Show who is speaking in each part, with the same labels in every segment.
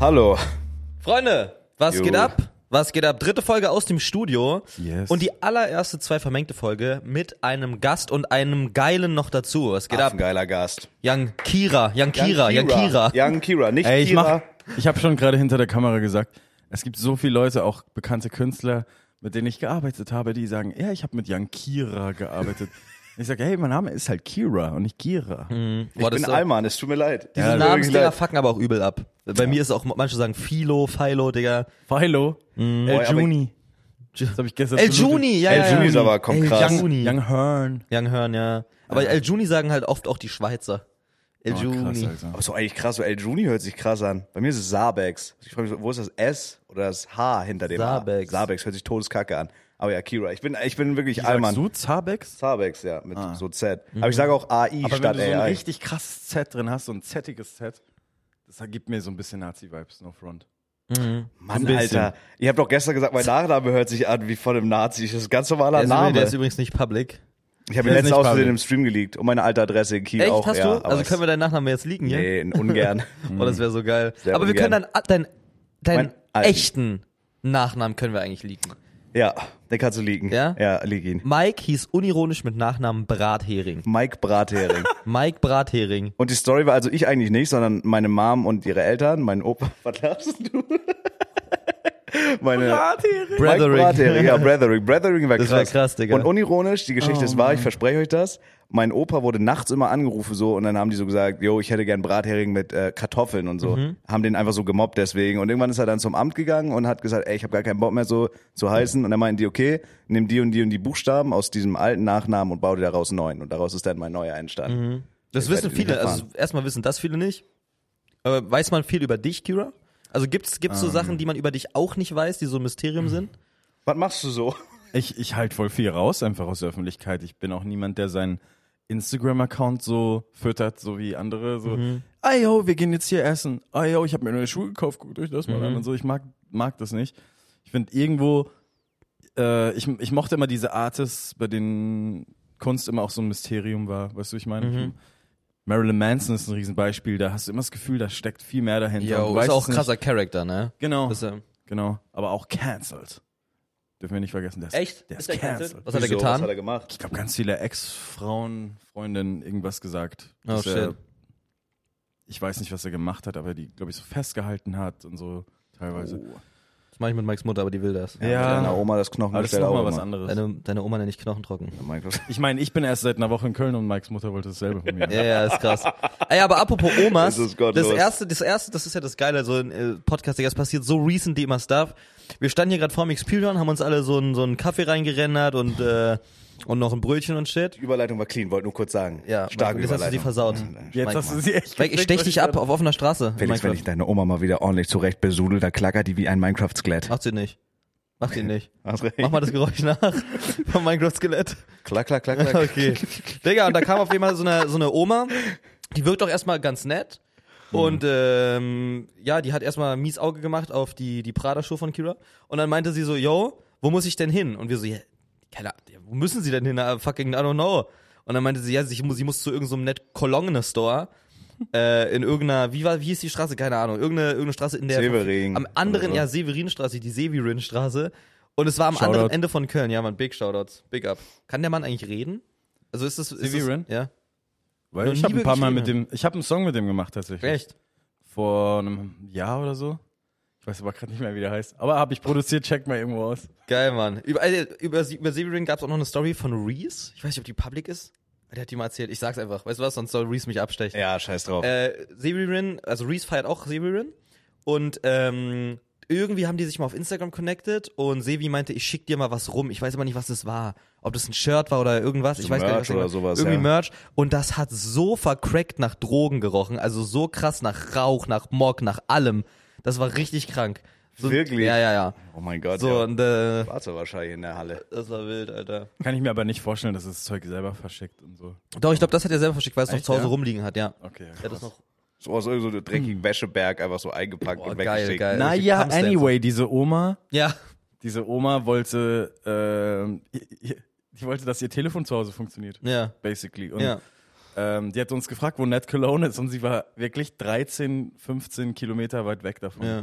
Speaker 1: Hallo.
Speaker 2: Freunde, was
Speaker 1: Jo.
Speaker 2: geht ab? Was geht ab? Dritte Folge aus dem Studio.
Speaker 1: Yes.
Speaker 2: Und die allererste zwei vermengte Folge mit einem Gast und einem geilen noch dazu. Was geht
Speaker 1: Ab. Ein
Speaker 2: ab?
Speaker 1: geiler Gast.
Speaker 2: Young Kira, Young Kira, Young Kira.
Speaker 1: Young Kira, nicht
Speaker 3: Ey, ich
Speaker 1: Kira.
Speaker 3: mach, ich habe schon gerade hinter der Kamera gesagt, es gibt so viele Leute, auch bekannte Künstler, mit denen ich gearbeitet habe, die sagen, ja, ich habe mit Jan Kira gearbeitet. ich sage, hey, mein Name ist halt Kira und nicht Kira.
Speaker 2: Boah,
Speaker 1: ich bin
Speaker 2: das-
Speaker 1: Alman, es tut mir leid.
Speaker 2: Diese
Speaker 1: Tut mir wirklich
Speaker 2: Namensdinger
Speaker 1: leid.
Speaker 2: fucken aber auch übel ab. Bei mir ist auch, manche sagen Philo, Philo, Digga.
Speaker 3: Philo,
Speaker 2: Mhm.
Speaker 3: El
Speaker 1: Boy, aber-
Speaker 3: Juni. Das habe ich gestern
Speaker 2: El
Speaker 3: zu Luke-
Speaker 2: Juni, ja,
Speaker 1: El
Speaker 2: ja,
Speaker 1: Juni ist
Speaker 2: ja.
Speaker 1: aber komm
Speaker 2: El
Speaker 1: krass.
Speaker 2: Juni.
Speaker 3: Young, Young Hearn.
Speaker 2: Young Hörn, ja. Aber El Juni sagen halt oft auch die Schweizer. El
Speaker 3: Oh, krass,
Speaker 2: Juni.
Speaker 3: Alter.
Speaker 1: Aber so eigentlich krass, so El Juni hört sich krass an. Bei mir ist es Sabex. Ich frage mich so, wo ist das S oder das H hinter dem
Speaker 2: Sabex.
Speaker 1: A? Sabex hört sich todeskacke an. Aber ja, Kira, ich bin, ich bin wirklich
Speaker 3: Sagst
Speaker 1: Alman.
Speaker 3: du Zabex?
Speaker 1: Sabex, ja, mit so Z. Aber ich sage auch AI
Speaker 3: Aber wenn
Speaker 1: statt
Speaker 3: du so ein
Speaker 1: AI.
Speaker 3: richtig krasses Z drin hast, so ein zettiges Z, das ergibt mir so ein bisschen Nazi-Vibes, no front.
Speaker 2: Mhm.
Speaker 1: Mann,
Speaker 3: ein bisschen.
Speaker 1: Alter. Ihr habt doch gestern gesagt, mein Nachname hört sich an wie von einem Nazi. Das ist ein ganz normaler
Speaker 2: Der ist, übrigens,
Speaker 1: Name.
Speaker 2: der ist übrigens nicht public.
Speaker 1: ich habe ihn
Speaker 3: der ist
Speaker 1: letztens
Speaker 3: nicht
Speaker 1: aus Versehen
Speaker 3: public.
Speaker 1: im Stream geleakt. Und meine alte Adresse in Kiel
Speaker 2: Echt,
Speaker 1: auch.
Speaker 2: hast
Speaker 1: ja,
Speaker 2: du? Also können wir deinen Nachnamen jetzt liegen, hier?
Speaker 1: Nee, ungern.
Speaker 2: Oh, das wäre so geil.
Speaker 1: Sehr
Speaker 2: Aber wir
Speaker 1: ungern.
Speaker 2: können dann deinen dein
Speaker 1: Mein alten.
Speaker 2: echten Nachnamen können wir eigentlich leaken.
Speaker 1: Ja, den kannst du liegen.
Speaker 2: Ja?
Speaker 1: Ja, lieg ihn.
Speaker 2: Mike hieß unironisch mit Nachnamen Brathering.
Speaker 1: Mike Brathering.
Speaker 2: Mike Brathering.
Speaker 1: und die Story war also ich eigentlich nicht, sondern meine Mom und ihre Eltern, mein Opa. Was lachst du? meine Mike Brathering, ja, Brathering. Brathering war
Speaker 2: Das
Speaker 1: krass.
Speaker 2: war krass, Digga. Oh,
Speaker 1: Und unironisch, die Geschichte ist wahr, ich verspreche euch das. Mein Opa wurde nachts immer angerufen so und dann haben die so gesagt, yo, ich hätte gern Brathering mit äh, Kartoffeln und so.
Speaker 2: Mhm.
Speaker 1: Haben den einfach so gemobbt deswegen. Und irgendwann ist er dann zum Amt gegangen und hat gesagt, ey, ich habe gar keinen Bock mehr so zu heißen. Und dann meinten die, okay, nimm die und die und die Buchstaben aus diesem alten Nachnamen und baue dir daraus einen neuen. Und daraus ist dann mein neuer entstanden.
Speaker 2: Das
Speaker 1: Ich
Speaker 2: wissen
Speaker 1: werd
Speaker 2: viele, also
Speaker 1: überfahren.
Speaker 2: erstmal wissen das viele nicht. Aber weiß man viel über dich, Kira? Also gibt's gibt's so Sachen, die man über dich auch nicht weiß, die so ein
Speaker 1: Mhm.
Speaker 2: Mysterium sind?
Speaker 1: Was machst du so?
Speaker 3: Ich, ich halte voll viel raus, einfach aus der Öffentlichkeit. Ich bin auch niemand, der seinen Instagram-Account so füttert, so wie andere. So,
Speaker 2: Mhm.
Speaker 3: ah yo, wir gehen jetzt hier essen. Ah yo, ich habe mir neue Schuhe gekauft, guckt euch das mal
Speaker 2: Mhm.
Speaker 3: an und so. Ich mag, mag das nicht. Ich finde irgendwo, äh, ich, ich mochte immer diese Artists, bei denen Kunst immer auch so ein Mysterium war. Weißt du, ich
Speaker 2: Mhm.
Speaker 3: meine? Hm. Marilyn Manson ist ein Riesenbeispiel. Da hast du immer das Gefühl, da steckt viel mehr dahinter. und du
Speaker 2: ist
Speaker 3: weißt
Speaker 2: auch
Speaker 3: es
Speaker 2: ein
Speaker 3: nicht.
Speaker 2: krasser Charakter, ne?
Speaker 1: Oh.
Speaker 3: Genau,
Speaker 2: Ist er,
Speaker 3: genau. Aber auch cancelled. Dürfen wir nicht vergessen. Der ist,
Speaker 2: echt?
Speaker 3: Der ist,
Speaker 2: Ist er cancelled?
Speaker 3: cancelled.
Speaker 2: Was hat er
Speaker 1: Wieso? Was
Speaker 2: getan?
Speaker 1: hat er gemacht?
Speaker 3: Ich glaube, ganz viele Ex-Frauen, Freundinnen irgendwas gesagt.
Speaker 2: Oh,
Speaker 3: dass
Speaker 2: shit.
Speaker 3: er- ich weiß nicht, was er gemacht hat, aber die, glaube ich, so festgehalten hat und so teilweise.
Speaker 2: Oh, Das mache ich mit Mikes Mutter, aber die will das.
Speaker 3: Ja.
Speaker 1: Mit Deiner Oma das Knochen
Speaker 3: aber das ist
Speaker 1: gestellt,
Speaker 3: nochmal
Speaker 1: auch
Speaker 3: was
Speaker 1: immer.
Speaker 3: anderes.
Speaker 2: Deine, deine Oma nenne ich Knochentrocken.
Speaker 1: Mein Gott.
Speaker 3: ich meine, ich bin erst seit einer Woche in Köln und Mikes Mutter wollte dasselbe von mir.
Speaker 2: Ja, ja, ist krass. Ey, aber apropos Omas,
Speaker 1: Das ist
Speaker 2: das
Speaker 1: gottlos.
Speaker 2: erste, das erste, das ist ja das Geile, so ein äh, Podcast, Digga, es passiert so recent immer Stuff. Wir standen hier gerade vorm Experion, haben uns alle so einen so einen Kaffee reingerendert und äh, und noch ein Brötchen und shit.
Speaker 1: Die Überleitung war clean, wollte nur kurz sagen.
Speaker 2: Ja,
Speaker 1: starke
Speaker 2: jetzt hast du die
Speaker 1: Überleitung. Mhm.
Speaker 2: versaut. Mhm.
Speaker 3: Jetzt hast du sie echt
Speaker 2: Mike, ich stech dich ab auf offener Straße.
Speaker 1: Felix, wenn
Speaker 2: Minecraft.
Speaker 1: ich deine Oma mal wieder ordentlich zurecht besudel, da klackert die wie ein Minecraft-Skelett.
Speaker 2: Macht sie nicht. Macht sie nicht.
Speaker 1: Hast recht.
Speaker 2: Mach mal das Geräusch nach vom Minecraft-Skelett.
Speaker 1: Klack, klack, klack, klack.
Speaker 2: Okay. Digga, und da kam auf jeden Fall so eine, so eine Oma, die wirkt doch erstmal ganz nett.
Speaker 1: Mhm.
Speaker 2: Und ähm, ja, die hat erstmal mies Auge gemacht auf die, die Prada-Show von Kira. Und dann meinte sie so, yo, wo muss ich denn hin? Und wir so, ja, keine Ahnung, ja, wo müssen sie denn hin? Ah, Fucking, I don't know. Und dann meinte sie, ja, sie muss, sie muss zu irgendeinem so einem nett Cologne-Store. Äh, in irgendeiner, wie war, wie hieß die Straße? Keine Ahnung, irgendeine, irgendeine Straße in der.
Speaker 1: Severin
Speaker 2: Am anderen,
Speaker 1: oder so.
Speaker 2: ja, Severinstraße, die Severinstraße. Und es war am
Speaker 3: Shoutout.
Speaker 2: anderen Ende von Köln, ja, man, big Shoutouts, big up. Kann der Mann eigentlich reden? Also ist das. Ist
Speaker 3: Severin?
Speaker 2: Das, ja.
Speaker 3: Weil
Speaker 2: Noch
Speaker 3: ich
Speaker 2: nie
Speaker 3: habe ein paar
Speaker 2: wirklich
Speaker 3: Mal mit
Speaker 2: jemand.
Speaker 3: dem, ich habe einen Song mit dem gemacht tatsächlich.
Speaker 2: Echt?
Speaker 3: Vor einem Jahr oder so. Ich weiß aber gerade nicht mehr, wie der heißt. Aber habe ich produziert, check mal irgendwo aus.
Speaker 2: Geil, Mann. Über, äh, über, über Severin gab es auch noch eine Story von Reese. Ich weiß nicht, ob die public ist. Der hat die mal erzählt. Ich sag's einfach. Weißt du was? Sonst soll Reese mich abstechen.
Speaker 1: Ja, scheiß drauf.
Speaker 2: Äh, Severin, also Reese feiert auch Severin. Und ähm, irgendwie haben die sich mal auf Instagram connected und Sevi meinte, ich schick dir mal was rum. Ich weiß aber nicht, was das war. Ob das ein Shirt war oder irgendwas. Ich weiß gar nicht, was
Speaker 1: Merch oder
Speaker 2: das war.
Speaker 1: sowas,
Speaker 2: Irgendwie
Speaker 1: ja.
Speaker 2: Merch. Und das hat so vercrackt nach Drogen gerochen. Also so krass nach Rauch, nach Mock, nach allem. Das war richtig krank. So,
Speaker 1: Wirklich?
Speaker 2: Ja, ja, ja.
Speaker 1: oh mein Gott.
Speaker 2: So,
Speaker 1: ja.
Speaker 2: und äh,
Speaker 1: Warte wahrscheinlich in der Halle.
Speaker 2: das war wild, Alter.
Speaker 3: Kann ich mir aber nicht vorstellen, dass er das Zeug selber verschickt und so.
Speaker 2: Doch, ich glaube, das hat er selber verschickt, weil er es noch
Speaker 3: Echt,
Speaker 2: zu Hause
Speaker 3: ja?
Speaker 2: rumliegen hat, ja.
Speaker 3: Okay.
Speaker 2: Er hat das noch
Speaker 1: So aus so einem dreckigen Wäscheberg einfach so eingepackt
Speaker 2: Hm. Boah,
Speaker 1: und
Speaker 2: geil,
Speaker 1: weggeschickt.
Speaker 2: geil.
Speaker 3: Naja,
Speaker 2: Pumpstamps.
Speaker 3: anyway, diese Oma,
Speaker 2: ja,
Speaker 3: diese Oma wollte, ähm, i- i- die wollte, dass ihr Telefon zu Hause funktioniert,
Speaker 2: ja,
Speaker 3: basically. Und
Speaker 2: ja.
Speaker 3: Ähm, die hat uns gefragt, wo Ned Cologne ist und sie war wirklich 13, 15 Kilometer weit weg davon.
Speaker 2: Ja.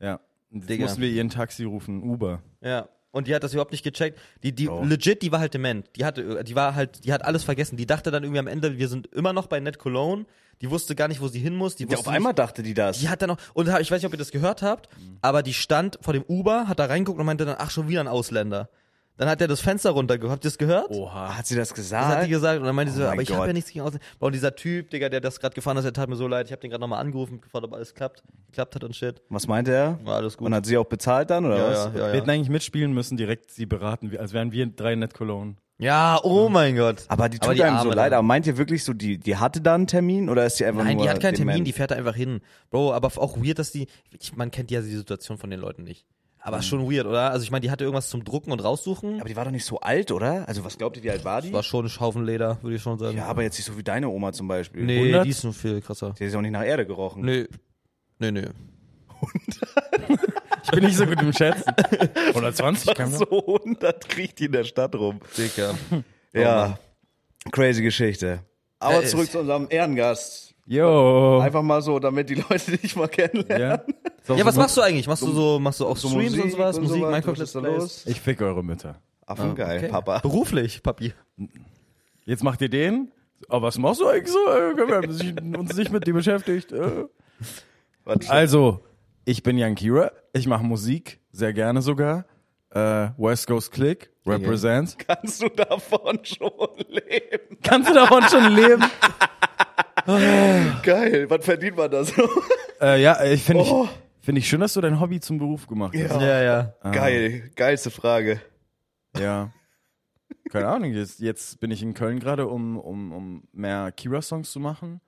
Speaker 3: Ja. Und jetzt
Speaker 2: Digga.
Speaker 3: mussten wir ihren Taxi rufen, Uber.
Speaker 2: Ja. Und die hat das überhaupt nicht gecheckt. Die, die,
Speaker 3: Oh.
Speaker 2: legit, die war halt dement. Die hatte, die war halt, die hat alles vergessen. Die dachte dann irgendwie am Ende, wir sind immer noch bei Ned Cologne. Die wusste gar nicht, wo sie hin muss. Die
Speaker 1: Ja,
Speaker 2: wusste
Speaker 1: auf einmal dachte die das.
Speaker 2: Nicht, die hat dann noch, und ich weiß nicht, ob ihr das gehört habt, aber die stand vor dem Uber, hat da reingeguckt und meinte dann, ach, schon wieder ein Ausländer. Dann hat er das Fenster runtergehört. Habt ihr das gehört?
Speaker 1: Ah, Hat sie das
Speaker 2: Das hat
Speaker 1: gesagt?
Speaker 2: die gesagt und dann meinte sie,
Speaker 1: Oh mein
Speaker 2: aber ich habe
Speaker 1: Gott.
Speaker 2: ja nichts gegen Ausländer. Und dieser Typ, Digga, der das gerade gefahren ist, der tat mir so leid. Ich habe den gerade nochmal angerufen, gefragt, ob alles klappt, geklappt hat und shit.
Speaker 1: was meinte er?
Speaker 2: War alles gut.
Speaker 1: Und hat sie auch bezahlt dann, oder was?
Speaker 2: ja, ja,
Speaker 3: Wir
Speaker 2: ja.
Speaker 3: hätten eigentlich mitspielen müssen, direkt sie beraten, wie- als wären wir drei Ned Cologne.
Speaker 2: ja, oh mein Gott.
Speaker 1: Aber die tut einem so
Speaker 2: Arme
Speaker 1: leid.
Speaker 2: dann.
Speaker 1: Aber meint ihr wirklich so, die, die hatte da einen Termin oder ist die einfach
Speaker 2: Nein,
Speaker 1: nur
Speaker 2: die hat keinen Termin,
Speaker 1: dement?
Speaker 2: die fährt da einfach hin. Bro, aber auch weird, dass die. Ich, man kennt ja die Situation von den Leuten nicht. Aber schon weird, oder? Also ich meine, die hatte irgendwas zum Drucken und Raussuchen.
Speaker 1: Mhm. aber die war doch nicht so alt, oder? Also was glaubt ihr, wie alt war die?
Speaker 2: War schon ein Haufen Leder, würde ich schon sagen.
Speaker 1: Ja, aber jetzt nicht so wie deine Oma zum Beispiel.
Speaker 2: nee,
Speaker 3: 100?
Speaker 2: die ist noch viel krasser.
Speaker 1: Die ist auch nicht nach Erde gerochen.
Speaker 2: Nee. Nee, nee.
Speaker 3: Ich bin nicht so gut im Schätzen. Oder 20 kann
Speaker 1: So 100 kriecht die in der Stadt rum.
Speaker 2: Dicker.
Speaker 1: Ja, crazy Geschichte. Aber
Speaker 2: Äh,
Speaker 1: zurück
Speaker 2: ist-
Speaker 1: zu unserem Ehrengast.
Speaker 3: Yo.
Speaker 1: Einfach mal so, damit die Leute dich mal kennenlernen.
Speaker 3: Ja.
Speaker 2: ja, was machst du eigentlich? Machst du so, machst du auch
Speaker 1: So
Speaker 2: Streams und sowas? Musik,
Speaker 1: sowas,
Speaker 2: Minecraft
Speaker 1: was
Speaker 2: Let's
Speaker 1: ist da
Speaker 2: Plays? Ah,
Speaker 1: los?
Speaker 3: Ich fick eure Mütter.
Speaker 1: Affengeil,
Speaker 2: Okay.
Speaker 1: Papa.
Speaker 2: Beruflich, Papi.
Speaker 3: Jetzt macht ihr den. Aber was machst du eigentlich so? Äh, Wir haben sich- uns nicht mit dir beschäftigt. äh.
Speaker 1: Was-
Speaker 2: Ah.
Speaker 3: Also, ich bin Jan Kira. Ich mache Musik, sehr gerne sogar. Äh, West Coast Click, Represent.
Speaker 1: Kannst du davon schon leben?
Speaker 3: Kannst du davon schon leben?
Speaker 1: Geil, was verdient man da so?
Speaker 3: Äh, ja, ich finde
Speaker 1: Oh.
Speaker 3: ich, find ich schön, dass du dein Hobby zum Beruf gemacht hast. Ah,
Speaker 1: Ja.
Speaker 2: ja.
Speaker 1: Geil, geilste Frage.
Speaker 3: Ja. Keine Ahnung, jetzt, jetzt bin ich in Köln gerade, um, um, um mehr Kira-Songs zu machen.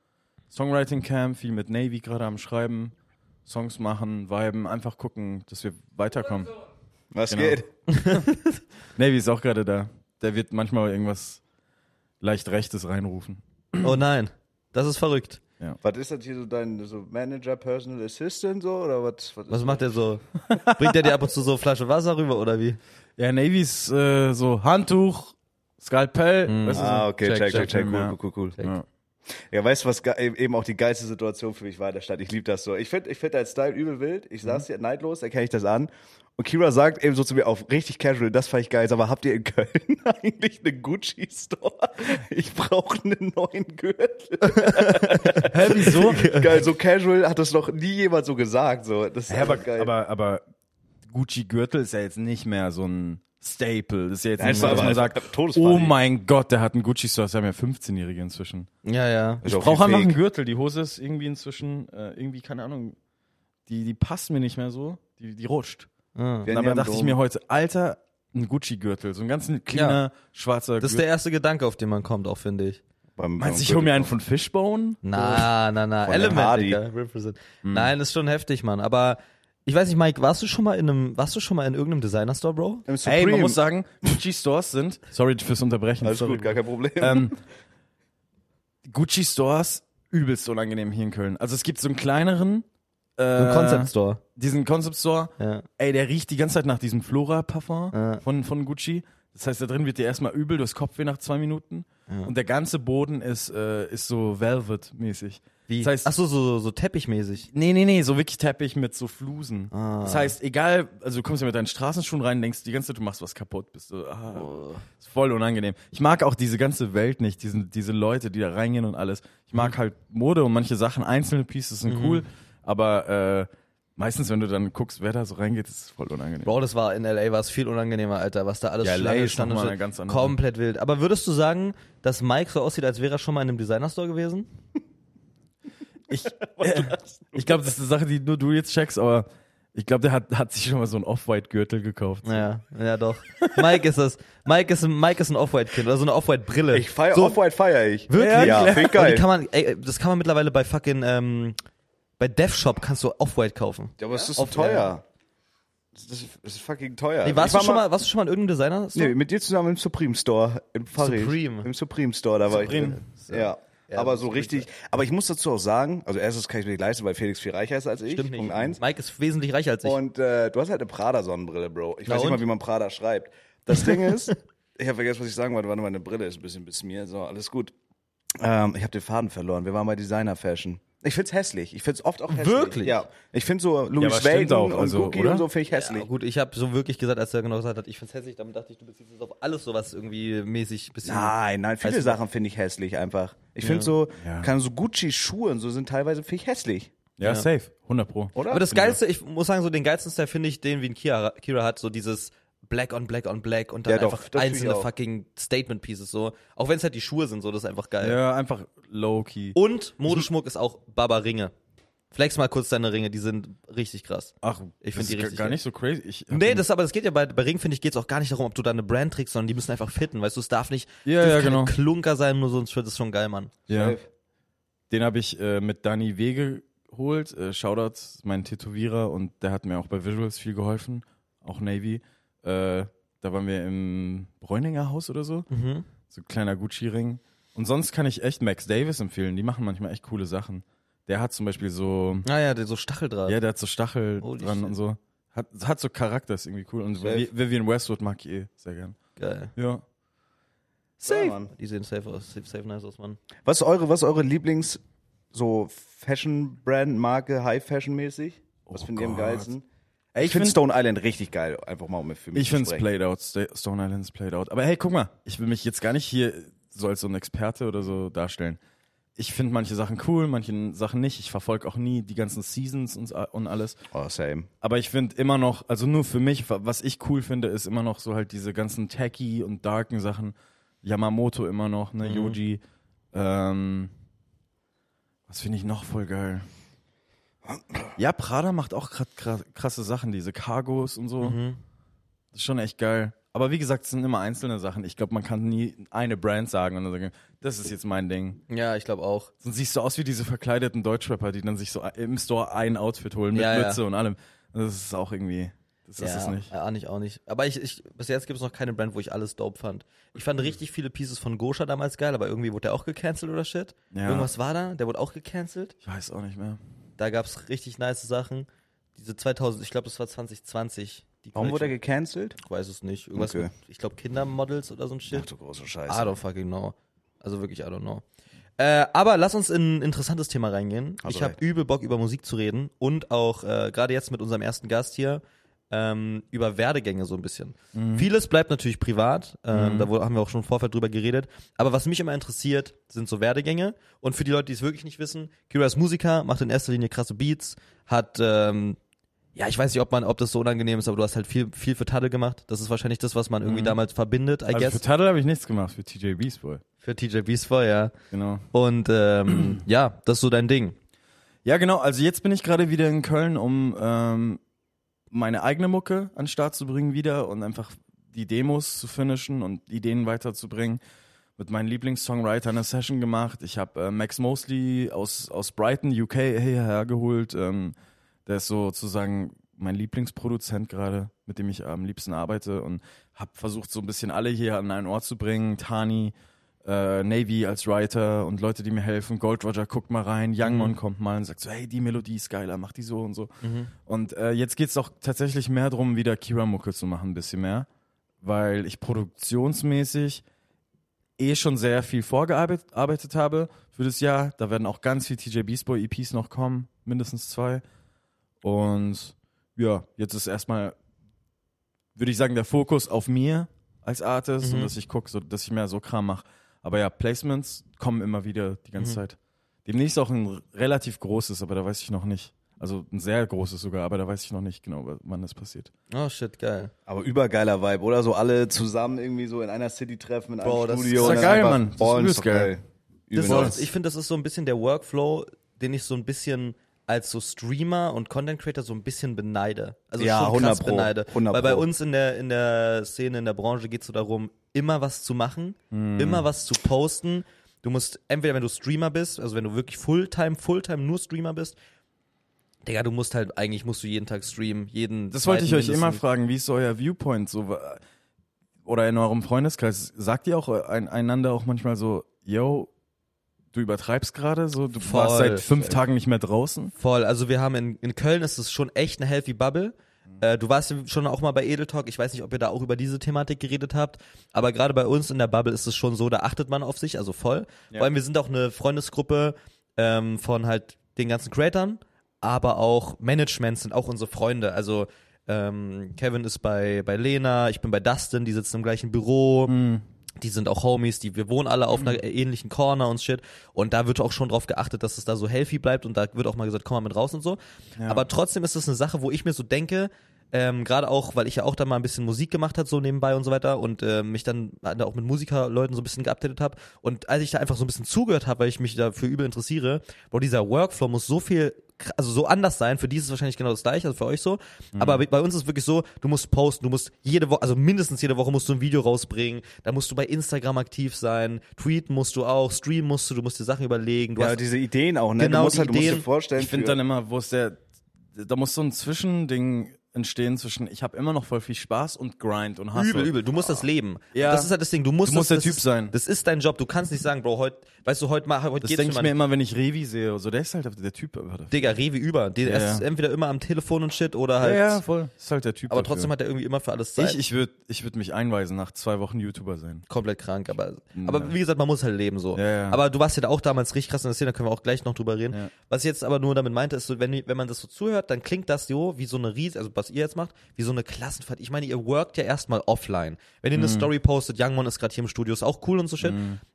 Speaker 3: Songwriting Camp, viel mit Navy gerade am Schreiben. Songs machen, viben, einfach gucken, dass wir weiterkommen.
Speaker 1: Was
Speaker 3: Genau.
Speaker 1: geht?
Speaker 3: Navy ist auch gerade da. Der wird manchmal irgendwas leicht Rechtes reinrufen.
Speaker 2: Oh nein. Das ist verrückt.
Speaker 1: Was ist das hier so dein so Manager, Personal Assistant so oder was? Was,
Speaker 2: Was macht der so? Bringt der dir ab und zu so eine Flasche Wasser rüber oder wie?
Speaker 3: Ja, Navy ist äh, so Handtuch, Skalpell.
Speaker 2: Mhm.
Speaker 3: weißt du, so-
Speaker 1: Ah, okay, check, check, check, cool,
Speaker 3: ja.
Speaker 1: cool, cool, cool.
Speaker 3: Ja.
Speaker 1: Ja, weißt du, was ge- e-, eben auch die geilste Situation für mich war in der Stadt? Ich liebe das so. Ich finde ich find dein Style übel wild. Ich
Speaker 3: Mhm.
Speaker 1: saß hier neidlos, erkenne ich das an. Und Kira sagt eben so zu mir auf richtig casual, das fand ich geil, aber habt ihr in Köln eigentlich einen Gucci-Store? Ich brauche einen neuen Gürtel.
Speaker 3: Hä, wieso?
Speaker 1: Geil, so casual hat das noch nie jemand so gesagt. So. Das ist
Speaker 3: Ja, aber,
Speaker 1: einfach geil.
Speaker 3: aber, aber Gucci-Gürtel ist ja jetzt nicht mehr so ein Staple. Das ist ja jetzt
Speaker 1: Ja,
Speaker 3: nicht
Speaker 1: es
Speaker 3: so,
Speaker 1: war
Speaker 3: dass
Speaker 1: aber
Speaker 3: man
Speaker 1: eine
Speaker 3: sagt,
Speaker 1: Todesparty.
Speaker 3: oh mein Gott, der hat einen Gucci-Store. Das haben ja 15-Jährige inzwischen.
Speaker 2: Ja, ja.
Speaker 1: Ist
Speaker 3: Ich
Speaker 1: auch viel
Speaker 3: brauche einfach
Speaker 1: Fake.
Speaker 3: einen Gürtel. Die Hose ist irgendwie inzwischen, äh, irgendwie, keine Ahnung, die, die passt mir nicht mehr so. Die, die rutscht.
Speaker 2: Ah.
Speaker 1: Wir
Speaker 3: Und
Speaker 1: haben ja
Speaker 3: dabei
Speaker 1: im
Speaker 3: dachte ich
Speaker 1: Dom.
Speaker 3: mir heute, Alter, ein Gucci-Gürtel. So ein ganz cleaner, schwarzer
Speaker 2: Das ist der
Speaker 3: Gürtel.
Speaker 2: erste Gedanke, auf den man kommt, auch finde ich.
Speaker 1: Beim-
Speaker 3: Meinst du,
Speaker 1: beim
Speaker 3: ich hole mir einen
Speaker 1: Gürtel.
Speaker 3: von Fishbone?
Speaker 2: Na, na, na.
Speaker 1: Von
Speaker 2: Element,
Speaker 1: dem Hardy.
Speaker 2: Digga. Represent. Nein, ist schon heftig, Mann. Aber ich weiß nicht, Mike, warst du schon mal in einem, warst du schon mal in irgendeinem Designer-Store, Bro?
Speaker 1: Im
Speaker 3: Ey,
Speaker 1: Supreme.
Speaker 3: man muss sagen, Gucci-Stores sind, sorry fürs Unterbrechen.
Speaker 1: Alles
Speaker 3: sorry,
Speaker 1: gut, gar kein Problem.
Speaker 3: ähm, Gucci Stores übelst unangenehm hier in Köln. Also es gibt so einen kleineren, äh,
Speaker 2: Im Concept Store.
Speaker 3: diesen Concept Store.
Speaker 2: Ja.
Speaker 3: Ey, der riecht die ganze Zeit nach diesem Flora Parfum
Speaker 2: Ja.
Speaker 3: von von Gucci. Das heißt, da drin wird dir erstmal übel, du hast Kopfweh nach zwei Minuten und der ganze Boden ist äh, ist so Velvet mäßig.
Speaker 2: Wie?
Speaker 3: Das heißt,
Speaker 2: Ach so, so, so teppichmäßig.
Speaker 3: Nee, nee, nee, so wirklich Teppich mit so Flusen.
Speaker 2: Ah.
Speaker 3: Das heißt, egal, also du kommst ja mit deinen Straßenschuhen rein, denkst die ganze Zeit, du machst was kaputt, bist du, ah,
Speaker 2: Oh.
Speaker 3: ist voll unangenehm. Ich mag auch diese ganze Welt nicht, diesen, diese Leute, die da reingehen und alles. Ich
Speaker 2: Mhm.
Speaker 3: mag halt Mode und manche Sachen, einzelne Pieces sind cool, aber äh, meistens, wenn du dann guckst, wer da so reingeht, ist es voll unangenehm.
Speaker 2: Bro, das war in LA, war es viel unangenehmer, Alter, was da alles
Speaker 3: Ja,
Speaker 2: Schlange
Speaker 3: LA ist
Speaker 2: stand
Speaker 3: noch
Speaker 2: und
Speaker 3: mal
Speaker 2: so.
Speaker 3: eine ganz andere-
Speaker 2: Komplett wild. Aber würdest du sagen, dass Mike so aussieht, als wäre er schon mal in einem Designer-Store gewesen?
Speaker 3: Ich, äh, ich glaube, das ist eine Sache, die nur du jetzt checkst, aber ich glaube, der hat, hat sich schon mal so einen Off-White-Gürtel gekauft.
Speaker 2: Ja, ja doch. Mike ist das. Mike ist ein, Mike ist ein Off-White-Kind oder so eine Off-White-Brille.
Speaker 1: ich feier,
Speaker 2: so,
Speaker 1: Off-White feier ich.
Speaker 2: Wirklich?
Speaker 1: Ja,
Speaker 3: klar.
Speaker 1: find ich
Speaker 2: Geil.
Speaker 1: geil.
Speaker 2: die kann man, ey, das kann man mittlerweile bei fucking, ähm, bei Death Shop kannst du Off-White kaufen.
Speaker 1: Ja, aber es ist
Speaker 2: Auf-
Speaker 1: so teuer. Das ist, das ist fucking teuer.
Speaker 2: Nee, warst,
Speaker 1: Ich war
Speaker 2: du schon mal, warst du schon mal in irgendeinem Designer?
Speaker 1: Nee, mit dir zusammen im Supreme Store. Im Paris.
Speaker 2: Supreme.
Speaker 1: Im Supreme Store, da war
Speaker 3: Supreme.
Speaker 1: ich drin. Ja. aber so richtig. Aber ich muss dazu auch sagen, also erstens kann ich mir nicht leisten, weil Felix viel reicher ist als ich.
Speaker 2: Stimmt nicht.
Speaker 1: Punkt eins.
Speaker 2: Mike ist wesentlich reicher als ich.
Speaker 1: Und äh, du hast halt eine Prada-Sonnenbrille, Bro. Ich
Speaker 2: Na
Speaker 1: weiß nicht
Speaker 2: und?
Speaker 1: mal, wie man Prada schreibt. Das Ding ist, ich habe vergessen, was ich sagen wollte. Warte mal, meine Brille ist ein bisschen bis mir. So, alles gut. Ähm, ich habe den Faden verloren. Wir waren bei Designer Fashion. Ich find's hässlich. Ich find's oft auch hässlich.
Speaker 2: Wirklich?
Speaker 1: Ja. Ich find so
Speaker 3: aber
Speaker 1: Louis
Speaker 3: stimmt
Speaker 1: Vuitton
Speaker 3: auch,
Speaker 1: und
Speaker 3: also,
Speaker 1: Gucci
Speaker 3: oder?
Speaker 1: und so finde ich hässlich.
Speaker 2: Ja, gut, ich habe so wirklich gesagt, als er genau gesagt hat, ich find's hässlich, damit dachte ich, du beziehst es auf alles sowas irgendwie mäßig ein bisschen.
Speaker 1: Nein, nein, viele
Speaker 2: Weißt du-
Speaker 1: Sachen finde ich hässlich einfach. Ich finde so, kann so Gucci-Schuhe und so sind teilweise finde ich hässlich,
Speaker 3: Ja, safe. 100 Pro.
Speaker 1: oder?
Speaker 2: Aber das Geilste, ich muss sagen, so den geilsten Style finde ich den, wie ein Kira, Kira hat, so dieses Black on Black on Black und dann
Speaker 1: Ja, doch,
Speaker 2: einfach
Speaker 1: das fühl ich
Speaker 2: einzelne
Speaker 1: auch.
Speaker 2: fucking Statement Pieces so. Auch wenn es halt die Schuhe sind, so, das ist einfach geil.
Speaker 3: Ja, einfach low-key.
Speaker 2: Und Modeschmuck ist auch Baba Ringe. Flex mal kurz deine Ringe, die sind richtig krass.
Speaker 3: Ach,
Speaker 2: Ich find
Speaker 3: das
Speaker 2: die
Speaker 3: ist gar-
Speaker 2: richtig
Speaker 3: gar
Speaker 2: geil.
Speaker 3: nicht so crazy. Ich hab
Speaker 2: Nee,
Speaker 3: den-
Speaker 2: das aber das geht ja bei, bei Ringen, finde ich, geht es auch gar nicht darum, ob du da eine Brand trägst, sondern die müssen einfach fitten, weißt du, es darf nicht
Speaker 3: Ja,
Speaker 2: es dürfen
Speaker 3: ja,
Speaker 2: keine
Speaker 3: genau.
Speaker 2: Klunker sein, nur sonst wird es schon geil, Mann.
Speaker 3: ja.
Speaker 1: Safe.
Speaker 3: Den habe ich äh, mit Dani Wege geholt. Äh, Shoutouts, mein Tätowierer. Und der hat mir auch bei Visuals viel geholfen. Auch Navy. Äh, da waren wir im Bräuninger Haus oder so.
Speaker 2: Mhm.
Speaker 3: So ein kleiner Gucci-Ring. Und sonst kann ich echt Max Davis empfehlen. Die machen manchmal echt coole Sachen. Der hat zum Beispiel so,
Speaker 2: Naja, Ah, der so Stacheldraht.
Speaker 3: ja, der hat so Stachel
Speaker 2: Holy
Speaker 3: dran
Speaker 2: shit.
Speaker 3: und so. Hat, hat so Charakter, ist irgendwie cool. Und
Speaker 1: Safe.
Speaker 3: Vivi- Vivian Westwood mag ich eh sehr gern.
Speaker 2: Geil.
Speaker 3: Ja.
Speaker 1: Safe.
Speaker 2: Die sehen safe aus, safe, safe nice aus, Mann.
Speaker 1: Was ist eure, was ist eure Lieblings so Fashion Brand Marke High Fashion mäßig? Was
Speaker 3: Oh
Speaker 1: findet ihr am
Speaker 3: Gott.
Speaker 1: geilsten?
Speaker 3: Ey,
Speaker 1: Ich finde Stone Island richtig geil, einfach mal um für mich
Speaker 3: Ich
Speaker 1: zu
Speaker 3: finde es
Speaker 1: sprechen.
Speaker 3: played out. Sta- Stone Island ist played out. Aber hey, guck mal, ich will mich jetzt gar nicht hier so als so ein Experte oder so darstellen. Ich finde manche Sachen cool, manche Sachen nicht. Ich verfolge auch nie die ganzen Seasons und, a- und alles.
Speaker 1: Oh, same.
Speaker 3: Aber ich finde immer noch, also nur für mich, wa- was ich cool finde, ist immer noch so halt diese ganzen tacky und darken Sachen. Yamamoto immer noch, ne, Yoji. Ähm, was finde ich noch voll geil? Ja, Prada macht auch grad, grad, krasse Sachen, diese Cargos und so. Das ist schon echt geil. Aber wie gesagt, es sind immer einzelne Sachen. Ich glaube, man kann nie eine Brand sagen und dann sagen, das ist jetzt mein Ding.
Speaker 2: Ja, ich glaube auch.
Speaker 3: Sonst siehst du aus wie diese verkleideten Deutschrapper, die dann sich so im Store ein Outfit holen mit
Speaker 2: Ja, ja.
Speaker 3: Mütze und allem. Das ist auch irgendwie, das ist es nicht.
Speaker 2: Ja, Äh, ah, nicht, auch nicht. Aber ich, ich bis jetzt gibt es noch keine Brand, wo ich alles dope fand. Ich fand richtig viele Pieces von Gosha damals geil, aber irgendwie wurde der auch gecancelt oder shit.
Speaker 3: Ja.
Speaker 2: Irgendwas war da, der wurde auch gecancelt.
Speaker 3: Ich weiß auch nicht mehr.
Speaker 2: Da gab es richtig nice Sachen. Diese 2000, ich glaube, das war 2020. Die
Speaker 1: Warum wurde er
Speaker 2: Collection.
Speaker 1: gecancelt?
Speaker 2: Ich weiß es nicht. Irgendwas
Speaker 1: Okay.
Speaker 2: mit, ich glaube, Kindermodels oder so ein Shit.
Speaker 1: Ach du große
Speaker 2: I
Speaker 1: Scheiße.
Speaker 2: don't fucking know. Also wirklich, I don't know. Äh, aber lass uns in ein interessantes Thema reingehen.
Speaker 1: Hast
Speaker 2: ich
Speaker 1: du
Speaker 2: habe
Speaker 1: recht.
Speaker 2: übel Bock, über Musik zu reden und auch äh, gerade jetzt mit unserem ersten Gast hier ähm, über Werdegänge so ein bisschen.
Speaker 3: Mhm.
Speaker 2: Vieles bleibt natürlich privat, ähm, da wo- haben wir auch schon im Vorfeld drüber geredet. Aber was mich immer interessiert, sind so Werdegänge. Und für die Leute, die es wirklich nicht wissen, Kira ist Musiker, macht in erster Linie krasse Beats, hat ähm, ja, ich weiß nicht, ob man, ob das so unangenehm ist, aber du hast halt viel, viel für Tadde gemacht. Das ist wahrscheinlich das, was man irgendwie damals verbindet, I
Speaker 3: Mhm. Also
Speaker 2: guess.
Speaker 3: für Tuttle habe ich nichts gemacht, für TJ Beast Boy.
Speaker 2: Für TJ Beast war, ja.
Speaker 3: Genau.
Speaker 2: Und ähm, ja, das ist so dein Ding.
Speaker 3: Ja, genau. Also jetzt bin ich gerade wieder in Köln, um ähm, meine eigene Mucke an den Start zu bringen wieder und einfach die Demos zu finishen und Ideen weiterzubringen. Mit meinen Lieblingssongwriter eine Session gemacht. Ich habe äh, Max Mosley aus, aus Brighton, UK hierher geholt. Ähm, der ist sozusagen mein Lieblingsproduzent gerade, mit dem ich am liebsten arbeite und habe versucht, so ein bisschen alle hier an einen Ort zu bringen. Tani, äh, Navy als Writer und Leute, die mir helfen. Gold Roger guckt mal rein, Youngmon kommt mal und sagt so, hey, die Melodie ist geiler, mach die so und so.
Speaker 2: Mhm.
Speaker 3: Und äh, jetzt geht's auch tatsächlich mehr darum, wieder Kira-Mucke zu machen, ein bisschen mehr. Weil ich produktionsmäßig eh schon sehr viel vorgearbeitet gearbeitet habe für das Jahr. Da werden auch ganz viel TJ Beast Boy EPs noch kommen, mindestens zwei. Und ja, jetzt ist erstmal, würde ich sagen, der Fokus auf mir als Artist und dass ich gucke, so, dass ich mehr so Kram mache. Aber ja, Placements kommen immer wieder die ganze Zeit. Demnächst auch ein relativ großes, aber da weiß ich noch nicht. Also ein sehr großes sogar, aber da weiß ich noch nicht genau, wa- wann das passiert.
Speaker 2: Oh shit, geil.
Speaker 1: Aber übergeiler Vibe, oder? So alle zusammen irgendwie so in einer City treffen, in einem
Speaker 2: Bro, das ist-
Speaker 1: Studio.
Speaker 3: ist ja
Speaker 1: und dann
Speaker 3: geil,
Speaker 1: einfach-
Speaker 3: Mann. Das
Speaker 1: Boah,
Speaker 3: ist
Speaker 1: ist doch
Speaker 3: übelst geil.
Speaker 1: geil.
Speaker 2: Das ist
Speaker 1: Übel
Speaker 2: auch,
Speaker 1: nice.
Speaker 2: ich finde, das ist so ein bisschen der Workflow, den ich so ein bisschen als so Streamer und Content Creator so ein bisschen beneide. Also
Speaker 1: Ja,
Speaker 2: schon
Speaker 1: 100
Speaker 2: krass
Speaker 1: Pro,
Speaker 2: beneide.
Speaker 1: 100
Speaker 2: Weil bei
Speaker 1: Pro.
Speaker 2: uns in der, in der Szene, in der Branche geht es so darum, immer was zu machen, immer was zu posten. Du musst, entweder wenn du Streamer bist, also wenn du wirklich Fulltime, Fulltime nur Streamer bist, Digga, du musst halt, eigentlich musst du jeden Tag streamen, jeden
Speaker 3: Das wollte ich
Speaker 2: zweiten
Speaker 3: euch immer
Speaker 2: mindestens.
Speaker 3: fragen. Wie ist so euer Viewpoint? So, wa- oder in eurem Freundeskreis? Sagt ihr auch äh, ein, einander auch manchmal so, yo, du übertreibst gerade? So, du
Speaker 2: Voll.
Speaker 3: warst seit fünf Tagen nicht mehr draußen?
Speaker 2: Voll, also wir haben in, in Köln ist es schon echt eine healthy Bubble, Äh, du warst ja schon auch mal bei Edel Talk. Ich weiß nicht, ob ihr da auch über diese Thematik geredet habt. Aber gerade bei uns in der Bubble ist es schon so, da achtet man auf sich, also voll. Vor allem, wir sind auch eine Freundesgruppe ähm, von halt den ganzen Creatern, aber auch Managements sind auch unsere Freunde. Also ähm, Kevin ist bei, bei Lena, ich bin bei Dustin, die sitzen im gleichen Büro. Die sind auch Homies, die wir wohnen alle auf einer ähnlichen Corner und shit. Und da wird auch schon drauf geachtet, dass es da so healthy bleibt und da wird auch mal gesagt, komm mal mit raus und so. Aber trotzdem ist das eine Sache, wo ich mir so denke, ähm, gerade auch, weil ich ja auch da mal ein bisschen Musik gemacht hat so nebenbei und so weiter und äh, mich dann da auch mit Musikerleuten so ein bisschen geupdatet habe. Und als ich da einfach so ein bisschen zugehört habe, weil ich mich dafür übel interessiere, wo dieser Workflow muss so viel, kr- also so anders sein. Für die ist es wahrscheinlich genau das gleiche, also für euch so.
Speaker 3: Mhm.
Speaker 2: Aber bei- bei uns ist es wirklich so, du musst posten, du musst jede Woche, also mindestens jede Woche musst du ein Video rausbringen, da musst du bei Instagram aktiv sein, tweeten musst du auch, streamen musst du, du musst dir Sachen überlegen, du
Speaker 1: Ja,
Speaker 2: hast
Speaker 1: diese Ideen auch, ne?
Speaker 2: Genau,
Speaker 1: du musst
Speaker 2: die
Speaker 1: halt, du musst dir
Speaker 2: Ideen.
Speaker 1: vorstellen.
Speaker 3: Ich finde
Speaker 1: für-
Speaker 3: dann immer, wo ist der, da muss so ein Zwischending entstehen zwischen, ich habe immer noch voll viel Spaß und Grind und Hustle. Ah.
Speaker 2: Übel, übel. Du musst das leben.
Speaker 3: Ja.
Speaker 2: Das ist halt das Ding. Du musst,
Speaker 3: Du musst
Speaker 2: das,
Speaker 3: der
Speaker 2: das
Speaker 3: Typ
Speaker 2: ist,
Speaker 3: sein.
Speaker 2: Das ist dein Job. Du kannst nicht sagen, Bro, heute, weißt du, heute mal, heute
Speaker 3: Das
Speaker 2: geht's
Speaker 3: denke ich mir
Speaker 2: jemand-
Speaker 3: immer, wenn ich Revi sehe. So, der ist halt der Typ. einfach dafür.
Speaker 2: Digga, Rewe über. Der
Speaker 3: Ja, ja.
Speaker 2: ist entweder immer am Telefon und shit oder halt.
Speaker 3: voll. Ist halt der Typ.
Speaker 2: aber
Speaker 3: dafür.
Speaker 2: trotzdem hat er irgendwie immer für alles Zeit.
Speaker 3: ich, ich würde ich würd mich einweisen, nach zwei Wochen YouTuber sein.
Speaker 2: komplett krank, aber, aber wie gesagt, man muss halt leben so.
Speaker 3: Ja, ja.
Speaker 2: Aber du warst ja da auch damals richtig krass in der Szene, da können wir auch gleich noch drüber reden.
Speaker 3: Ja.
Speaker 2: Was ich jetzt aber nur damit meinte, ist so, wenn, wenn man das so zuhört, dann klingt das so wie so eine Ries, also was ihr jetzt macht, wie so eine Klassenfahrt. Ich meine, ihr workt ja erstmal offline. Wenn ihr
Speaker 3: Mhm.
Speaker 2: eine Story postet, Youngmon ist gerade hier im Studio, ist auch cool und so shit.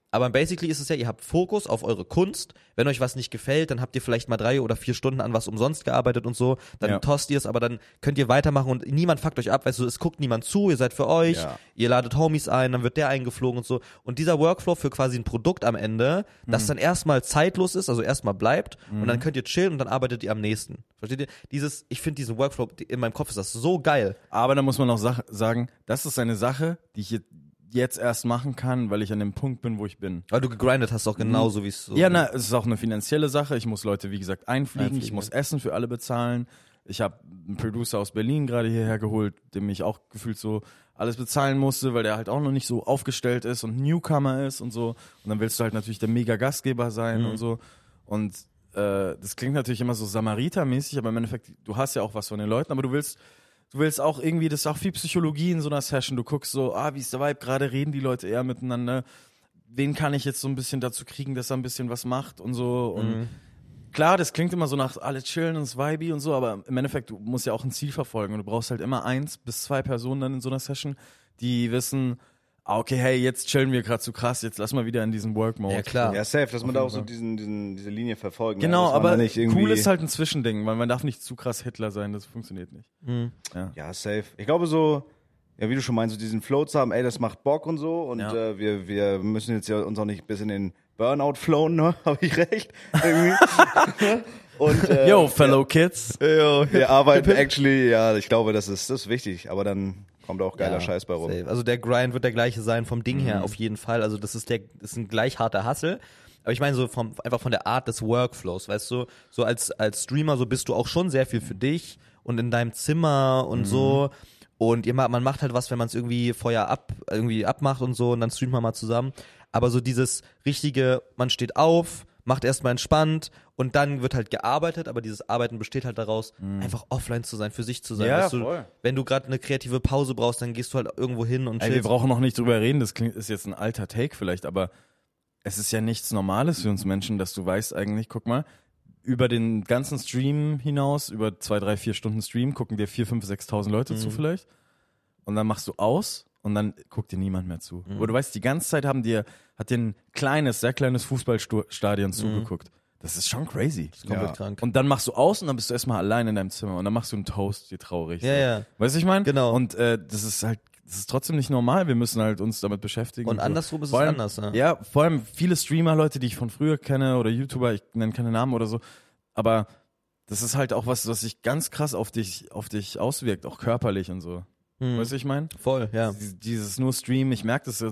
Speaker 2: Aber basically ist es ja, ihr habt Fokus auf eure Kunst. Wenn euch was nicht gefällt, dann habt ihr vielleicht mal drei oder vier Stunden an was umsonst gearbeitet und so. Dann
Speaker 3: Ja.
Speaker 2: tost ihr es, aber dann könnt ihr weitermachen und niemand fuckt euch ab. Weißt du, es guckt niemand zu, ihr seid für euch
Speaker 1: Ja.
Speaker 2: ihr ladet Homies ein, dann wird der eingeflogen und so. Und dieser Workflow für quasi ein Produkt am Ende, das
Speaker 3: Mhm.
Speaker 2: dann erstmal zeitlos ist, also erstmal bleibt und dann könnt ihr chillen und dann arbeitet ihr am nächsten. Versteht ihr? Dieses, ich finde diesen Workflow, die- in meinem Kopf ist das so geil.
Speaker 3: Aber da muss man auch Sach sagen, das ist eine Sache, die ich je- jetzt erst machen kann, weil ich an dem Punkt bin, wo ich bin.
Speaker 2: Weil du gegrindet hast auch genauso, wie es so
Speaker 3: Mhm. Ja, na, es ist auch eine finanzielle Sache. Ich muss Leute, wie gesagt, einfliegen. Ich
Speaker 2: Einfliegen,
Speaker 3: muss Essen für alle bezahlen. Ich habe einen Producer aus Berlin gerade hierher geholt, dem ich auch gefühlt so alles bezahlen musste, weil der halt auch noch nicht so aufgestellt ist und Newcomer ist und so. Und dann willst du halt natürlich der Mega-Gastgeber sein
Speaker 2: Mhm.
Speaker 3: und so. Und äh, das klingt natürlich immer so Samariter-mäßig, aber im Endeffekt, du hast ja auch was von den Leuten, aber du willst du willst auch irgendwie, das ist auch viel Psychologie in so einer Session. Du guckst so, ah, wie ist der Vibe? Gerade reden die Leute eher miteinander. Wen kann ich jetzt so ein bisschen dazu kriegen, dass er ein bisschen was macht und so? Und
Speaker 1: Mhm.
Speaker 3: klar, das klingt immer so nach alle chillen und es vibey und so, aber im Endeffekt, du musst ja auch ein Ziel verfolgen und du brauchst halt immer eins bis zwei Personen dann in so einer Session, die wissen, ah, okay, hey, jetzt chillen wir gerade zu krass, jetzt lass mal wieder in diesen Work-Mode.
Speaker 2: Ja, klar.
Speaker 1: Ja, safe, dass man da auch so diesen, diesen, diese Linie verfolgen ne?
Speaker 3: Genau,
Speaker 1: Dass man da
Speaker 3: aber
Speaker 1: nicht irgendwie-
Speaker 3: cool ist halt ein Zwischending, weil man darf nicht zu krass Hitler sein, das funktioniert nicht.
Speaker 2: Mhm.
Speaker 1: Ja, safe. Ich glaube so, ja, wie du schon meinst, so diesen Flow zu haben, ey, das macht Bock und so. Und
Speaker 3: Ja.
Speaker 1: äh, wir, wir müssen jetzt ja uns auch nicht bis in den Burnout flowen, ne? Habe ich recht? Irgendwie. und äh,
Speaker 3: Yo, fellow kids.
Speaker 1: wir arbeiten actually, ja, ich glaube, das ist, das ist wichtig. Aber dann kommt auch geiler
Speaker 2: Ja,
Speaker 1: Scheiß bei rum. Mhm.
Speaker 2: safe. Also der Grind wird der gleiche sein vom Ding her, auf jeden Fall. Also das ist der, das ist ein gleich harter Hustle. Aber ich meine so vom, einfach von der Art des Workflows, weißt du, so als, als Streamer, so bist du auch schon sehr viel für
Speaker 1: Mhm.
Speaker 2: dich und in deinem Zimmer und so. Und ihr, ma- man macht halt was, wenn man es irgendwie vorher ab, irgendwie abmacht und so und dann streamt man mal zusammen. Aber so dieses richtige, man steht auf, macht erstmal entspannt und dann wird halt gearbeitet, aber dieses Arbeiten besteht halt daraus,
Speaker 1: Mhm.
Speaker 2: einfach offline zu sein, für sich zu sein.
Speaker 3: Ja,
Speaker 2: weißt du,
Speaker 3: voll.
Speaker 2: wenn du gerade eine kreative Pause brauchst, dann gehst du halt irgendwo hin und
Speaker 3: Ey, wir
Speaker 2: chillst.
Speaker 3: brauchen noch nicht drüber reden, das klingt, ist jetzt ein alter Take vielleicht, aber es ist ja nichts Normales für uns Menschen, dass du weißt eigentlich, guck mal, über den ganzen Stream hinaus, über zwei, drei, vier Stunden Stream, gucken dir vier, fünf, sechstausend Leute
Speaker 2: Mhm.
Speaker 3: zu vielleicht. Und dann machst du aus und dann guckt dir niemand mehr zu.
Speaker 2: Mhm.
Speaker 3: Aber du weißt, die ganze Zeit haben dir, hat dir ein kleines, sehr kleines
Speaker 2: Mhm.
Speaker 3: Fußballstadion zugeguckt. Das ist schon crazy.
Speaker 2: Komplett
Speaker 1: Ja.
Speaker 2: krank.
Speaker 3: Und dann machst du aus und dann bist du erstmal allein in deinem Zimmer und dann machst du einen Toast, dir traurig.
Speaker 2: Ja, ja.
Speaker 3: Weißt du, ich meine?
Speaker 2: Genau.
Speaker 3: Und äh, das ist halt, das ist trotzdem nicht normal. Wir müssen halt uns damit beschäftigen.
Speaker 2: Und
Speaker 3: so.
Speaker 2: andersrum ist es
Speaker 3: Vor allem,
Speaker 2: anders, ne?
Speaker 3: Ja, vor allem viele Streamer, Leute, die ich von früher kenne oder YouTuber, ich nenne keine Namen oder so, aber das ist halt auch was, was sich ganz krass auf dich, auf dich auswirkt, auch körperlich und so.
Speaker 2: Hm.
Speaker 3: Weißt du, ich meine?
Speaker 2: Voll, ja.
Speaker 3: Dies- Dieses nur Stream, ich merke das ja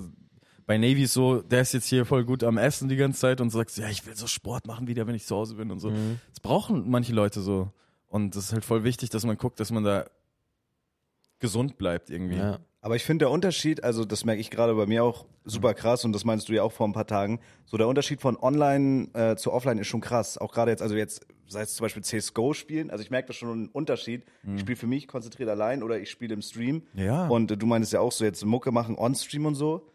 Speaker 3: bei Navy ist so, der ist jetzt hier voll gut am Essen die ganze Zeit und sagt, ja, ich will so Sport machen wieder, wenn ich zu Hause bin und so.
Speaker 2: Mhm. Hm.
Speaker 3: Das brauchen manche Leute so. Und das ist halt voll wichtig, dass man guckt, dass man da gesund bleibt irgendwie.
Speaker 2: ja.
Speaker 1: Aber ich finde der Unterschied, also das merke ich gerade bei mir auch super krass und das meinst du ja auch vor ein paar Tagen, so der Unterschied von online äh, zu offline ist schon krass. Auch gerade jetzt, also jetzt sei es zum Beispiel CSGO spielen, also ich merke da schon einen Unterschied. Ich spiele für mich konzentriert allein oder ich spiele im Stream.
Speaker 3: Ja.
Speaker 1: Und äh, du meinst ja auch so jetzt Mucke machen on-Stream und so.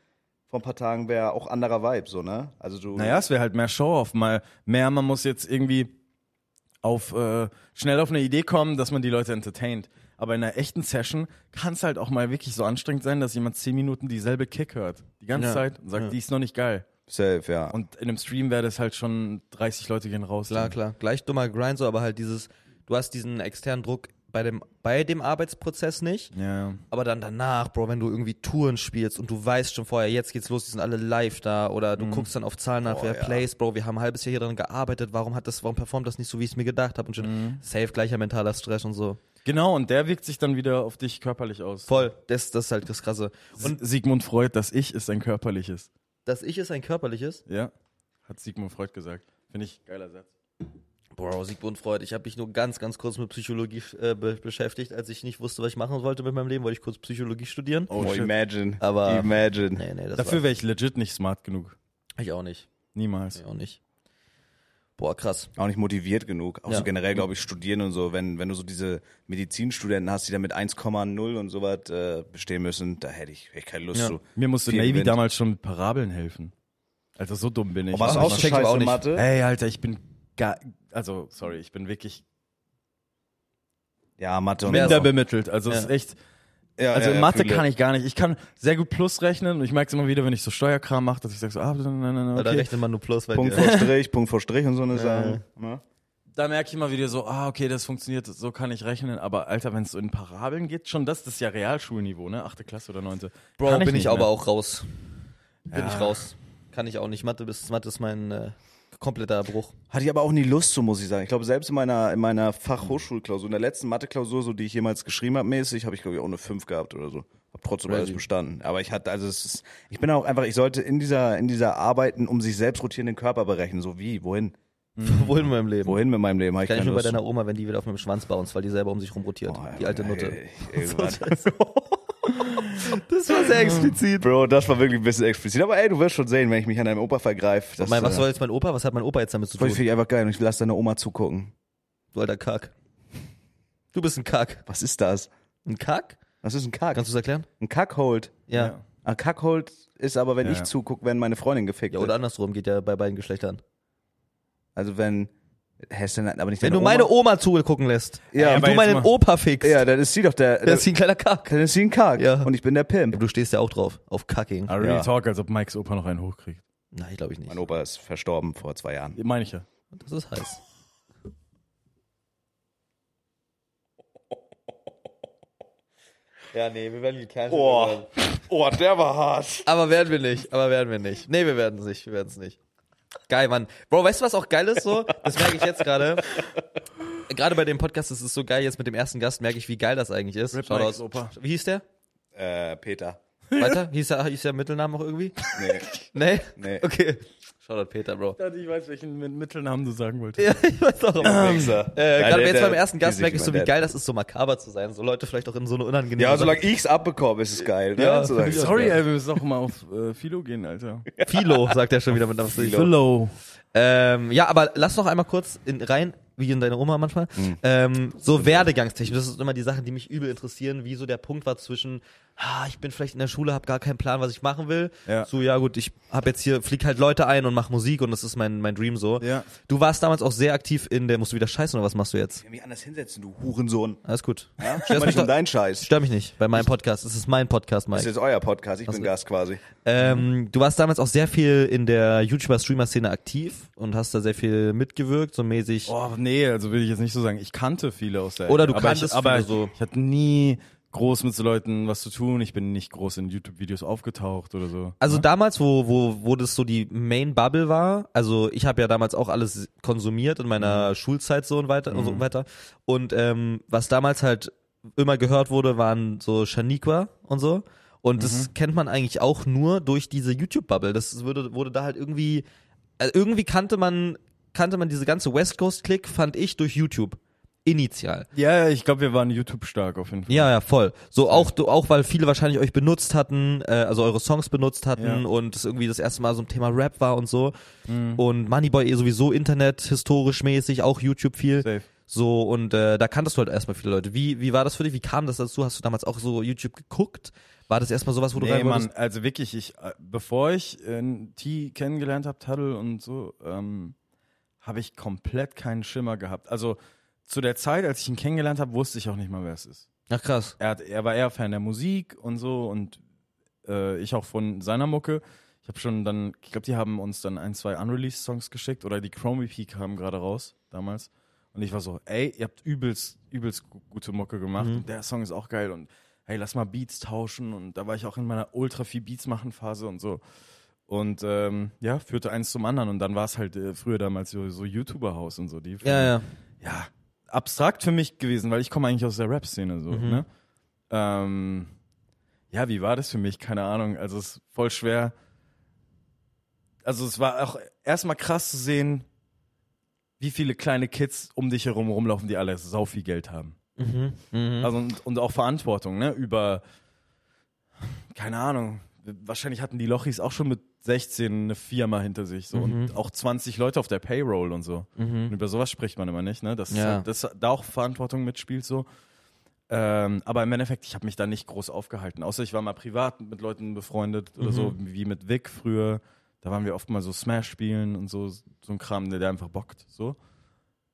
Speaker 1: Vor ein paar Tagen wäre auch anderer Vibe, so, ne? Also du.
Speaker 3: Naja, es wäre halt mehr Show-off, mal mehr, man muss jetzt irgendwie auf äh, schnell auf eine Idee kommen, dass man die Leute entertaint. Aber in einer echten Session kann es halt auch mal wirklich so anstrengend sein, dass jemand zehn Minuten dieselbe Kick hört. Die ganze
Speaker 2: Ja.
Speaker 3: Zeit und sagt, die ist noch nicht geil.
Speaker 1: Safe, ja.
Speaker 3: Und in einem Stream wäre das halt schon 30 Leute gehen raus.
Speaker 2: Klar, klar. Gleich dummer Grind, so, aber halt dieses, du hast diesen externen Druck bei dem, bei dem Arbeitsprozess nicht.
Speaker 3: Ja.
Speaker 2: Aber dann danach, Bro, wenn du irgendwie Touren spielst und du weißt schon vorher, jetzt geht's los, die sind alle live da oder
Speaker 3: Mhm.
Speaker 2: du guckst dann auf Zahlen
Speaker 3: Oh,
Speaker 2: nach, wer
Speaker 1: ja.
Speaker 2: plays, Bro, wir haben ein halbes Jahr hier dran gearbeitet, warum hat das, warum performt das nicht so, wie ich es mir gedacht habe und schon
Speaker 3: Mhm.
Speaker 2: safe gleicher mentaler Stress und so.
Speaker 3: Genau, und der wirkt sich dann wieder auf dich körperlich aus.
Speaker 2: Voll, das, das ist halt das Krasse.
Speaker 3: Und Sigmund Freud, das Ich ist ein körperliches.
Speaker 2: Das Ich ist ein körperliches.
Speaker 3: Ja, hat Sigmund Freud gesagt. Finde ich geiler Satz.
Speaker 2: Bro, Sigmund Freud, ich habe mich nur ganz, ganz kurz mit Psychologie äh, be beschäftigt, als ich nicht wusste, was ich machen wollte mit meinem Leben, wollte ich kurz Psychologie studieren.
Speaker 1: Oh,
Speaker 3: shit.
Speaker 1: imagine.
Speaker 2: Aber-
Speaker 1: imagine.
Speaker 2: Nee, nee, das
Speaker 3: Dafür wäre ich legit nicht smart genug.
Speaker 2: war ich auch nicht.
Speaker 3: Niemals.
Speaker 2: Ich auch nicht. Boah, krass.
Speaker 1: auch nicht motiviert genug. Auch
Speaker 2: Ja.
Speaker 1: so generell, glaube ich, studieren und so. Wenn, wenn du so diese Medizinstudenten hast, die dann mit 1,0 und sowas äh, bestehen müssen, da hätte ich, hätte ich keine Lust
Speaker 2: Ja.
Speaker 1: zu.
Speaker 3: Mir musste
Speaker 1: Viel
Speaker 3: Navy
Speaker 1: Wind.
Speaker 3: damals schon mit Parabeln helfen. Also so dumm bin ich.
Speaker 1: Aber was
Speaker 2: auch
Speaker 1: auch
Speaker 2: so
Speaker 1: so
Speaker 2: check's aber
Speaker 1: scheiße
Speaker 2: auch nicht.
Speaker 1: Mathe?
Speaker 3: Ey, Alter, ich bin gar, also sorry, ich bin wirklich
Speaker 1: Ja, Mathe und
Speaker 2: Wer
Speaker 3: minder
Speaker 2: so.
Speaker 3: bemittelt. Also
Speaker 2: Ja.
Speaker 3: es ist echt,
Speaker 1: ja,
Speaker 3: also in Mathe
Speaker 1: fühle.
Speaker 3: kann ich gar nicht. Ich kann sehr gut Plus rechnen und ich merke es immer wieder, wenn ich so Steuerkram mache, dass ich sage so, ah, nein, nein, nein,
Speaker 2: Weil Da
Speaker 3: okay.
Speaker 2: rechnet man nur plus, weil
Speaker 1: Punkt
Speaker 2: die-
Speaker 1: vor Strich, Punkt vor Strich und so eine Sache. Ne?
Speaker 3: Da merke ich immer wieder so, ah, okay, das funktioniert, so kann ich rechnen. Aber Alter, wenn es so in Parabeln geht, schon das, das ist ja Realschulniveau, ne? Achte Klasse oder neunte.
Speaker 2: Bro,
Speaker 3: Kann
Speaker 2: bin ich
Speaker 3: nicht ne?
Speaker 2: aber
Speaker 3: mehr.
Speaker 2: auch raus. Bin
Speaker 3: Ja.
Speaker 2: ich raus. Kann ich auch nicht. Mathe ist, Mathe ist mein äh, kompletter Bruch.
Speaker 1: Hatte ich aber auch nie Lust zu, muss ich sagen. Ich glaube, selbst in meiner, in meiner Fachhochschulklausur, in der letzten Mathe-Klausur, so die ich jemals geschrieben habe, mäßig, habe ich, glaube ich, auch eine 5 gehabt oder so. Hab trotzdem alles bestanden. Aber ich hatte, also es ist, ich bin auch einfach, ich sollte in dieser, in dieser Arbeiten um sich selbst rotierenden Körper berechnen. So wie, wohin?
Speaker 2: Wohl in meinem Leben.
Speaker 1: Wohin mit meinem Leben? Hab ich
Speaker 2: Kann ich
Speaker 1: keine
Speaker 2: nur bei
Speaker 1: Lust zu.
Speaker 2: deiner Oma, wenn die wieder auf meinem Schwanz bounced, weil die selber um sich rum rotiert.
Speaker 1: Boah,
Speaker 2: die alte
Speaker 1: ey,
Speaker 2: Nutte.
Speaker 1: ey, irgendwann.
Speaker 2: Das war sehr explizit.
Speaker 1: Bro, das war wirklich ein bisschen explizit. Aber ey, du wirst schon sehen, wenn ich mich an deinem Opa vergreife. Das
Speaker 2: Mein, was
Speaker 1: äh,
Speaker 2: soll jetzt mein Opa? Was hat mein Opa jetzt damit zu
Speaker 1: voll,
Speaker 2: tun?
Speaker 1: finde ich einfach geil und ich lasse deine Oma zugucken.
Speaker 2: Du alter Kack. Du bist ein Kack.
Speaker 1: Was ist das?
Speaker 2: Ein Kack?
Speaker 1: Das ist ein Kack.
Speaker 2: Kannst du es erklären?
Speaker 1: Ein Kackhold.
Speaker 2: Ja. ja.
Speaker 3: Ja.
Speaker 1: Ein Kackhold ist aber, wenn
Speaker 3: Ja,
Speaker 1: ich
Speaker 3: ja.
Speaker 1: zugucke, wenn meine Freundin gefickt
Speaker 2: oder
Speaker 1: wird.
Speaker 2: andersrum geht ja bei beiden Geschlechtern.
Speaker 1: Also wenn. Hä, ist denn, aber nicht
Speaker 2: Wenn
Speaker 1: deine
Speaker 2: du meine Oma zugucken lässt
Speaker 1: Ja,
Speaker 2: und
Speaker 3: aber
Speaker 2: du
Speaker 3: jetzt
Speaker 2: meinen
Speaker 3: mal-
Speaker 2: Opa fickst,
Speaker 1: Ja, dann ist sie doch der.
Speaker 2: dann
Speaker 1: der
Speaker 2: ist sie ein kleiner Kack.
Speaker 1: dann ist sie ein Kack.
Speaker 2: Ja.
Speaker 1: Und ich bin der Pimp.
Speaker 2: Du stehst ja auch drauf, auf Kacking.
Speaker 3: I really
Speaker 1: Ja.
Speaker 3: talk, als ob Mikes Opa noch einen hochkriegt.
Speaker 2: Nein, glaube ich nicht.
Speaker 1: Mein Opa ist verstorben vor zwei Jahren.
Speaker 3: Meine ich ja.
Speaker 2: Das ist heiß. Ja, nee, wir werden gecancelt.
Speaker 1: oh, der war hart.
Speaker 2: Aber werden wir nicht, aber werden wir nicht. Nee, wir werden es nicht, wir werden es nicht. Geil, Mann. Bro, weißt du, was auch geil ist so? Das merke ich jetzt gerade. Gerade bei dem Podcast ist es so geil, jetzt mit dem ersten Gast merke ich, wie geil das eigentlich ist.
Speaker 3: Rip
Speaker 2: Shoutouts.
Speaker 3: Mike's Opa.
Speaker 2: Wie hieß der?
Speaker 1: Äh, Peter.
Speaker 2: Weiter? Hieß der, hieß der Mittelname auch irgendwie?
Speaker 1: Nee.
Speaker 2: Nee?
Speaker 1: Nee.
Speaker 2: Okay. Shoutout Peter, Bro.
Speaker 3: Ich weiß, welchen Mittelnamen du sagen wolltest.
Speaker 2: Ja, ich weiß auch immer.
Speaker 1: Wichser.
Speaker 2: Äh,
Speaker 1: Ja,
Speaker 2: Gerade
Speaker 1: der-
Speaker 2: jetzt
Speaker 1: der-
Speaker 2: beim ersten Gast
Speaker 1: die
Speaker 2: merke ich
Speaker 1: sich
Speaker 2: so, wie
Speaker 1: mein
Speaker 2: geil das ist, so makaber zu sein. So Leute vielleicht auch in so eine unangenehme
Speaker 1: Ja, solange ich's abbekomme, ist es geil. Ne?
Speaker 2: Ja,
Speaker 1: Zu
Speaker 2: finde
Speaker 1: sagen,
Speaker 2: ich auch.
Speaker 3: Sorry, ey, wir müssen auch mal auf äh, Philo gehen, Alter.
Speaker 2: Philo, sagt er schon wieder mit einem Philo. Ähm, ja, aber lass noch einmal kurz in, rein, wie in deine Oma manchmal, ähm, so Werdegangstechnik. Das ist immer die Sachen, die mich übel interessieren, wie so der Punkt war zwischen, ah, ich bin vielleicht in der Schule, habe gar keinen Plan, was ich machen will.
Speaker 3: Ja.
Speaker 2: So, ja gut, ich habe jetzt hier, flieg halt Leute ein und mach Musik und das ist mein, mein Dream so.
Speaker 3: Ja.
Speaker 2: Du warst damals auch sehr aktiv in der, musst du wieder scheißen oder was machst du jetzt?
Speaker 1: Ich will mich anders hinsetzen, du Hurensohn.
Speaker 2: Alles gut.
Speaker 1: Ja?
Speaker 2: Störst
Speaker 1: Störst
Speaker 2: mich
Speaker 1: mich um
Speaker 2: doch-
Speaker 1: deinen Scheiß.
Speaker 2: Stör mich nicht bei meinem Podcast. Es ist mein Podcast,
Speaker 1: Das ist
Speaker 2: Mike.
Speaker 1: jetzt euer Podcast, ich
Speaker 2: ist-
Speaker 1: bin Gast quasi.
Speaker 2: Ähm, du warst damals auch sehr viel in der YouTuber-Streamer-Szene aktiv und hast da sehr viel mitgewirkt, so mäßig.
Speaker 3: Oh, nee, also will ich jetzt nicht so sagen. Ich kannte viele aus der
Speaker 2: Oder du
Speaker 3: Ecke, aber
Speaker 2: kanntest
Speaker 3: ich, aber
Speaker 2: viele so.
Speaker 3: Ich hatte nie groß mit so Leuten was zu tun. Ich bin nicht groß in YouTube-Videos aufgetaucht oder so.
Speaker 2: Also damals, wo, wo, wo das so die Main-Bubble war, also ich habe ja damals auch alles konsumiert in meiner Schulzeit so und weiter und so weiter. Und ähm, was damals halt immer gehört wurde, waren so Shaniqua und so. Und das kennt man eigentlich auch nur durch diese YouTube-Bubble. Das würde, wurde da halt irgendwie, also irgendwie kannte man, kannte man diese ganze West Coast-Click, fand ich, durch YouTube. Initial.
Speaker 3: Ja, ja, ich glaube, wir waren YouTube stark auf jeden Fall.
Speaker 2: Ja, ja, voll. So auch, du- auch weil viele wahrscheinlich euch benutzt hatten, äh, also eure Songs benutzt hatten
Speaker 3: Ja. Mhm.
Speaker 2: und es irgendwie das erste Mal so ein Thema Rap war und so. Und Moneyboy eh sowieso Internet, historisch mäßig, auch YouTube viel.
Speaker 3: Safe.
Speaker 2: So, und äh, da kanntest du halt erstmal viele Leute. Wie, wie war das für dich? Wie kam das dazu? Hast du damals auch so YouTube geguckt? War das erstmal sowas, wo du
Speaker 3: Nee,
Speaker 2: rein
Speaker 3: Mann,
Speaker 2: wolltest?
Speaker 3: also wirklich, ich, äh, bevor ich äh, T kennengelernt habe, Taddle und so, ähm, habe ich komplett keinen Schimmer gehabt. Also zu der Zeit, als ich ihn kennengelernt habe, wusste ich auch nicht mal, wer es ist.
Speaker 2: Ach krass.
Speaker 3: Er, hat, er war eher Fan der Musik und so und äh, ich auch von seiner Mucke. Ich habe schon dann, ich glaube, die haben uns dann ein, zwei Unreleased-Songs geschickt oder die Chrome EP kam gerade raus damals. Und ich war so, ey, ihr habt übelst, übelst gu- gute Mucke gemacht
Speaker 2: Mhm.
Speaker 3: und der Song ist auch geil und hey, lass mal Beats tauschen und da war ich auch in meiner ultra viel Beats machen Phase und so. Und ähm, ja, führte eins zum anderen und dann war es halt äh, früher damals so, so YouTuber-Haus und so. Die
Speaker 2: Ja, ja.
Speaker 3: ja, abstrakt für mich gewesen, weil ich komme eigentlich aus der Rap-Szene so, ne? Ähm, ja, wie war das für mich? Keine Ahnung. Also es ist voll schwer. Also es war auch erstmal krass zu sehen, wie viele kleine Kids um dich herum rumlaufen, die alle sau viel Geld haben.
Speaker 2: Mhm. Mhm.
Speaker 3: Also und, und auch Verantwortung, ne? Über, keine Ahnung, wahrscheinlich hatten die Lochis auch schon mit 16 eine Firma hinter sich so und auch 20 Leute auf der Payroll und so.
Speaker 2: mhm.
Speaker 3: Und über sowas spricht man immer nicht, ne? Dass,
Speaker 2: Ja.
Speaker 3: halt, dass da auch Verantwortung mitspielt so. Ähm, aber im Endeffekt, ich habe mich da nicht groß aufgehalten. Außer ich war mal privat mit Leuten befreundet oder so,
Speaker 2: Mhm.
Speaker 3: wie mit Vic früher. Da waren wir oft mal so Smash spielen und so, so ein Kram, der, der einfach bockt. So.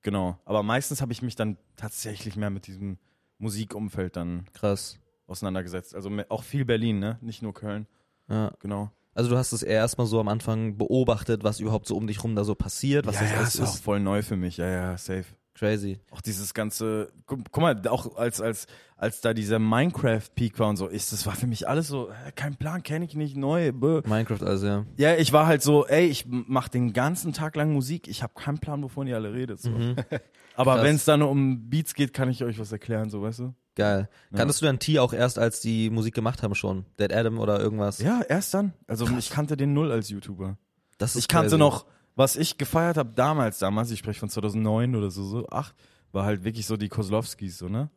Speaker 3: Genau. Aber meistens habe ich mich dann tatsächlich mehr mit diesem Musikumfeld dann
Speaker 2: Krass.
Speaker 3: auseinandergesetzt. Also me- auch viel Berlin, ne? Nicht nur Köln.
Speaker 2: Ja.
Speaker 3: Genau.
Speaker 2: Also du hast es eher erstmal so am Anfang beobachtet, was überhaupt so um dich rum da so passiert, was
Speaker 3: ja,
Speaker 2: das
Speaker 3: ja,
Speaker 2: alles
Speaker 3: ist auch
Speaker 2: ist.
Speaker 3: voll neu für mich. Ja, ja, safe.
Speaker 2: Crazy.
Speaker 3: Auch dieses ganze, gu- guck mal, auch als, als, als da dieser Minecraft-Peak war und so, ist, das war für mich alles so, hä, kein Plan, kenne ich nicht, neu. Bäh.
Speaker 2: Minecraft also, ja.
Speaker 3: Ja, ich war halt so, ey, ich m- mach den ganzen Tag lang Musik, ich habe keinen Plan, wovon ihr alle redet. So. Aber
Speaker 2: Krass.
Speaker 3: wenn es dann um Beats geht, kann ich euch was erklären, so, weißt du?
Speaker 2: Geil. Kanntest du dann T auch erst, als die Musik gemacht haben schon? Dead Adam oder irgendwas?
Speaker 3: Ja, erst dann. Also ich kannte den Null als YouTuber.
Speaker 2: Das ist
Speaker 3: Ich kannte
Speaker 2: crazy.
Speaker 3: noch, was ich gefeiert habe damals, damals, ich spreche von 2009 oder so, so acht, war halt wirklich so die Kozlowskis, so, ne?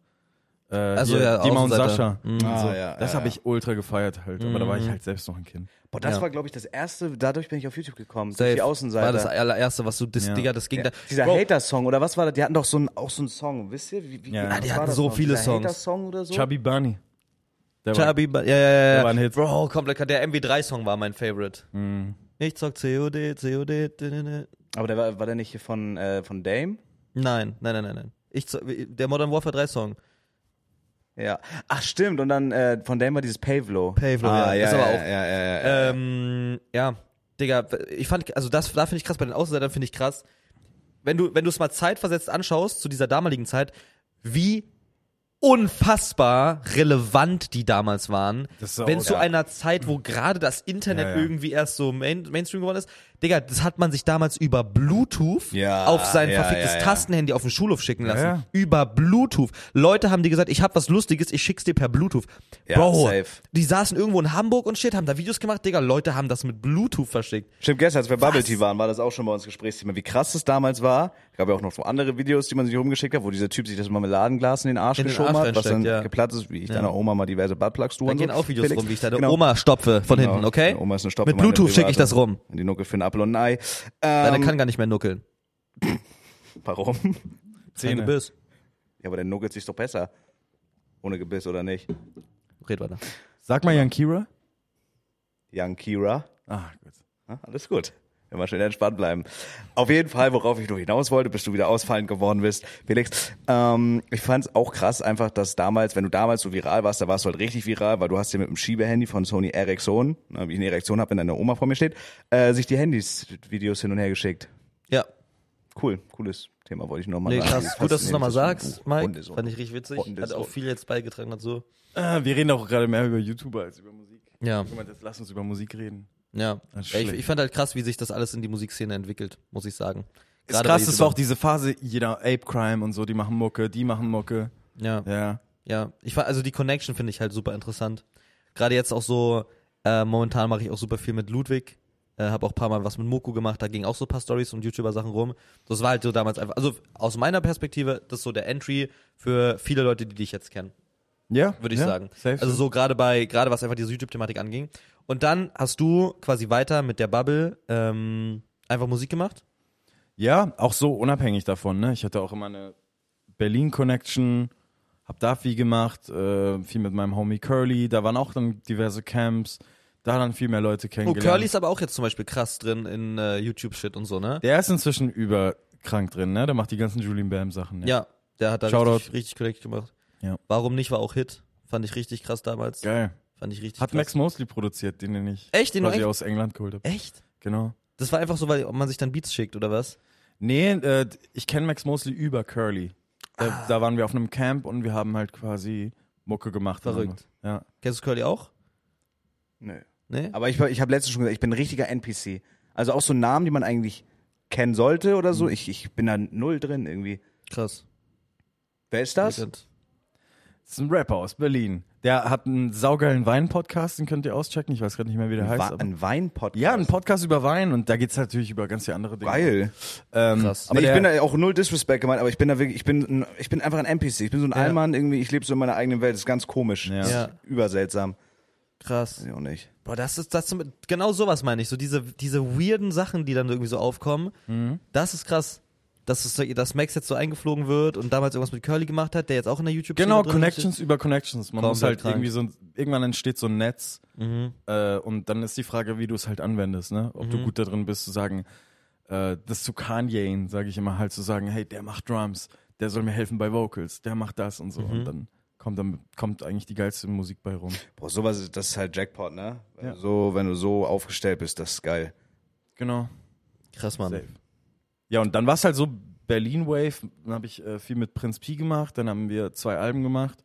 Speaker 3: Äh,
Speaker 2: Also
Speaker 3: hier,
Speaker 2: ja,
Speaker 3: Dima und
Speaker 2: Außenseiter.
Speaker 3: Sascha.
Speaker 2: Mhm.
Speaker 3: Und
Speaker 1: Ah,
Speaker 3: so.
Speaker 1: ja,
Speaker 3: das
Speaker 1: ja,
Speaker 3: habe
Speaker 1: ja. Mhm.
Speaker 3: ich ultra gefeiert halt, aber da war ich halt selbst noch ein Kind.
Speaker 1: Boah, das
Speaker 2: Ja.
Speaker 1: war, glaube ich, das erste, dadurch bin ich auf YouTube gekommen. Durch
Speaker 2: Safe.
Speaker 1: die Außenseite.
Speaker 2: War das allererste, was du, das,
Speaker 3: Ja.
Speaker 2: Digga, das ging
Speaker 1: Ja,
Speaker 2: da.
Speaker 1: dieser
Speaker 2: Bro,
Speaker 1: Hater-Song oder was war das? Die hatten doch so einen, auch so einen Song, wisst ihr? Wie, wie,
Speaker 3: Ja, ja.
Speaker 1: was
Speaker 3: Ah,
Speaker 2: die
Speaker 1: war
Speaker 2: hatten
Speaker 1: das
Speaker 2: so
Speaker 1: noch?
Speaker 2: viele
Speaker 1: dieser
Speaker 2: Songs.
Speaker 1: Hater-Song oder so?
Speaker 3: Chubby Bunny. Der war-
Speaker 2: Chubby, Ba- ja, ja, ja.
Speaker 3: war ein Hit.
Speaker 2: Bro, komplett, der MW3-Song war mein Favorite. Ich zock COD, COD, dünene.
Speaker 1: Aber der war, war der nicht hier von, äh, von Dame?
Speaker 2: Nein, nein, nein, nein, nein. Ich zock, der Modern Warfare 3-Song.
Speaker 1: Ja. Ach, stimmt. Und dann äh, von Dame war dieses Pavlo.
Speaker 2: Pavlo,
Speaker 1: ah,
Speaker 2: ja.
Speaker 1: ja.
Speaker 2: Ist aber
Speaker 1: ja,
Speaker 2: auch-
Speaker 1: ja, ja, ja, ja.
Speaker 2: Ähm, ja, Digga, ich fand, also das, da finde ich krass, bei den Außenseitern finde ich krass, wenn du, wenn du es mal zeitversetzt anschaust, zu dieser damaligen Zeit, wie unfassbar relevant die damals waren.
Speaker 3: Das ist auch-
Speaker 2: Wenn zu
Speaker 3: ja. Mhm.
Speaker 2: einer Zeit, wo gerade das Internet
Speaker 3: Ja, ja.
Speaker 2: irgendwie erst so Main Mainstream geworden ist, Digga, das hat man sich damals über Bluetooth
Speaker 1: Ja,
Speaker 2: auf sein
Speaker 1: ja,
Speaker 2: verficktes
Speaker 1: ja, ja.
Speaker 2: Tastenhandy auf den Schulhof schicken lassen.
Speaker 3: ja.
Speaker 2: Über Bluetooth. Leute haben dir gesagt, ich hab was Lustiges, ich schick's dir per Bluetooth.
Speaker 1: Ja,
Speaker 2: Bro,
Speaker 1: safe.
Speaker 2: die saßen irgendwo in Hamburg und shit, haben da Videos gemacht, Digga, Leute haben das mit Bluetooth verschickt.
Speaker 1: Stimmt, gestern, als wir Bubble Tea waren, war das auch schon bei uns Gesprächsthema, wie krass das damals war. Gab ja auch noch so andere Videos, die man sich rumgeschickt hat, wo dieser Typ sich das Marmeladenglas in den Arsch
Speaker 2: In den
Speaker 1: geschoben
Speaker 2: Arsch
Speaker 1: hat, was dann
Speaker 2: reinsteckt, ja.
Speaker 1: geplatzt ist, wie ich deiner Oma mal diverse Buttplugs tue.
Speaker 2: Da
Speaker 1: und
Speaker 2: gehen
Speaker 1: so.
Speaker 2: auch Videos
Speaker 1: Felix.
Speaker 2: rum, wie ich deine
Speaker 1: Genau.
Speaker 2: Oma stopfe von
Speaker 1: Genau.
Speaker 2: hinten, okay?
Speaker 1: Meine Oma ist eine Stoppe,
Speaker 2: mit
Speaker 1: meine
Speaker 2: Bluetooth schicke ich
Speaker 1: private.
Speaker 2: das rum.
Speaker 1: Und die Nuckel für einen Apfel und ein Ei.
Speaker 2: Deine
Speaker 1: Ähm,
Speaker 2: kann gar nicht mehr nuckeln.
Speaker 1: warum?
Speaker 2: Kein
Speaker 3: Zähne.
Speaker 2: Gebiss.
Speaker 1: Ja, aber der nuckelt sich doch besser. Ohne Gebiss oder nicht.
Speaker 2: Red weiter.
Speaker 3: Sag mal Yankira.
Speaker 1: Young Kira.
Speaker 3: Ah, gut.
Speaker 1: Na, Ne? alles gut. Immer schön entspannt bleiben. Auf jeden Fall, worauf ich nur hinaus wollte, bis du wieder ausfallend geworden bist, Felix. Ähm, ich fand es auch krass einfach, dass damals, wenn du damals so viral warst, da warst du halt richtig viral, weil du hast dir mit dem Schiebehandy von Sony Ericsson, na, wie ich eine Erektion habe, wenn deine Oma vor mir steht, äh, sich die Handys-Videos hin und her geschickt.
Speaker 2: Ja,
Speaker 1: Cool, cooles Thema wollte ich nochmal
Speaker 2: nee,
Speaker 1: sagen.
Speaker 2: krass.
Speaker 1: Dieses
Speaker 2: Gut, dass du es nochmal
Speaker 1: faszinierende
Speaker 2: sagst,
Speaker 1: Buch.
Speaker 2: Mike.
Speaker 1: Hundesohn.
Speaker 2: Fand ich richtig witzig. Hat
Speaker 1: Hundesohn.
Speaker 2: auch viel jetzt beigetragen dazu.
Speaker 3: Äh, wir reden auch gerade mehr über YouTuber als über Musik.
Speaker 2: Ja,
Speaker 3: Guck mal, jetzt lass uns über Musik reden.
Speaker 2: ja.
Speaker 3: Das ist
Speaker 2: Ey, Ich,
Speaker 3: schlecht.
Speaker 2: ich fand halt krass, wie sich das alles in die Musikszene entwickelt, muss ich sagen.
Speaker 3: Ist
Speaker 2: Gerade
Speaker 3: krass,
Speaker 2: bei
Speaker 3: das war auch
Speaker 2: YouTubern.
Speaker 3: diese Phase, jeder Ape Crime und so, die machen Mucke, die machen Mucke.
Speaker 2: Ja.
Speaker 3: Ja.
Speaker 2: Ja, ich fa- also die Connection finde ich halt super interessant. Gerade jetzt auch so, äh, momentan mache ich auch super viel mit Ludwig, Äh, habe auch ein paar Mal was mit Moku gemacht, da ging auch so ein paar Stories und YouTuber-Sachen rum. Das war halt so damals einfach, also aus meiner Perspektive, das ist so der Entry für viele Leute, die dich jetzt kennen
Speaker 3: Ja,
Speaker 2: würde ich
Speaker 3: ja,
Speaker 2: sagen.
Speaker 3: Safe
Speaker 2: also so gerade bei, gerade was einfach diese YouTube-Thematik anging. Und dann hast du quasi weiter mit der Bubble ähm, einfach Musik gemacht. Oh,
Speaker 3: Ja, auch so unabhängig davon. Ne? Ich hatte auch immer eine Berlin-Connection, hab da viel gemacht, äh, viel mit meinem Homie Curly. Da waren auch dann diverse Camps, da dann viel mehr Leute
Speaker 2: Oh,
Speaker 3: kennengelernt.
Speaker 2: Curly ist aber auch jetzt zum Beispiel krass drin in äh, YouTube-Shit und so, ne?
Speaker 3: Der ist inzwischen überkrank drin, ne? Der macht die ganzen Julian ne? Bam Sachen.
Speaker 2: ja, der hat da
Speaker 3: Shoutout.
Speaker 2: richtig, richtig korrekt gemacht.
Speaker 3: Ja.
Speaker 2: Warum nicht, war auch Hit. Fand ich richtig krass damals.
Speaker 3: Geil.
Speaker 2: Fand ich richtig
Speaker 3: Hat
Speaker 2: krass.
Speaker 3: Max Mosley produziert, den den ich
Speaker 2: Echt? Den du
Speaker 3: quasi
Speaker 2: echt-
Speaker 3: aus England geholt habe.
Speaker 2: Echt?
Speaker 3: Genau.
Speaker 2: Das war einfach so, weil man sich dann Beats schickt, oder was?
Speaker 3: Nee, äh, ich kenne Max Mosley über Curly. Da,
Speaker 2: Ah.
Speaker 3: da waren wir auf einem Camp und wir haben halt quasi Mucke gemacht.
Speaker 2: Verrückt.
Speaker 3: Ja.
Speaker 2: Kennst du Curly auch?
Speaker 1: Nö.
Speaker 2: Nee?
Speaker 1: Aber ich, ich habe letztens schon gesagt, ich bin ein richtiger NPC. Also auch so Namen, die man eigentlich kennen sollte oder
Speaker 2: Mhm.
Speaker 1: so. Ich, ich bin da null drin irgendwie.
Speaker 2: Krass.
Speaker 1: Wer ist das?
Speaker 2: Legend.
Speaker 3: Das ist ein Rapper aus Berlin. Der hat einen saugeilen Wein-Podcast, den könnt ihr auschecken. Ich weiß gerade nicht mehr, wie der heißt.
Speaker 1: Wa-
Speaker 3: Aber
Speaker 1: Ein Wein-Podcast.
Speaker 3: ja, ein Podcast über Wein und da geht's halt natürlich über ganz viele andere Dinge.
Speaker 1: Geil.
Speaker 3: Ähm,
Speaker 2: Krass.
Speaker 3: Aber
Speaker 1: nee, ich
Speaker 3: der,
Speaker 1: bin da auch null Disrespect gemeint, aber ich bin da wirklich, ich bin, ein- ich bin einfach ein NPC. Ich bin so ein Allmann irgendwie, ich lebe so in meiner eigenen Welt. Das ist ganz komisch.
Speaker 3: Ja.
Speaker 1: Das ist
Speaker 2: Ja.
Speaker 1: Überseltsam.
Speaker 2: Krass.
Speaker 1: Weiß ich auch nicht.
Speaker 2: Boah, das ist das genau sowas meine ich, so diese diese weirden Sachen, die dann irgendwie so aufkommen.
Speaker 3: Mhm.
Speaker 2: Das ist krass. Dass, es, so- dass Max jetzt so eingeflogen wird und damals irgendwas mit Curly gemacht hat, der jetzt auch in der YouTube
Speaker 3: Genau,
Speaker 2: drin
Speaker 3: Connections über Connections. Man
Speaker 2: Komplett
Speaker 3: muss halt
Speaker 2: krank.
Speaker 3: irgendwie so ein, irgendwann entsteht so ein Netz
Speaker 1: Mhm.
Speaker 3: äh, und dann ist die Frage, wie du es halt anwendest, ne? Ob du gut da drin bist zu sagen, äh, das zu Kanye, sage ich immer halt, zu sagen, hey, der macht Drums, der soll mir helfen bei Vocals, der macht das und so.
Speaker 1: Mhm.
Speaker 3: Und dann kommt dann kommt eigentlich die geilste Musik bei rum.
Speaker 1: Boah, sowas ist, das ist halt Jackpot, ne? Wenn,
Speaker 3: Ja.
Speaker 1: du so, wenn du so aufgestellt bist, das ist geil.
Speaker 3: Genau.
Speaker 2: steht. Krass, Mann.
Speaker 3: Safe. Ja, und dann war es halt so Berlin Wave, dann habe ich äh, viel mit Prinz Pi gemacht, dann haben wir zwei Alben gemacht.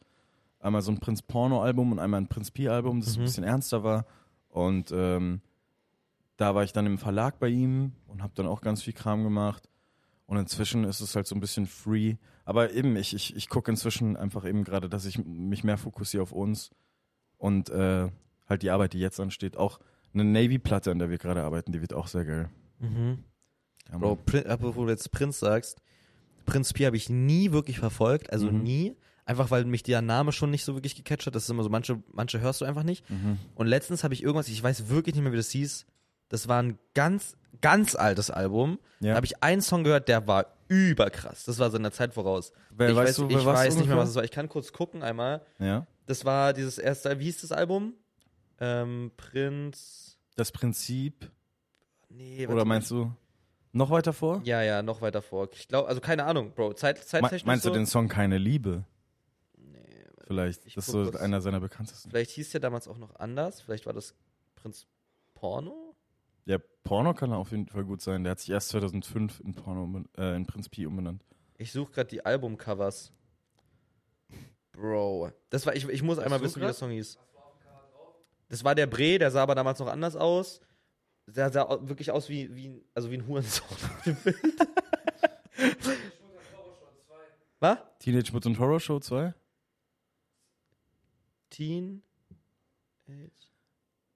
Speaker 3: Einmal so ein Prinz Porno Album und einmal ein Prinz Pi Album, das ein bisschen ernster war und ähm, da war ich dann im Verlag bei ihm und habe dann auch ganz viel Kram gemacht. Und inzwischen ist es halt so ein bisschen free. Aber eben, ich, ich, ich gucke inzwischen einfach eben gerade, dass ich m- mich mehr fokussiere auf uns und äh, halt die Arbeit, die jetzt ansteht. Auch eine Navy-Platte, an der wir gerade arbeiten, die wird auch sehr geil.
Speaker 2: Mhm.
Speaker 3: Ja,
Speaker 2: Bro,
Speaker 3: Mann.
Speaker 2: Prin, apropos, du jetzt Prinz sagst, Prinz Pi habe ich nie wirklich verfolgt, also
Speaker 3: Mhm.
Speaker 2: nie. Einfach weil mich der Name schon nicht so wirklich gecatcht hat. Das ist immer so, manche, manche hörst du einfach nicht. Und letztens habe ich irgendwas, ich weiß wirklich nicht mehr, wie das hieß. Das war ein ganz, ganz altes Album.
Speaker 3: Ja.
Speaker 2: Da habe ich einen Song gehört, der war überkrass. Das war seiner Zeit voraus.
Speaker 3: Wer-
Speaker 2: ich
Speaker 3: weißt
Speaker 2: weiß,
Speaker 3: du, wer
Speaker 2: ich
Speaker 3: war's
Speaker 2: weiß nicht mehr,
Speaker 3: ungefähr?
Speaker 2: was es war. Ich kann kurz gucken einmal.
Speaker 3: Ja.
Speaker 2: Das war dieses erste, wie hieß das Album? Ähm, Prinz.
Speaker 3: Das Prinzip,
Speaker 2: Nee,
Speaker 3: oder meinst du noch weiter vor?
Speaker 2: Ja, ja, noch weiter vor. Ich glaube, also keine Ahnung, Bro. Zeit,
Speaker 3: Me-
Speaker 2: zeittechnisch
Speaker 3: meinst
Speaker 2: so.
Speaker 3: du den Song Keine Liebe? Nee. Vielleicht.
Speaker 2: ich
Speaker 3: das ist
Speaker 2: guck
Speaker 3: so
Speaker 2: kurz.
Speaker 3: einer seiner bekanntesten.
Speaker 2: Vielleicht hieß der damals auch noch anders. Vielleicht war das Prinz Porno?
Speaker 3: Ja, Porno kann auf jeden Fall gut sein. Der hat sich erst 2005 in Porno umben- äh, in Prinz Pi umbenannt.
Speaker 2: Ich suche gerade die Albumcovers. Bro. Das war, ich, ich muss einmal
Speaker 3: du
Speaker 2: wissen, wie
Speaker 3: grad?
Speaker 2: der Song hieß. Das war der Bre, der sah aber damals noch anders aus. Der sah au- wirklich aus wie, wie, ein- also wie ein Hurensohn auf dem Bild. Was?
Speaker 3: Teenage Mutant Horror Show 2?
Speaker 2: Teen?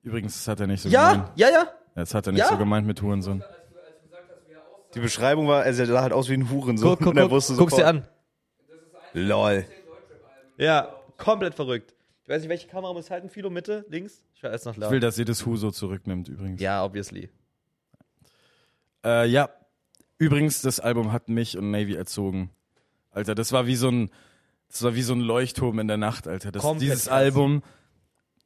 Speaker 3: Übrigens, das hat er nicht so
Speaker 2: Ja,
Speaker 3: gemeint.
Speaker 2: ja, ja.
Speaker 3: Das hat er nicht
Speaker 2: Ja.
Speaker 3: so gemeint mit Hurensohn.
Speaker 1: Die Beschreibung war, also er sah halt aus wie ein Hurensohn. und er wusste
Speaker 2: guck's dir
Speaker 1: sofort,
Speaker 2: an.
Speaker 1: Lol.
Speaker 2: Ja, komplett verrückt. Ich weiß nicht, welche Kamera muss ich halten? Philo, Mitte, links? Ich war erst nach
Speaker 3: Ich
Speaker 2: Lage.
Speaker 3: will, dass ihr das Huso zurücknimmt, übrigens.
Speaker 2: Ja, obviously.
Speaker 3: Äh, ja. Übrigens, das Album hat mich und Navy erzogen. Alter, das war wie so ein, das war wie so ein Leuchtturm in der Nacht, Alter. Das,
Speaker 2: Komplett
Speaker 3: dieses
Speaker 2: krass.
Speaker 3: Album,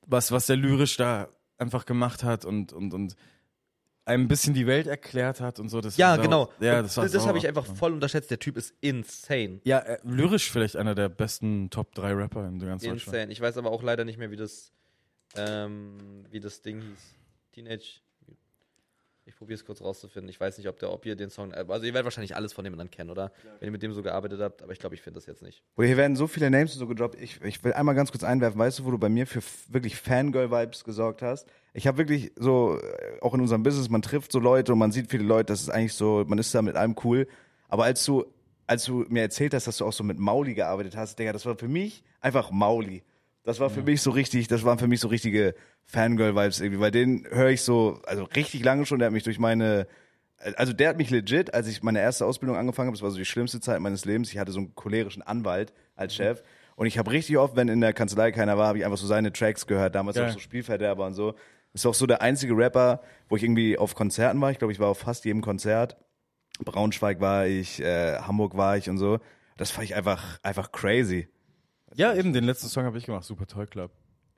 Speaker 3: was, was der lyrisch da einfach gemacht hat und, und, und einem ein bisschen die Welt erklärt hat und so. Das
Speaker 2: Ja,
Speaker 3: war-
Speaker 2: genau.
Speaker 3: Ja, das war
Speaker 2: das das
Speaker 3: sau-
Speaker 2: habe ich einfach voll unterschätzt. Der Typ ist insane.
Speaker 3: Ja, äh, lyrisch vielleicht einer der besten Top 3 Rapper in ganz Deutschland.
Speaker 2: Insane. Ich weiß aber auch leider nicht mehr, wie das, ähm, wie das Ding hieß. Teenage. Ich probiere es kurz rauszufinden. Ich weiß nicht, ob der, ob ihr den Song. Also ihr werdet wahrscheinlich alles von dem dann kennen, oder? Wenn ihr mit dem so gearbeitet habt, aber ich glaube, ich finde das jetzt nicht.
Speaker 1: Bro, hier werden so viele Names so gedroppt. Ich, ich will einmal ganz kurz einwerfen, weißt du, wo du bei mir für f- wirklich Fangirl-Vibes gesorgt hast? Ich habe wirklich so, äh, auch in unserem Business, man trifft so Leute und man sieht viele Leute, das ist eigentlich so, man ist da mit allem cool. Aber als du, als du mir erzählt hast, dass du auch so mit Mauli gearbeitet hast, Digga, das war für mich einfach Mauli. Das war für mich so richtig, das waren für mich so richtige Fangirl-Vibes irgendwie, weil den höre ich so, also richtig lange schon, der hat mich durch meine, also der hat mich legit, als ich meine erste Ausbildung angefangen habe, das war so die schlimmste Zeit meines Lebens, ich hatte so einen cholerischen Anwalt als
Speaker 2: Mhm.
Speaker 1: Chef und ich habe richtig oft, wenn in der Kanzlei keiner war, habe ich einfach so seine Tracks gehört, damals
Speaker 3: Geil.
Speaker 1: auch so Spielverderber und so. Ist auch so der einzige Rapper, wo ich irgendwie auf Konzerten war, ich glaube, ich war auf fast jedem Konzert. Braunschweig war ich, äh, Hamburg war ich und so. Das fand ich einfach, einfach crazy.
Speaker 3: Ja, eben, den letzten Song habe ich gemacht, Super Toy Club.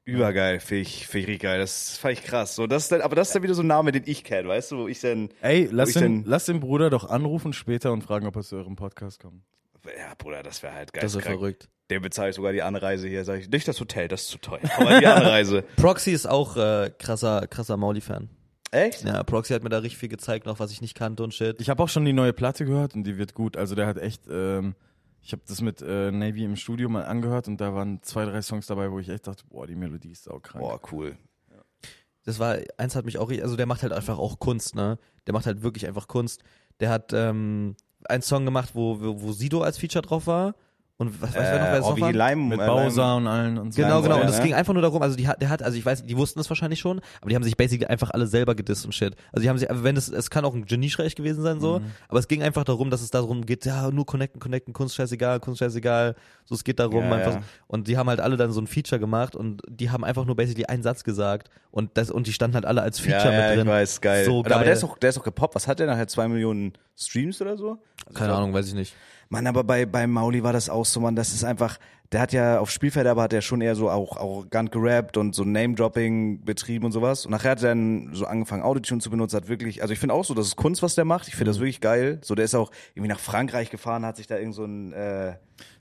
Speaker 1: Übergeil, finde ich, find ich richtig geil. Das fand ich krass. So, das ist dann, aber das ist dann wieder so ein Name, den ich kenne, weißt du, wo ich dann.
Speaker 3: Ey,
Speaker 1: Wo
Speaker 3: lass
Speaker 1: ich
Speaker 3: den,
Speaker 1: denn-
Speaker 3: lass den Bruder doch anrufen später und fragen, ob er zu eurem Podcast kommt.
Speaker 1: Ja, Bruder, das wäre halt geil.
Speaker 2: Das ist verrückt.
Speaker 1: Dem bezahle ich sogar die Anreise hier. Sag ich, nicht das Hotel, das ist zu teuer. Aber die Anreise.
Speaker 2: Proxy ist auch äh, krasser, krasser Mauli-Fan.
Speaker 1: Echt?
Speaker 2: Ja, Proxy hat mir da richtig viel gezeigt, noch was ich nicht kannte und shit.
Speaker 3: Ich habe auch schon die neue Platte gehört und die wird gut. Also der hat echt, ähm, ich habe das mit äh, Navy im Studio mal angehört und da waren zwei, drei Songs dabei, wo ich echt dachte, boah, die Melodie ist saukrank.
Speaker 1: Boah, cool.
Speaker 2: das war, eins hat mich auch, also der macht halt einfach auch Kunst, ne? Der macht halt wirklich einfach Kunst. Der hat ähm, einen Song gemacht, wo, wo, wo Sido als Feature drauf war. Und was weiß wer noch, wer das
Speaker 1: oh,
Speaker 2: noch
Speaker 1: wie
Speaker 2: war?
Speaker 1: Leim,
Speaker 3: Mit
Speaker 1: äh,
Speaker 3: Bowser und allen und so.
Speaker 2: Genau,
Speaker 1: Leim-
Speaker 2: genau. Und
Speaker 1: ja,
Speaker 2: es
Speaker 1: ne?
Speaker 2: ging einfach nur darum, also die hat, der hat, also ich weiß, die wussten das wahrscheinlich schon, aber die haben sich basically einfach alle selber gedisst und shit. Also die haben sich, wenn es, es kann auch ein Geniestreich gewesen sein, so,
Speaker 1: Mhm.
Speaker 2: aber es ging einfach darum, dass es darum geht, ja, nur connecten, connecten, Kunst scheißegal, Kunst scheißegal. So, es geht darum,
Speaker 1: Ja,
Speaker 2: einfach.
Speaker 1: ja.
Speaker 2: Und die haben halt alle dann so ein Feature gemacht und die haben einfach nur basically einen Satz gesagt und das, und die standen halt alle als
Speaker 1: Leim.
Speaker 2: Feature
Speaker 1: Ja, ja,
Speaker 2: mit drin.
Speaker 1: ich weiß, geil.
Speaker 2: So
Speaker 1: Und
Speaker 2: geil.
Speaker 1: Aber der ist, auch, der ist auch gepoppt. Was hat der nachher? Zwei Millionen Streams oder so? Also
Speaker 2: Keine Ahnung, weiß ich nicht.
Speaker 1: Mann, aber bei, bei Mauli war das auch so, Mann, das ist einfach, der hat ja auf Spielfeld, aber hat er schon eher so auch arrogant gerappt und so Name-Dropping betrieben und sowas. Und nachher hat er dann so angefangen, Autotune zu benutzen, hat wirklich, also ich finde auch so, das ist Kunst, was der macht. Ich
Speaker 2: Mhm.
Speaker 1: finde das wirklich geil. So, der ist auch irgendwie nach Frankreich gefahren, hat sich da irgend so ein, äh,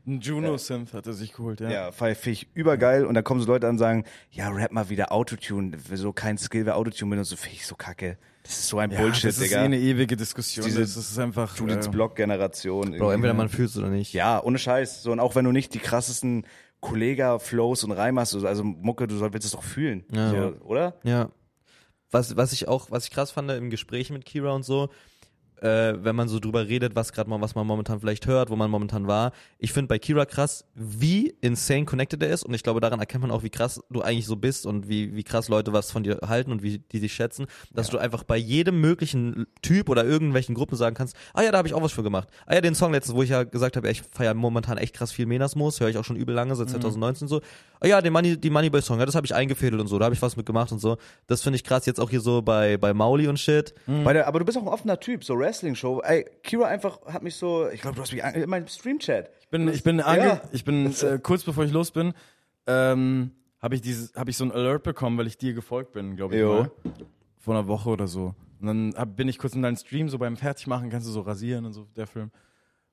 Speaker 3: Ein Juno-Synth hat er sich geholt, ja.
Speaker 1: ja, fand ich übergeil. Und da kommen so Leute an und sagen, ja, rap mal wieder Autotune, so kein Skill, wer Autotune benutzt, so finde ich so kacke. Das ist so ein
Speaker 3: Ja,
Speaker 1: Bullshit,
Speaker 3: das ist eh
Speaker 1: Digga.
Speaker 3: eine ewige Diskussion.
Speaker 1: Diese
Speaker 3: das ist einfach. äh,
Speaker 1: Judiths Block-Generation.
Speaker 2: Bro,
Speaker 1: irgendwie,
Speaker 2: entweder
Speaker 1: ne?
Speaker 2: man fühlt es oder nicht.
Speaker 1: Ja, ohne Scheiß. So, und auch wenn du nicht die krassesten Kollega-Flows und Reime hast, also also Mucke, du soll- willst es doch fühlen.
Speaker 2: Ja.
Speaker 1: So, oder?
Speaker 2: Ja. Was, was ich auch, was ich krass fand im Gespräch mit Kira und so, äh, wenn man so drüber redet, was gerade mal, was man momentan vielleicht hört, wo man momentan war. Ich finde bei Kira krass, wie insane connected er ist und ich glaube, daran erkennt man auch, wie krass du eigentlich so bist und wie, wie krass Leute was von dir halten und wie die dich schätzen, dass du einfach bei jedem möglichen Typ oder irgendwelchen Gruppen sagen kannst, ah ja, da habe ich auch was für gemacht. Ah ja, den Song letztens, wo ich ja gesagt habe, ja, ich feiere momentan echt krass viel Menasmos, höre ich auch schon übel lange, seit 2019 so. Ah ja, den Money, die Moneyboy Song, ja, das habe ich eingefädelt und so, da habe ich was mit gemacht und so. Das finde ich krass jetzt auch hier so bei, bei Mauli und shit.
Speaker 1: Weil der, aber du bist auch ein offener Typ, so Wrestling-Show. Ey, Kira einfach hat mich so, ich glaube, du hast mich an, in meinem Stream-Chat.
Speaker 3: Ich bin, ich bin, ange
Speaker 1: Ja.
Speaker 3: ich bin äh, kurz bevor ich los bin, ähm, habe ich dieses, habe ich so ein Alert bekommen, weil ich dir gefolgt bin, glaube ich
Speaker 1: Jo.
Speaker 3: mal, vor einer Woche oder so. Und dann hab, bin ich kurz in deinen Stream so beim Fertigmachen, kannst du so rasieren und so der Film.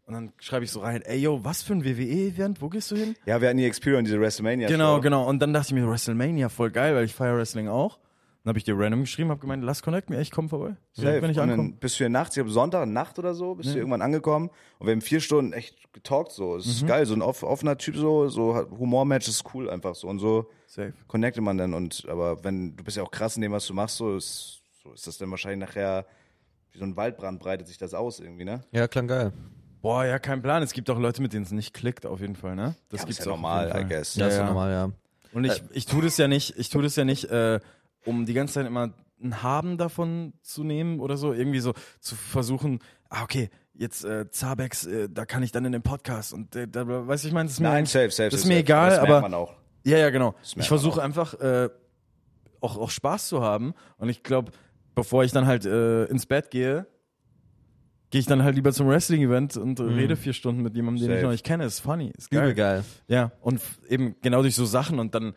Speaker 3: Und dann schreibe ich so rein, ey yo, was für ein WWE-Event, wo gehst du hin?
Speaker 1: Ja, wir hatten die Experience, diese WrestleMania-Show.
Speaker 3: Genau, genau. Und dann dachte ich mir, WrestleMania, voll geil, weil ich feiere Wrestling auch. Dann habe ich dir random geschrieben, habe gemeint, lass connect mir, ich komme vorbei. So,
Speaker 1: Safe.
Speaker 3: wenn ich
Speaker 1: und
Speaker 3: ankomme.
Speaker 1: dann bist du hier nachts, ich glaube Sonntag, Nacht oder so, bist du irgendwann angekommen und wir haben vier Stunden echt getalkt so. Es
Speaker 3: Mhm.
Speaker 1: ist geil, so ein off, offener Typ so, so hat- Humor-Match ist cool einfach so und so
Speaker 3: Safe.
Speaker 1: connectet man dann und aber wenn, du bist ja auch krass in dem, was du machst, so ist, so ist das dann wahrscheinlich nachher wie so ein Waldbrand breitet sich das aus irgendwie, ne?
Speaker 2: Ja, klang geil.
Speaker 3: Boah, ja, kein Plan. Es gibt auch Leute, mit denen es nicht klickt, auf jeden Fall, ne? Das
Speaker 1: Ja, aber
Speaker 3: gibt's
Speaker 1: ist
Speaker 3: auch
Speaker 1: ja
Speaker 3: auf jeden
Speaker 1: normal,
Speaker 3: Fall.
Speaker 1: I guess.
Speaker 2: Ja,
Speaker 1: Ja,
Speaker 2: ist ja
Speaker 3: ja.
Speaker 2: normal, ja.
Speaker 3: Und
Speaker 1: Äh.
Speaker 3: ich, ich tue das ja nicht, ich tue das ja nicht, äh, um die ganze Zeit immer ein Haben davon zu nehmen oder so, irgendwie so zu versuchen, ah, okay, jetzt äh, Zabex, äh, da kann ich dann in den Podcast und äh, da, weiß ich, meine, das ist mir,
Speaker 1: Nein,
Speaker 3: eigentlich-
Speaker 1: safe, safe.
Speaker 3: das ist
Speaker 1: safe,
Speaker 3: mir
Speaker 1: safe.
Speaker 3: egal,
Speaker 1: das merkt
Speaker 3: aber
Speaker 1: man auch.
Speaker 3: ja, ja, genau.
Speaker 1: merkt
Speaker 3: Ich versuche einfach äh, auch, auch Spaß zu haben. Und ich glaube, bevor ich dann halt äh, ins Bett gehe, gehe ich dann halt lieber zum Wrestling-Event und rede vier Stunden mit jemandem, den ich
Speaker 1: Mhm. Safe.
Speaker 3: noch nicht kenne. Ist funny. Ist geil.
Speaker 2: Übel geil.
Speaker 3: Ja, und f- eben genau durch so Sachen. Und dann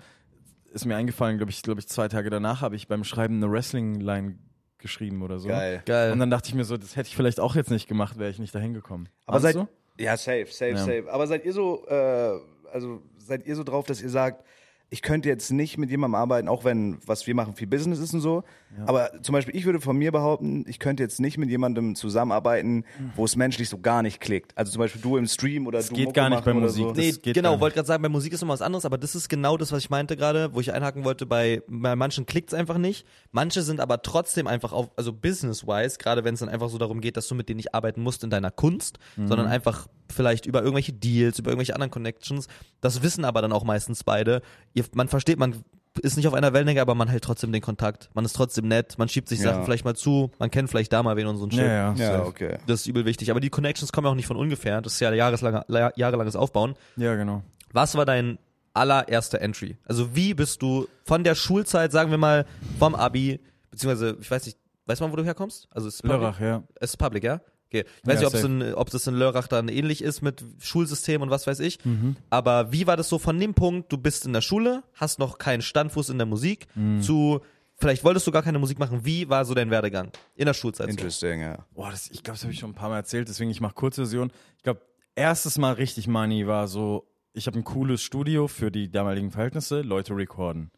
Speaker 3: ist mir eingefallen, glaube ich, glaube ich, zwei Tage danach habe ich beim Schreiben eine Wrestling-Line geschrieben oder so.
Speaker 1: Geil.
Speaker 2: Geil.
Speaker 3: Und dann dachte ich mir so, das hätte ich vielleicht auch jetzt nicht gemacht, wäre ich nicht dahin gekommen.
Speaker 1: Aber seid,
Speaker 3: Weißt du?
Speaker 1: ja, safe, safe,
Speaker 3: Ja.
Speaker 1: safe. Aber seid ihr so, äh, also seid ihr so drauf, dass ihr sagt, ich könnte jetzt nicht mit jemandem arbeiten, auch wenn, was wir machen, viel Business ist und so. Aber zum Beispiel, ich würde von mir behaupten, ich könnte jetzt nicht mit jemandem zusammenarbeiten, wo es menschlich so gar nicht klickt. Also zum Beispiel du im Stream oder du
Speaker 3: geht
Speaker 1: Mucke
Speaker 3: gar nicht
Speaker 1: machen
Speaker 3: bei
Speaker 1: oder
Speaker 3: Musik.
Speaker 1: So.
Speaker 3: Das
Speaker 2: Nee,
Speaker 3: geht gar
Speaker 2: genau,
Speaker 3: nicht.
Speaker 2: wollte gerade sagen, bei Musik ist immer was anderes, aber das ist genau das, was ich meinte gerade, wo ich einhaken wollte, bei, bei manchen klickt's einfach nicht. Manche sind aber trotzdem einfach auf,
Speaker 3: Mhm.
Speaker 2: also business-wise, gerade wenn es dann einfach so darum geht, dass du mit denen nicht arbeiten musst in deiner Kunst, sondern einfach vielleicht über irgendwelche Deals, über irgendwelche anderen Connections. Das wissen aber dann auch meistens beide. Ihr, man versteht, man ist nicht auf einer Wellenlänge, aber man hält trotzdem den Kontakt. Man ist trotzdem nett, man schiebt sich
Speaker 1: Ja.
Speaker 2: Sachen vielleicht mal zu, man kennt vielleicht da mal wen und so ein Shit.
Speaker 3: Ja, ja.
Speaker 1: Ja,
Speaker 3: safe.
Speaker 1: okay.
Speaker 2: Das ist übel wichtig. Aber die Connections kommen ja auch nicht von ungefähr. Das ist ja jahreslanger- la- jahrelanges Aufbauen.
Speaker 3: ja genau.
Speaker 2: Was war dein allererster Entry? Also wie bist du von der Schulzeit, sagen wir mal, vom Abi, beziehungsweise, ich weiß nicht, weiß man, wo du herkommst? Also es ist public,
Speaker 3: Lörrach, ja.
Speaker 2: Es ist public ja? Okay. Ich weiß nicht,
Speaker 3: Ja,
Speaker 2: ob es in, ob das in Lörrach dann ähnlich ist mit Schulsystem und was weiß ich.
Speaker 3: Mhm.
Speaker 2: Aber wie war das so von dem Punkt, du bist in der Schule, hast noch keinen Standfuß in der Musik,
Speaker 3: Mhm.
Speaker 2: zu, vielleicht wolltest du gar keine Musik machen. Wie war so dein Werdegang in der Schulzeit? So?
Speaker 1: Interesting, ja.
Speaker 3: Boah, das, ich glaube, das habe ich schon ein paar Mal erzählt, deswegen ich mache Kurzversion. Ich glaube, erstes Mal richtig Money war so, ich habe ein cooles Studio für die damaligen Verhältnisse, Leute recorden.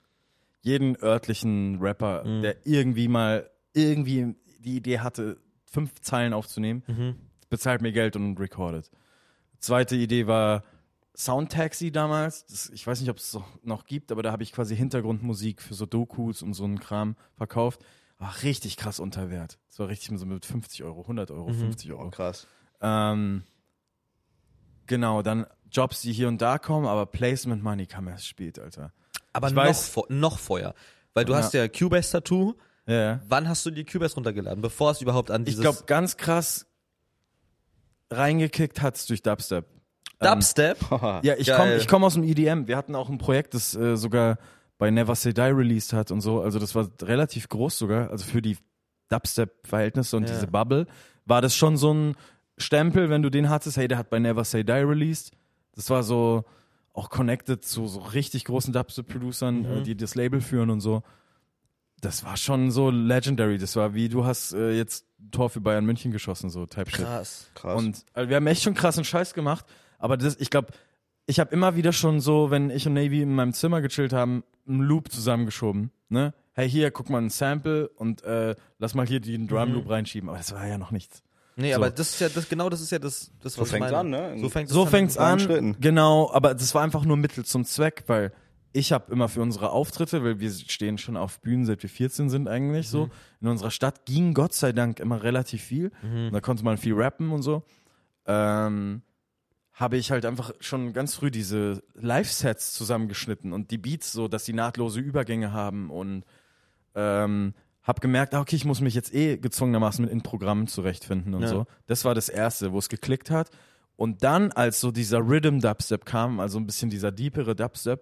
Speaker 3: Jeden örtlichen Rapper,
Speaker 1: Mhm.
Speaker 3: der irgendwie mal irgendwie die Idee hatte, fünf Zeilen
Speaker 1: Mhm.
Speaker 3: aufzunehmen,
Speaker 2: Mhm.
Speaker 3: bezahlt mir Geld und recordet. Zweite Idee war Soundtaxi damals. Das, ich weiß nicht, ob es noch- noch gibt, aber da habe ich quasi Hintergrundmusik für so Dokus und so einen Kram verkauft. War richtig krass unter Wert. Das war richtig so mit 50 Euro, 100 Euro, 50 Euro.
Speaker 1: Krass.
Speaker 3: Ähm, genau, dann Jobs, die hier und da kommen, aber Placement Money kam erst spät, Alter.
Speaker 2: Aber
Speaker 3: Ich
Speaker 2: noch,
Speaker 3: weiß-
Speaker 2: vor, noch vorher. Weil du
Speaker 3: Ja.
Speaker 2: hast ja Cubase-Tattoo.
Speaker 3: Ja, ja.
Speaker 2: Wann hast du dir Cubase runtergeladen, bevor es überhaupt an
Speaker 3: Ich
Speaker 2: dieses
Speaker 3: glaube, ganz krass reingekickt hat's durch Dubstep. Ähm,
Speaker 2: Dubstep?
Speaker 3: Ja, ich
Speaker 2: Geil.
Speaker 3: komme ich komm aus dem EDM. Wir hatten auch ein Projekt, das äh, sogar bei Never Say Die released hat und so. Also das war relativ groß sogar. Also für die Dubstep-Verhältnisse und
Speaker 2: Ja.
Speaker 3: diese Bubble war das schon so ein Stempel, wenn du den hattest. Hey, der hat bei Never Say Die released. Das war so auch connected zu so richtig großen Dubstep-Producern,
Speaker 2: Mhm.
Speaker 3: äh, die das Label führen und so. Das war schon so legendary. Das war wie du hast äh, jetzt ein Tor für Bayern München geschossen, so Type Shit.
Speaker 2: Krass.
Speaker 1: Krass.
Speaker 3: Und also wir haben echt schon krassen Scheiß gemacht, aber das, ich glaube, ich habe immer wieder schon so, wenn ich und Navy in meinem Zimmer gechillt haben, einen Loop zusammengeschoben. Ne? Hey, hier, guck mal ein Sample und äh, lass mal hier den Drumloop reinschieben. Aber das war ja noch nichts.
Speaker 2: Nee,
Speaker 3: So.
Speaker 2: aber das ist ja das genau das ist ja das, das so was ich
Speaker 1: fängt's
Speaker 2: meine.
Speaker 1: an, ne?
Speaker 2: So fängt
Speaker 3: So fängt's an.
Speaker 1: Schritten.
Speaker 3: Genau, aber das war einfach nur Mittel zum Zweck, weil ich habe immer für unsere Auftritte, weil wir stehen schon auf Bühnen, seit wir 14 sind eigentlich so, in unserer Stadt ging Gott sei Dank immer relativ viel. Und da konnte man viel rappen und so. Ähm, habe ich halt einfach schon ganz früh diese Live-Sets zusammengeschnitten und die Beats so, dass die nahtlose Übergänge haben und ähm, habe gemerkt, ah, okay, ich muss mich jetzt eh gezwungenermaßen mit in Programmen zurechtfinden und
Speaker 2: Ja.
Speaker 3: so. Das war das Erste, wo es geklickt hat. Und dann, als so dieser Rhythm-Dubstep kam, also ein bisschen dieser deepere Dubstep,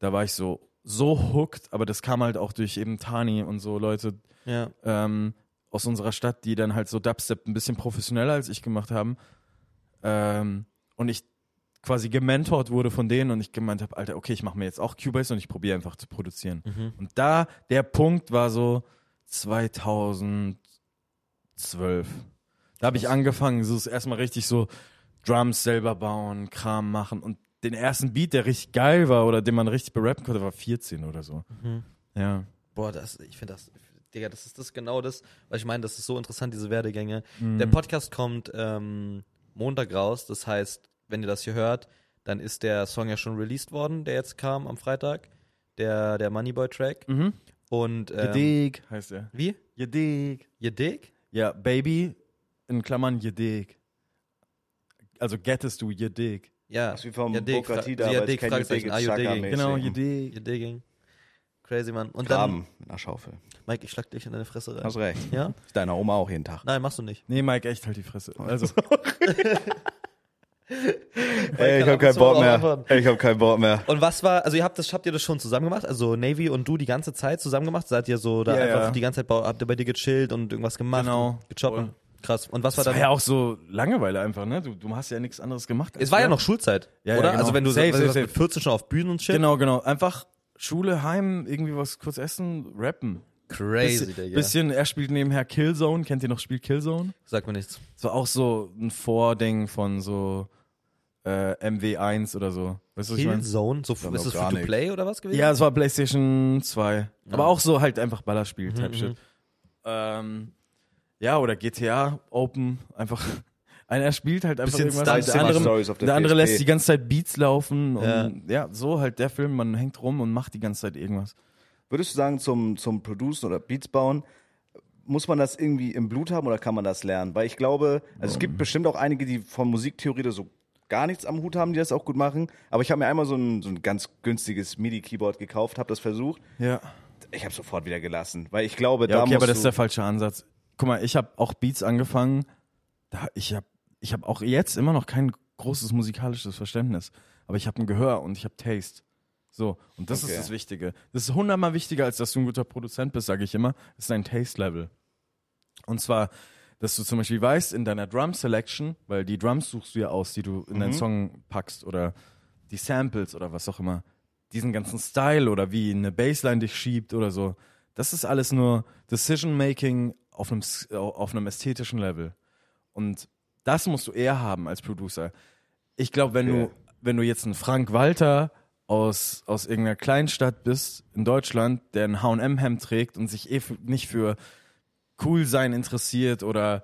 Speaker 3: da war ich so, so hooked, aber das kam halt auch durch eben Tani und so Leute,
Speaker 2: Ja.
Speaker 3: ähm, aus unserer Stadt, die dann halt so Dubstep ein bisschen professioneller als ich gemacht haben. Ähm, und ich quasi gementort wurde von denen und ich gemeint habe, Alter, okay, ich mache mir jetzt auch Cubase und ich probiere einfach zu produzieren.
Speaker 2: Mhm,
Speaker 3: Und da, der Punkt war so 2012. Da habe ich angefangen, so ist erstmal richtig so Drums selber bauen, Kram machen und den ersten Beat, der richtig geil war oder den man richtig berappen konnte, war 14 oder so. Ja.
Speaker 2: mhm. Boah, das ich finde das Digga, das ist das genau das, weil ich meine, das ist so interessant diese Werdegänge.
Speaker 3: Mhm.
Speaker 2: Der Podcast kommt ähm, Montag raus, das heißt, wenn ihr das hier hört, dann ist der Song ja schon released worden, der jetzt kam am Freitag, der der Moneyboy Track
Speaker 3: Mhm.
Speaker 2: und ähm,
Speaker 3: Gedig heißt er.
Speaker 2: wie?
Speaker 3: Gedig.
Speaker 2: Ihr Dick?
Speaker 3: Ja, Baby, in Klammern, je dick. Also gettest du, je dick.
Speaker 2: Ja. also
Speaker 1: Das ist wie vom
Speaker 2: Ihr Dick,
Speaker 1: Booker
Speaker 2: fra-
Speaker 1: T da,
Speaker 2: Ihr
Speaker 1: aber
Speaker 2: Dick,
Speaker 1: es kennt ihr
Speaker 2: Fragezeichen,
Speaker 1: Dick,
Speaker 2: ah, Ihr
Speaker 1: Sucker
Speaker 2: Dick.
Speaker 1: mäßig.
Speaker 3: Genau, je
Speaker 1: Deswegen.
Speaker 3: dick.
Speaker 2: Ihr Digging. Crazy, Mann. Und
Speaker 1: Graben mit einer Schaufel.
Speaker 2: dann, Mike, ich schlag dich in deine Fresse rein.
Speaker 3: Also-
Speaker 1: Hast recht.
Speaker 2: Ja?
Speaker 1: Ist deiner Oma auch jeden Tag.
Speaker 2: Nein, machst du nicht.
Speaker 3: Nee, Mike, echt halt die Fresse.
Speaker 2: Oh.
Speaker 3: Also,
Speaker 1: Ey, ich hab keinen Bock mehr. Ey, ich hab keinen Bock mehr.
Speaker 2: Und was war, also ihr habt das, habt ihr das schon zusammen gemacht? Also Navy und du die ganze Zeit zusammen gemacht? Seid ihr so da
Speaker 3: Ja,
Speaker 2: einfach
Speaker 3: ja.
Speaker 2: die ganze Zeit, bei- habt ihr bei dir gechillt und irgendwas gemacht?
Speaker 3: Genau.
Speaker 2: und Gechoppt?
Speaker 3: Voll.
Speaker 2: und- Krass. Und was war
Speaker 3: das
Speaker 2: dann?
Speaker 3: war ja auch so Langeweile einfach, ne? Du, du hast ja nichts anderes gemacht. als
Speaker 2: es war ja
Speaker 3: Rap.
Speaker 2: noch Schulzeit,
Speaker 3: Ja, ja,
Speaker 2: oder?
Speaker 3: genau.
Speaker 2: Also wenn du,
Speaker 3: Safe,
Speaker 2: wenn du
Speaker 3: safe,
Speaker 2: sagst, mit
Speaker 3: safe.
Speaker 2: 14 schon auf Bühnen und shit.
Speaker 3: Genau, genau. Einfach Schule, Heim, irgendwie was kurz essen, rappen.
Speaker 2: Crazy,
Speaker 3: Bisschen-
Speaker 2: Digga.
Speaker 3: bisschen, er spielt nebenher Killzone. Kennt ihr noch Spiel Killzone?
Speaker 2: Sag mir nichts.
Speaker 3: Das war auch so ein Vording von so äh, MW1 oder so. Weißt du, was ich meine?
Speaker 2: Killzone? So, ist das
Speaker 1: noch gar
Speaker 2: Free-to-Play oder was gewesen?
Speaker 3: Ja, es war PlayStation 2. Aber auch so halt einfach
Speaker 1: Mhm,
Speaker 3: Ballerspiel, Type Shit. Ähm, ja, oder GTA Open, einfach. Einer spielt halt einfach
Speaker 2: Bisschen
Speaker 3: irgendwas.
Speaker 2: Stunt
Speaker 3: Der andere,
Speaker 1: Stories auf der
Speaker 3: der andere
Speaker 1: PSP.
Speaker 3: lässt die ganze Zeit Beats laufen. Und ja. so halt der Film, man hängt rum und macht die ganze Zeit irgendwas.
Speaker 1: Würdest du sagen, zum, zum Producen oder Beats bauen, muss man das irgendwie im Blut haben oder kann man das lernen? Weil ich glaube, also es
Speaker 2: Ähm.
Speaker 1: gibt bestimmt auch einige, die von Musiktheorie da so gar nichts am Hut haben, die das auch gut machen. Aber ich habe mir einmal so ein, so ein ganz günstiges MIDI-Keyboard gekauft, habe das versucht.
Speaker 3: Ja.
Speaker 1: Ich habe sofort wieder gelassen, weil ich glaube, da
Speaker 3: Ja, okay,
Speaker 1: musst
Speaker 3: aber das ist
Speaker 1: du,
Speaker 3: der falsche Ansatz. Guck mal, ich habe auch Beats angefangen. Da ich habe ich hab auch jetzt immer noch kein großes musikalisches Verständnis, aber ich habe ein Gehör und ich habe Taste. So, und das
Speaker 1: Okay.
Speaker 3: ist das Wichtige. Das ist hundertmal wichtiger, als dass du ein guter Produzent bist, sage ich immer, ist dein Taste-Level. Und zwar, dass du zum Beispiel weißt, in deiner Drum-Selection, weil die Drums suchst du ja aus, die du in deinen Song packst oder die Samples oder was auch immer, diesen ganzen Style oder wie eine Bassline dich schiebt oder so. Das ist alles nur Decision-Making auf einem, s- auf einem ästhetischen Level. Und das musst du eher haben als Producer. Ich glaube, wenn,
Speaker 1: Okay.
Speaker 3: du, wenn du jetzt ein Frank Walter aus, aus irgendeiner Kleinstadt bist in Deutschland, der ein HM-Hemd trägt und sich eh f- nicht für cool sein interessiert oder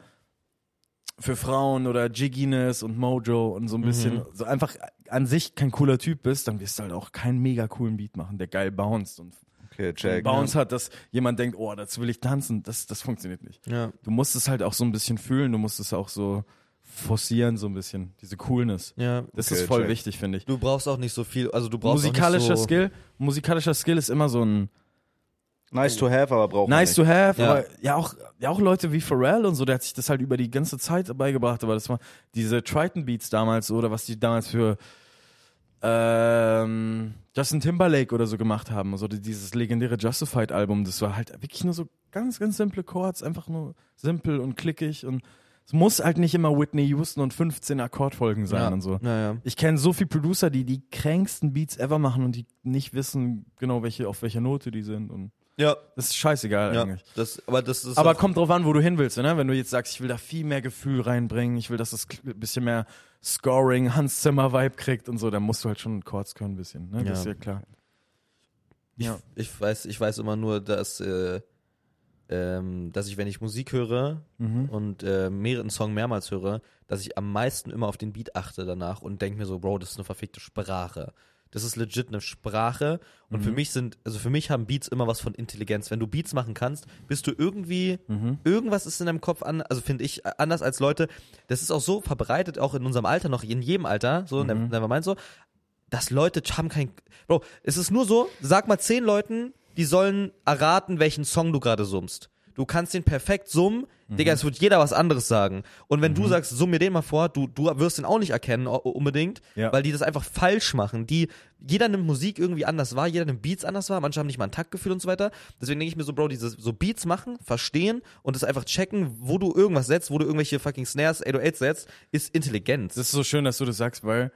Speaker 3: für Frauen oder Jigginess und Mojo und
Speaker 1: Mhm.
Speaker 3: so ein bisschen, so einfach an sich kein cooler Typ bist, dann wirst du halt auch keinen mega coolen Beat machen, der geil bounced und
Speaker 1: okay, check.
Speaker 3: Bounce hat, dass jemand denkt, oh, dazu will ich tanzen. Das, das funktioniert nicht.
Speaker 2: Ja.
Speaker 3: Du musst es halt auch so ein bisschen fühlen, du musst es auch so forcieren, so ein bisschen, diese Coolness.
Speaker 2: Ja.
Speaker 3: Das
Speaker 1: Okay,
Speaker 3: ist voll
Speaker 1: check.
Speaker 3: wichtig, finde ich.
Speaker 2: Du brauchst auch nicht so viel, also du brauchst auch
Speaker 3: Musikalischer
Speaker 2: nicht so,
Speaker 3: Skill, musikalischer Skill ist immer so ein
Speaker 1: Nice to have, aber braucht man
Speaker 3: nice
Speaker 1: nicht.
Speaker 3: to have,
Speaker 2: Ja.
Speaker 3: aber ja auch, ja auch Leute wie Pharrell und so, der hat sich das halt über die ganze Zeit beigebracht, aber das war diese Triton Beats damals oder was die damals für ähm, Justin Timberlake oder so gemacht haben, also die- dieses legendäre Justified Album, das war halt wirklich nur so ganz, ganz simple Chords, einfach nur simpel und klickig und es muss halt nicht immer Whitney Houston und 15 Akkordfolgen sein
Speaker 2: ja.
Speaker 3: und so.
Speaker 2: Naja.
Speaker 3: Ich kenne so viele Producer, die die kränksten Beats ever machen und die nicht wissen genau, welche, auf welcher Note die sind. Und
Speaker 2: Ja,
Speaker 3: das ist scheißegal
Speaker 2: ja.
Speaker 3: eigentlich.
Speaker 2: Das, aber das ist
Speaker 3: Aber
Speaker 2: auch,
Speaker 3: kommt drauf an, wo du hin willst. Ne? Wenn du jetzt sagst, ich will da viel mehr Gefühl reinbringen, ich will, dass das ein bisschen mehr Scoring, Hans Zimmer-Vibe kriegt und so, dann musst du halt schon Chords können ein bisschen. Ne? Das ist
Speaker 2: Ja.
Speaker 3: ja klar.
Speaker 2: Ich,
Speaker 3: Ja.
Speaker 2: ich weiß, ich weiß immer nur, dass, äh, ähm, dass ich, wenn ich Musik höre
Speaker 3: Mhm.
Speaker 2: und äh, mehr, einen Song mehrmals höre, dass ich am meisten immer auf den Beat achte danach und denke mir so, Bro, das ist eine verfickte Sprache. Das ist legit eine Sprache. Und für mich sind, also für mich haben Beats immer was von Intelligenz. Wenn du Beats machen kannst, bist du irgendwie, irgendwas ist in deinem Kopf an, also finde ich äh, anders als Leute. Das ist auch so verbreitet, auch in unserem Alter noch, in jedem Alter, so, mhm. never mind so dass Leute haben kein. Bro, es ist nur so, sag mal zehn Leuten, die sollen erraten, welchen Song du gerade summst. Du kannst den perfekt summen, Digga, es wird jeder was anderes sagen. Und wenn du sagst, summ mir den mal vor, du, du wirst den auch nicht erkennen o- unbedingt,
Speaker 3: Ja.
Speaker 2: weil die das einfach falsch machen. Die, jeder nimmt Musik irgendwie anders wahr, jeder nimmt Beats anders wahr, manche haben nicht mal ein Taktgefühl und so weiter. Deswegen denke ich mir so, Bro, dieses so Beats machen, verstehen und das einfach checken, wo du irgendwas setzt, wo du irgendwelche fucking Snares, 808 setzt, ist Intelligenz.
Speaker 3: Das ist so schön, dass du das sagst, weil,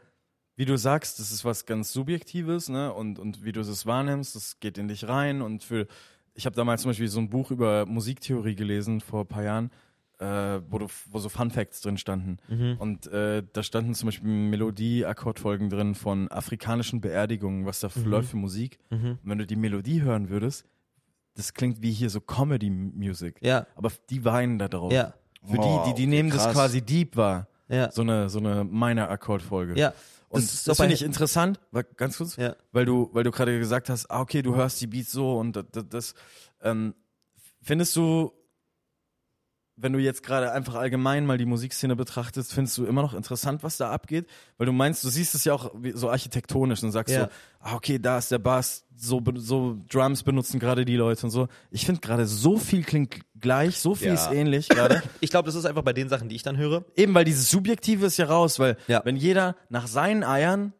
Speaker 3: wie du sagst, das ist was ganz Subjektives, ne? Und, und wie du es wahrnimmst, das geht in dich rein. Und für, ich habe damals zum Beispiel so ein Buch über Musiktheorie gelesen vor ein paar Jahren, äh, wo, du, wo so Fun Facts drin standen. Und äh, da standen zum Beispiel Melodie, Akkordfolgen drin von afrikanischen Beerdigungen, was da läuft für Musik. Und wenn du die Melodie hören würdest, das klingt wie hier so Comedy-Music.
Speaker 2: Ja.
Speaker 3: Aber die weinen da drauf.
Speaker 2: ja,
Speaker 3: Für
Speaker 1: Wow,
Speaker 3: die, die, die nehmen
Speaker 1: krass.
Speaker 3: das quasi deep wahr.
Speaker 2: ja,
Speaker 3: So eine, so eine Minor-Akkordfolge.
Speaker 2: ja.
Speaker 3: Und
Speaker 2: Das
Speaker 3: das,
Speaker 2: ist doch bei-
Speaker 3: finde ich interessant, weil, ganz kurz,
Speaker 2: Ja.
Speaker 3: weil du, weil du gerade gesagt hast, ah, okay, du hörst die Beats so und das, das, das ähm, findest du, wenn du jetzt gerade einfach allgemein mal die Musikszene betrachtest, findest du immer noch interessant, was da abgeht? Weil du meinst, du siehst es ja auch wie- so architektonisch und sagst
Speaker 2: Ja.
Speaker 3: so, ah, okay, da ist der Bass, so, be- so Drums benutzen gerade die Leute und so. Ich finde gerade so viel klingt gleich, so viel
Speaker 1: Ja.
Speaker 3: ist ähnlich gerade.
Speaker 2: Ich glaube, das ist einfach bei den Sachen, die ich dann höre.
Speaker 3: Eben, weil dieses Subjektive ist ja raus, weil
Speaker 2: Ja.
Speaker 3: wenn jeder nach seinen Eiern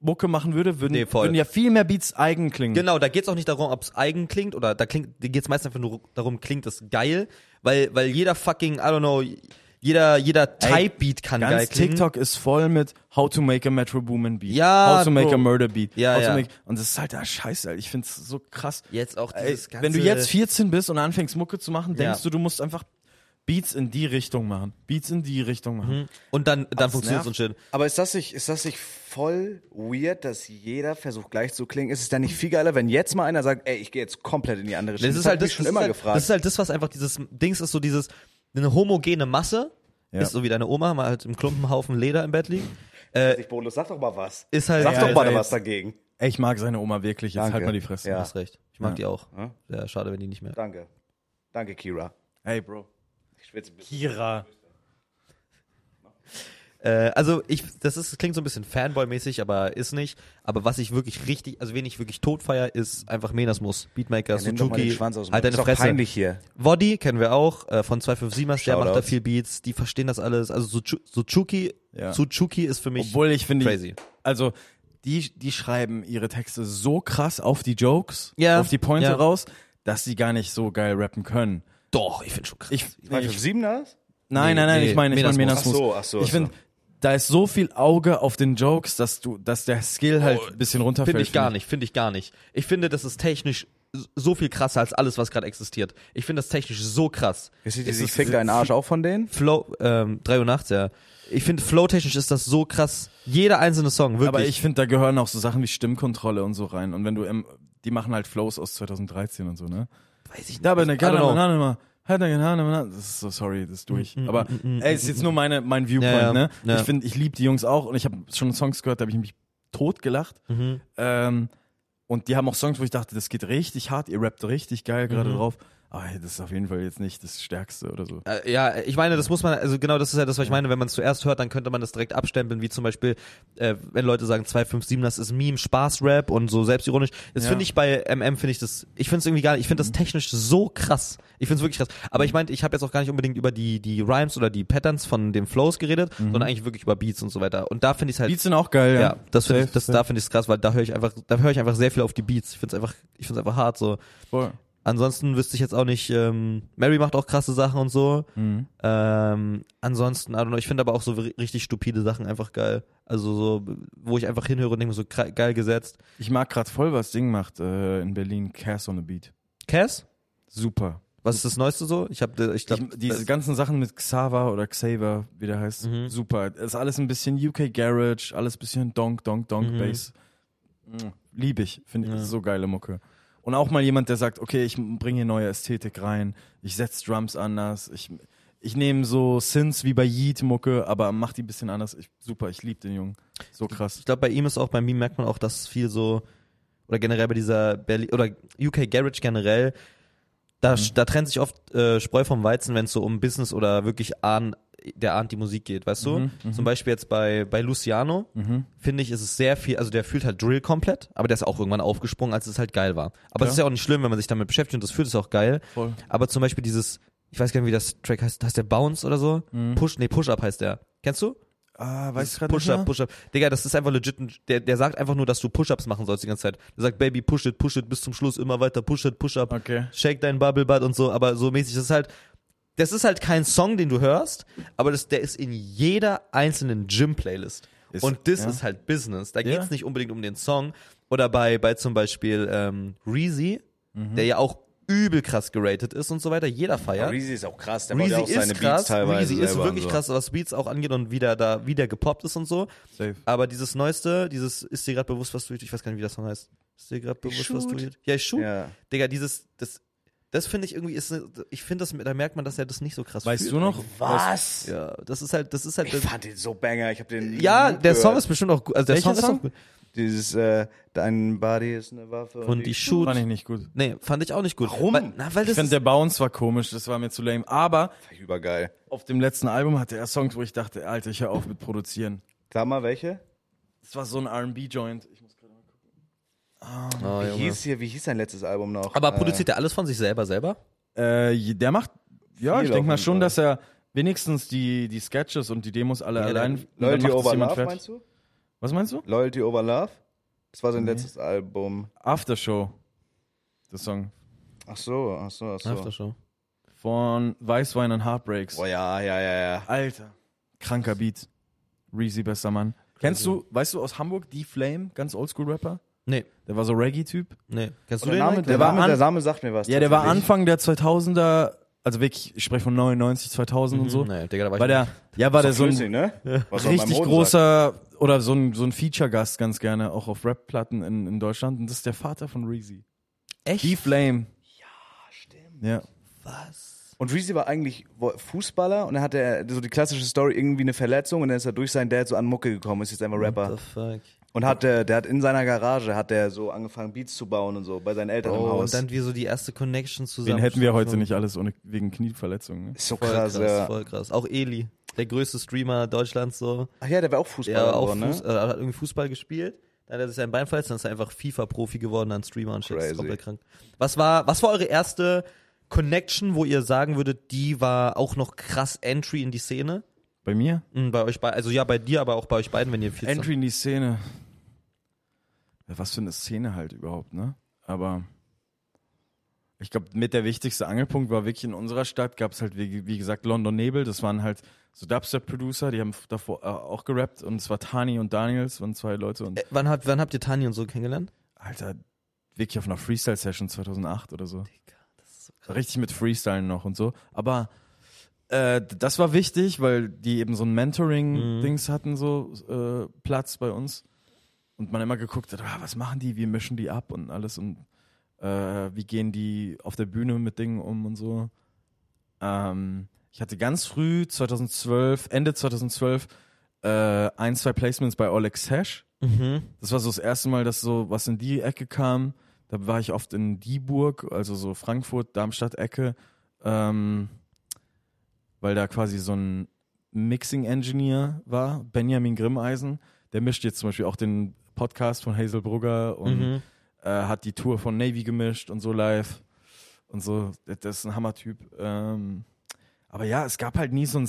Speaker 3: Mucke machen würde, würden,
Speaker 2: Nee, voll.
Speaker 3: würden ja viel mehr Beats eigen klingen.
Speaker 2: Genau, da geht es auch nicht darum, ob es eigen klingt oder da klingt, da geht es meistens einfach nur darum, klingt es geil, weil, weil jeder fucking, I don't know, jeder, jeder
Speaker 3: Ey,
Speaker 2: Type-Beat kann
Speaker 3: Ganz
Speaker 2: geil klingen.
Speaker 3: TikTok ist voll mit How to make a Metro Boomin Beat,
Speaker 2: Ja,
Speaker 3: How to make
Speaker 2: Bro.
Speaker 3: a Murder Beat,
Speaker 2: Ja,
Speaker 3: how
Speaker 2: ja.
Speaker 3: to make und das ist halt der Scheiß, Alter. Ich find's so krass.
Speaker 2: Jetzt auch
Speaker 3: Ey,
Speaker 2: dieses ganze...
Speaker 3: wenn du jetzt 14 bist und anfängst Mucke zu machen, denkst
Speaker 2: Ja.
Speaker 3: du, du musst einfach Beats in die Richtung machen, Beats in die Richtung
Speaker 2: Mhm.
Speaker 3: machen.
Speaker 2: Und dann, dann
Speaker 3: das
Speaker 2: funktioniert so ein Shit.
Speaker 1: Aber ist das, nicht, ist das nicht voll weird, dass jeder versucht gleich zu klingen? Ist es dann nicht viel geiler, wenn jetzt mal einer sagt, ey, ich gehe jetzt komplett in die andere Schiene?
Speaker 2: Das ist halt
Speaker 1: hab
Speaker 2: das,
Speaker 1: ich schon
Speaker 2: das
Speaker 1: immer
Speaker 2: ist halt,
Speaker 1: gefragt.
Speaker 2: Das ist halt das, was einfach dieses Dings ist, so dieses, eine homogene Masse,
Speaker 3: Ja.
Speaker 2: ist so wie deine Oma, mal halt im Klumpenhaufen Leder im Bett Äh, liegt,
Speaker 1: Ich, Bonus, sag doch mal was.
Speaker 2: ist halt...
Speaker 1: Sag
Speaker 3: Ja,
Speaker 1: doch mal
Speaker 3: Alter,
Speaker 1: was
Speaker 3: jetzt-
Speaker 1: dagegen.
Speaker 3: Ey, ich mag seine Oma wirklich, jetzt
Speaker 1: Danke.
Speaker 3: halt mal die Fresse.
Speaker 1: Ja.
Speaker 2: Du hast recht. Ich mag die auch.
Speaker 1: Ja.
Speaker 2: Ja, schade, wenn die nicht mehr...
Speaker 1: Danke. Danke, Kira.
Speaker 3: Hey, Bro.
Speaker 1: Ich schwitze ein bisschen.
Speaker 4: Kira.
Speaker 2: Äh, also ich, das ist, klingt so ein bisschen Fanboy-mäßig, aber ist nicht. Aber was ich wirklich richtig, also wen ich wirklich tot feier, ist einfach Menasmus, Beatmaker,
Speaker 1: Nimm doch mal den
Speaker 2: Suzuki,
Speaker 1: Schwanz aus dem Mund.
Speaker 2: halt deine
Speaker 1: Ist doch
Speaker 2: Fresse.
Speaker 1: peinlich hier.
Speaker 2: Woddy kennen wir auch, äh, von 257ers, der macht da
Speaker 1: Shoutouts.
Speaker 2: viel Beats, die verstehen das alles. Also Suzu- Suzuki,
Speaker 3: Ja.
Speaker 2: Suzuki ist für mich
Speaker 3: Obwohl ich finde,
Speaker 2: crazy.
Speaker 3: also die, die schreiben ihre Texte so krass auf die Jokes,
Speaker 2: Ja.
Speaker 3: auf die Pointe
Speaker 2: Ja.
Speaker 3: raus, dass sie gar nicht so geil rappen können.
Speaker 2: Doch, ich finde schon krass.
Speaker 3: Ich,
Speaker 1: War ich auf sieben da?
Speaker 3: nein, nein, nein,
Speaker 2: Nee,
Speaker 3: ich meine, ich meine
Speaker 2: Menasmus.
Speaker 3: Menasmus.
Speaker 1: Ach so, ach so,
Speaker 3: Ich
Speaker 1: ach so.
Speaker 3: finde, da ist so viel Auge auf den Jokes, dass du, dass der Skill halt ein bisschen runterfällt.
Speaker 2: Finde ich gar
Speaker 3: find
Speaker 2: nicht, finde ich gar nicht. Ich finde, das ist technisch so viel krasser als alles, was gerade existiert. Ich finde das technisch so krass.
Speaker 1: Ist die sich fick deinen Arsch auch von denen?
Speaker 2: Flow, ähm, 3 Uhr nachts, ja. Ich finde, flow-technisch ist das so krass. Jeder einzelne Song, wirklich.
Speaker 3: Aber ich finde, da gehören auch so Sachen wie Stimmkontrolle und so rein. Und wenn du im, die machen halt Flows aus 2013 und so, ne?
Speaker 2: weiß ich
Speaker 3: Da bin ich
Speaker 2: I don't know. Mm,
Speaker 3: gerade das ist so sorry, das ist durch. Aber ey, ist jetzt nur meine mein Viewpoint,
Speaker 2: Ja, ja.
Speaker 3: ne?
Speaker 2: Ja.
Speaker 3: Ich finde, ich liebe die Jungs auch und ich habe schon Songs gehört, da habe ich mich tot gelacht.
Speaker 2: Mhm.
Speaker 3: Ähm, und die haben auch Songs, wo ich dachte, das geht richtig hart, ihr rappt richtig geil gerade drauf. Aber ey, das ist auf jeden Fall jetzt nicht das Stärkste oder so.
Speaker 2: Äh, Mhm. ja, ich meine, das muss man, also genau das ist ja das, was ich meine, wenn man es zuerst hört, dann könnte man das direkt abstempeln, wie zum Beispiel, äh, wenn Leute sagen 257, das ist Meme, Spaß-Rap und so selbstironisch. Das
Speaker 3: Ja. Mhm.
Speaker 2: finde ich bei MM, finde ich das, ich finde es irgendwie gar nicht, ich finde das technisch so krass. Ich finde es wirklich krass. Aber ich meinte, ich habe jetzt auch gar nicht unbedingt über die, die Rhymes oder die Patterns von den Flows geredet,
Speaker 3: Mhm.
Speaker 2: sondern eigentlich wirklich über Beats und so weiter. Und da finde ich es halt,
Speaker 3: Beats sind auch geil, ja.
Speaker 2: ja, das finde ich,
Speaker 3: Safe,
Speaker 2: das,
Speaker 3: safe.
Speaker 2: da finde ich es krass, weil da höre ich einfach, da höre ich einfach sehr viel auf die Beats. Ich finde es einfach, ich finde es einfach hart, so.
Speaker 3: Voll.
Speaker 2: Ansonsten wüsste ich jetzt auch nicht, ähm, Mary macht auch krasse Sachen und so.
Speaker 3: Mhm.
Speaker 2: Ähm, ansonsten, I don't know, ich finde aber auch so ri- richtig stupide Sachen einfach geil. Also so, wo ich einfach hinhöre und denke mir so kra- geil gesetzt.
Speaker 3: Ich mag gerade voll, was Ding macht äh, in Berlin, Cass on the Beat.
Speaker 2: Cass?
Speaker 3: Super.
Speaker 2: Was ist das Neueste so? Ich habe, ich äh, glaube,
Speaker 3: ich, diese ganzen Sachen mit Xaver oder Xaver, wie der heißt,
Speaker 2: Mhm.
Speaker 3: super. Ist alles ein bisschen UK Garage, alles bisschen Donk, Donk, Donk
Speaker 2: Mhm.
Speaker 3: Bass. Mm, Lieb ich, finde ich, das ist so geile Mucke. Und auch mal jemand, der sagt, okay, ich bringe hier neue Ästhetik rein, ich setze Drums anders, ich, ich nehme so Synths wie bei Yeet Mucke, aber mach die ein bisschen anders. Ich, super, ich liebe den Jungen. So krass.
Speaker 2: ich glaube, bei ihm ist auch, bei mir merkt man auch, dass viel so, oder generell bei dieser Berlin, oder UK Garage generell,
Speaker 3: Mhm.
Speaker 2: da, da trennt sich oft äh, Spreu vom Weizen, wenn es so um Business oder wirklich an, der ahnt die Musik geht, weißt du?
Speaker 3: Mhm, mhm.
Speaker 2: Zum Beispiel jetzt bei, bei Luciano,
Speaker 3: Mhm.
Speaker 2: finde ich, ist es sehr viel, also der fühlt halt Drill komplett, aber der ist auch irgendwann aufgesprungen, als es halt geil war. Aber
Speaker 3: Ja.
Speaker 2: es ist ja auch nicht schlimm, wenn man sich damit beschäftigt und das fühlt es auch geil.
Speaker 3: Voll.
Speaker 2: Aber zum Beispiel dieses, ich weiß gar nicht, wie das Track heißt, heißt der Bounce oder so?
Speaker 3: Mhm.
Speaker 2: Push, nee, Push-Up heißt der. Kennst du?
Speaker 3: Ah, weißt du
Speaker 2: Push-Up,
Speaker 3: gerade?
Speaker 2: Push-Up. Digga, das ist einfach legit, ein- der, der sagt einfach nur, dass du Push-Ups machen sollst die ganze Zeit. Der sagt, Baby, push it, push it, bis zum Schluss immer weiter, push it, Push-Up.
Speaker 3: Okay.
Speaker 2: Shake dein Bubble Butt und so, aber so mäßig, das ist halt, das ist halt kein Song, den du hörst, aber das, der ist in jeder einzelnen Gym-Playlist.
Speaker 3: Ist-
Speaker 2: Und das
Speaker 3: ja.
Speaker 2: ist halt Business. Da
Speaker 3: Ja.
Speaker 2: geht's nicht unbedingt um den Song. Oder bei, bei zum Beispiel ähm, Reezy, der ja auch übel krass geratet ist und so weiter. Jeder feiert.
Speaker 1: Reezy ist auch krass. Der
Speaker 2: Reezy
Speaker 1: baut ja auch
Speaker 2: ist
Speaker 1: seine
Speaker 2: krass.
Speaker 1: Beats teilweise
Speaker 2: Reezy ist
Speaker 1: selber
Speaker 2: wirklich
Speaker 1: und so.
Speaker 2: krass, was Beats auch angeht und wie der da wieder gepoppt ist und so.
Speaker 3: Safe.
Speaker 2: Aber dieses Neueste, dieses ist dir gerade bewusst, was du Ich weiß gar nicht, wie das Song heißt. Ist dir gerade bewusst, was du
Speaker 1: shoot.
Speaker 2: Ja, ich shoot.
Speaker 1: Ja.
Speaker 2: Digga, dieses, das, das finde ich irgendwie ist, ne- ich finde das, da merkt man, dass er das nicht so krass
Speaker 3: Weißt
Speaker 2: fühlt.
Speaker 3: du noch?
Speaker 1: Was?
Speaker 2: Ja, das ist halt, das ist halt,
Speaker 1: Ich fand den so banger. Ich hab den.
Speaker 2: ja,
Speaker 1: Loop
Speaker 2: der Song
Speaker 1: gehört.
Speaker 2: ist bestimmt auch gut, also der
Speaker 3: Welcher
Speaker 2: Song, ist
Speaker 3: Song?
Speaker 2: auch gut.
Speaker 1: Dieses, äh, dein Body ist eine Waffe.
Speaker 2: Und die Shoot,
Speaker 3: Fand ich nicht gut.
Speaker 2: nee, fand ich auch nicht gut.
Speaker 1: Warum?
Speaker 2: Weil, na, weil
Speaker 3: Ich
Speaker 2: das
Speaker 3: finde,
Speaker 2: ist,
Speaker 3: der Bounce war komisch, das war mir zu lame. Aber
Speaker 1: Fand ich Übergeil.
Speaker 3: auf dem letzten Album hatte er Songs, wo ich dachte, Alter, ich hör auf mit Produzieren.
Speaker 1: Klammer, welche?
Speaker 3: Das war so ein RB-Joint. Ich muss gerade mal gucken.
Speaker 2: oh,
Speaker 1: Wie
Speaker 2: Junge.
Speaker 1: hieß Ah, hier, wie hieß sein letztes Album noch?
Speaker 2: aber produziert er alles von sich selber selber?
Speaker 3: Äh, der macht. Ja,
Speaker 1: Viel
Speaker 3: ich denke mal
Speaker 1: auf jeden
Speaker 3: schon,
Speaker 1: Fall.
Speaker 3: dass er wenigstens die, die Sketches und die Demos alle
Speaker 2: Ja,
Speaker 3: allein.
Speaker 2: dann-
Speaker 3: und dann
Speaker 1: Äh, Loyalty
Speaker 3: macht das
Speaker 1: Over
Speaker 3: jemand
Speaker 1: Love,
Speaker 3: fett.
Speaker 1: meinst du?
Speaker 3: Was meinst du?
Speaker 1: Loyalty Over Love? Das war sein
Speaker 2: Mhm.
Speaker 1: letztes Album.
Speaker 3: Aftershow. Der Song.
Speaker 1: Ach so, ach so, ach so.
Speaker 2: Aftershow.
Speaker 3: Von Weißwein und Heartbreaks.
Speaker 1: Oh ja, ja, ja, ja.
Speaker 3: Alter. Kranker Beat. Reezy, bester Mann. Kennst du, weißt du aus Hamburg, Die Flame, ganz Oldschool-Rapper?
Speaker 2: Nee,
Speaker 3: Der war so Reggae-Typ.
Speaker 2: nee. Kennst du
Speaker 1: Der
Speaker 2: den?
Speaker 1: Name,
Speaker 2: eigentlich?
Speaker 1: der,
Speaker 3: war
Speaker 1: Name,
Speaker 3: an-
Speaker 1: der Name sagt mir was.
Speaker 3: Ja, der war
Speaker 1: tatsächlich.
Speaker 3: Anfang der 2000er, also wirklich, ich spreche von 99, 2000 und so.
Speaker 2: Nee, Digga, da war ich
Speaker 3: War der, ja, war der
Speaker 1: Ist
Speaker 3: so
Speaker 1: doch
Speaker 3: ein
Speaker 1: flüssig, ne? Was man beim
Speaker 3: richtig
Speaker 1: Hoden sagt.
Speaker 3: großer oder so ein, so ein Feature-Gast ganz gerne, auch auf Rap-Platten in, in Deutschland. Und das ist der Vater von Reezy.
Speaker 2: Echt?
Speaker 3: Die Flame. Ja, stimmt. Ja.
Speaker 2: Was?
Speaker 1: Und Reezy war eigentlich wo- Fußballer und dann hat er so die klassische Story, irgendwie eine Verletzung und dann ist er durch seinen Dad so an Mucke gekommen und ist jetzt einfach Rapper.
Speaker 2: What the fuck?
Speaker 1: Und hat der, der hat in seiner Garage, hat der so angefangen Beats zu bauen und so, bei seinen Eltern im
Speaker 2: Oh,
Speaker 1: Haus.
Speaker 2: und dann wie so die erste Connection zusammen.
Speaker 3: Den hätten wir heute nicht alles ohne wegen Knieverletzungen. Ne?
Speaker 1: Ist so
Speaker 2: Voll krass,
Speaker 1: krass, ja.
Speaker 2: voll krass. Auch Eli, der größte Streamer Deutschlands so.
Speaker 1: Ach ja, der war auch Fußballer
Speaker 2: Der auch
Speaker 1: geworden, ne?
Speaker 2: Fuß, äh, hat irgendwie Fußball gespielt. Dann hat er sich sein Bein verletzt, dann ist er einfach FIFA-Profi geworden, dann Streamer und shit. Das ist
Speaker 1: Crazy.
Speaker 2: komplett krank. Was war, was war eure erste Connection, wo ihr sagen würdet, die war auch noch krass Entry in die Szene?
Speaker 3: Bei mir?
Speaker 2: Mhm, bei euch beiden, also ja, bei dir, aber auch bei euch beiden, wenn ihr viel
Speaker 3: Entry in die Szene. Ja, was für eine Szene halt überhaupt, ne? Aber ich glaube, mit der wichtigste Angelpunkt war wirklich in unserer Stadt, gab es halt, wie, wie gesagt, London Nebel. Das waren halt so Dubstep-Producer, die haben f- davor äh, auch gerappt. Und es war Tani und Daniels, waren zwei Leute. Und
Speaker 2: Äh, wann, habt, wann habt ihr Tani und so kennengelernt?
Speaker 3: Alter, wirklich auf einer Freestyle-Session 2008 oder so. Richtig mit Freestylen noch und so. Aber äh, d- das war wichtig, weil die eben so ein Mentoring-Dings hatten, so äh, Platz bei uns. Und man immer geguckt hat, ah, was machen die, wie mischen die ab und alles und äh, wie gehen die auf der Bühne mit Dingen um und so. Ähm, ich hatte ganz früh, 2012, Ende 2012, äh, ein, zwei Placements bei Olex Hash.
Speaker 2: Mhm.
Speaker 3: Das war so das erste Mal, dass so was in die Ecke kam. Da war ich oft in Dieburg, also so Frankfurt, Darmstadt-Ecke, ähm, weil da quasi so ein Mixing-Engineer war, Benjamin Grimmeisen. Der mischt jetzt zum Beispiel auch den Podcast von Hazel Brugger und
Speaker 2: Mhm.
Speaker 3: äh, hat die Tour von Navy gemischt und so live und so. Der- Das ist ein Hammertyp. Ähm, aber ja, es gab halt nie so ein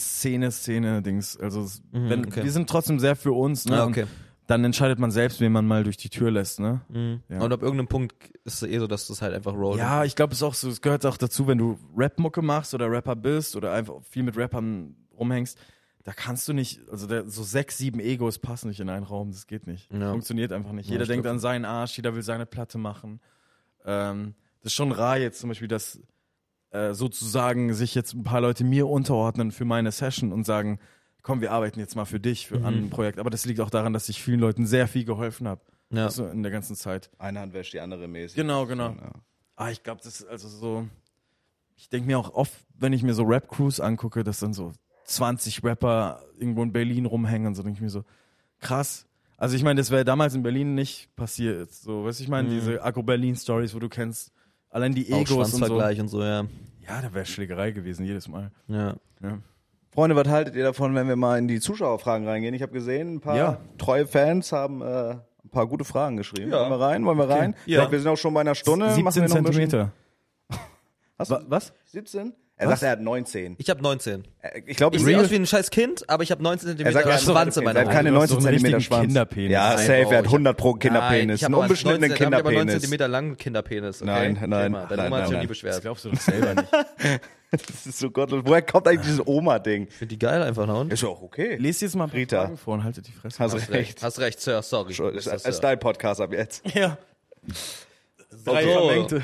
Speaker 3: Szene-Szene-Dings. Also es-
Speaker 2: Mhm,
Speaker 3: wenn,
Speaker 2: okay.
Speaker 3: wir sind trotzdem sehr für uns. Ne?
Speaker 2: Ah,
Speaker 3: Und
Speaker 2: okay.
Speaker 3: dann entscheidet man selbst, wen man mal durch die Tür lässt, ne?
Speaker 2: Mhm.
Speaker 3: Ja.
Speaker 2: Und ab irgendeinem Punkt ist es eh so, dass das halt einfach rollt.
Speaker 3: Ja, ich glaube, es ist auch so, es gehört auch dazu, wenn du Rap-Mucke machst oder Rapper bist oder einfach viel mit Rappern rumhängst, da kannst du nicht, also der, so sechs, sieben Egos passen nicht in einen Raum, das geht nicht.
Speaker 2: Ja.
Speaker 3: Funktioniert einfach nicht.
Speaker 2: Ja,
Speaker 3: Jeder denkt
Speaker 2: stimmt.
Speaker 3: an seinen Arsch, jeder will seine Platte machen. Ähm, das ist schon rar jetzt zum Beispiel, dass äh, sozusagen sich jetzt ein paar Leute mir unterordnen für meine Session und sagen, komm, wir arbeiten jetzt mal für dich, für an ein Projekt. Aber das liegt auch daran, dass ich vielen Leuten sehr viel geholfen habe.
Speaker 2: Ja.
Speaker 3: Also in der ganzen Zeit.
Speaker 1: Eine Hand wäscht die andere mäßig.
Speaker 3: Genau, genau.
Speaker 1: Ja.
Speaker 3: Ah, ich glaube, das ist also so. Ich denke mir auch oft, wenn ich mir so Rap-Crews angucke, dass dann so 20 Rapper irgendwo in Berlin rumhängen und so, denke ich mir so, krass. Also ich meine, das wäre damals in Berlin nicht passiert. So, weißt du, ich
Speaker 1: Mhm.
Speaker 3: meine, diese Agro-Berlin-Stories, wo du kennst, allein die
Speaker 2: auch
Speaker 3: Egos und so.
Speaker 2: Schwanzvergleich und so, ja.
Speaker 3: Ja, da wäre Schlägerei gewesen, jedes Mal.
Speaker 2: ja.
Speaker 3: Ja.
Speaker 1: Freunde, was haltet ihr davon, wenn wir mal in die Zuschauerfragen reingehen? Ich habe gesehen, ein paar
Speaker 3: Ja.
Speaker 1: treue Fans haben äh, ein paar gute Fragen geschrieben.
Speaker 2: Ja.
Speaker 1: Wollen wir rein? Wollen wir rein? Ich
Speaker 2: Ja.
Speaker 1: glaub, wir sind auch schon bei einer Stunde. Machen wir
Speaker 3: 17
Speaker 1: noch ein bisschen-
Speaker 3: Zentimeter.
Speaker 1: Hast
Speaker 3: Wa-
Speaker 1: du
Speaker 3: was?
Speaker 1: 17? Er
Speaker 3: Was?
Speaker 1: sagt, er hat 19.
Speaker 2: Ich habe 19.
Speaker 1: Äh, Ich glaube,
Speaker 2: Ich sehe aus wie ein scheiß Kind, aber ich habe 19 cm
Speaker 1: Er sagt, er hat
Speaker 2: Schwanz in
Speaker 1: er
Speaker 2: meiner
Speaker 1: hat keine
Speaker 3: Du hast so
Speaker 1: 19
Speaker 3: einen
Speaker 1: cm
Speaker 3: richtigen
Speaker 1: Schwanz.
Speaker 3: Kinderpenis.
Speaker 1: Ja,
Speaker 3: Nein,
Speaker 1: safe,
Speaker 2: oh,
Speaker 1: er hat
Speaker 2: ich hab-
Speaker 1: 100 pro
Speaker 2: Nein,
Speaker 1: Kinderpenis.
Speaker 2: ich hab
Speaker 1: Einen
Speaker 2: aber
Speaker 1: unbeschnittenen
Speaker 2: 19, aber Ich habe
Speaker 1: Kinderpenis.
Speaker 2: 19 cm langen Kinderpenis. Okay?
Speaker 1: Nein,
Speaker 2: Chill
Speaker 1: nein,
Speaker 2: mal. Deine
Speaker 1: nein,
Speaker 2: Oma
Speaker 1: nein,
Speaker 2: hat sich noch
Speaker 1: nein.
Speaker 2: nie
Speaker 3: Das
Speaker 2: beschwert. Ich
Speaker 3: glaubst du doch selber nicht.
Speaker 1: Das ist so gottlos. Woher kommt eigentlich dieses Oma-Ding?
Speaker 2: finde die geil einfach, ne? Und?
Speaker 1: Ist ja auch okay.
Speaker 3: Lest jetzt mal ein paar
Speaker 1: Rita.
Speaker 3: Fragen vor und haltet die Fresse.
Speaker 1: Hast
Speaker 2: Hast
Speaker 1: recht.
Speaker 2: Hast recht, Sir, sorry.
Speaker 1: Ist
Speaker 2: Ist
Speaker 1: ein
Speaker 2: das, Sir.
Speaker 1: Style-Podcast ab jetzt.
Speaker 3: Ja. Drei
Speaker 2: So.
Speaker 3: verlängerte.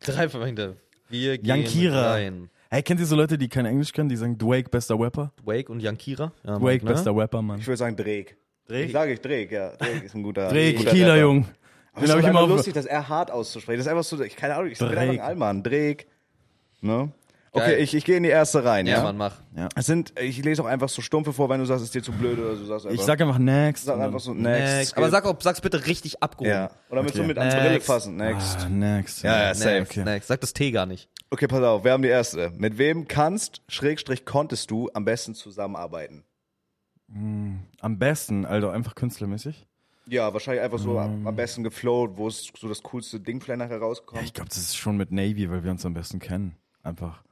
Speaker 2: Drei Vermengte. Wir gehen
Speaker 3: Yankira.
Speaker 2: rein.
Speaker 3: Hey, kennt ihr so Leute, die kein Englisch können, die sagen Drake, bester Rapper?
Speaker 2: Wake und Yankira. Ja, ne?
Speaker 3: Drake,
Speaker 1: ne?
Speaker 2: Mann,
Speaker 3: bester Rapper, Mann.
Speaker 1: Ich würde sagen, Drake.
Speaker 3: Drake?
Speaker 1: Sage ich Drake, ja. Drake ist ein guter.
Speaker 3: Drake,
Speaker 1: guter
Speaker 3: Kieler
Speaker 1: Rapper.
Speaker 3: Jung.
Speaker 1: Aber
Speaker 3: Den
Speaker 1: es
Speaker 3: hab
Speaker 1: ist
Speaker 3: ich
Speaker 1: immer
Speaker 3: immer
Speaker 1: lustig, das R hart auszusprechen. Das ist einfach so, ich keine Ahnung, ich bin
Speaker 3: Drake.
Speaker 1: einfach ein Allmann. Drake. Ne? Okay,
Speaker 2: Geil.
Speaker 1: ich, ich gehe in die erste rein,
Speaker 2: Ja,
Speaker 1: ja?
Speaker 2: Mann, mach.
Speaker 1: Es sind, ich lese auch einfach so Stumpfe vor, wenn du sagst, es ist dir zu blöd oder so. Sagst du
Speaker 3: Ich
Speaker 1: einfach,
Speaker 3: sag einfach next.
Speaker 1: sag
Speaker 3: und dann-
Speaker 1: einfach so, next.
Speaker 2: Next. Aber sag auch, sag's bitte richtig abgehoben.
Speaker 1: Ja. Oder willst du
Speaker 3: Okay.
Speaker 1: mit ans Brille
Speaker 2: Next.
Speaker 1: fassen? Next.
Speaker 3: Ah, next.
Speaker 1: Ja, ja,
Speaker 2: Next,
Speaker 1: safe.
Speaker 3: Okay.
Speaker 2: next. Sag das T gar nicht.
Speaker 1: Okay, pass auf, wir haben die erste. Mit wem kannst, Schrägstrich, konntest du am besten zusammenarbeiten?
Speaker 3: Mm. Am besten, also einfach künstlermäßig.
Speaker 1: Ja, wahrscheinlich einfach so am am besten geflowt, wo ist so das coolste Ding vielleicht nachher
Speaker 3: Ja,
Speaker 1: rauskommt.
Speaker 3: ich glaube, das ist schon mit Navy, weil wir uns am besten kennen. Einfach.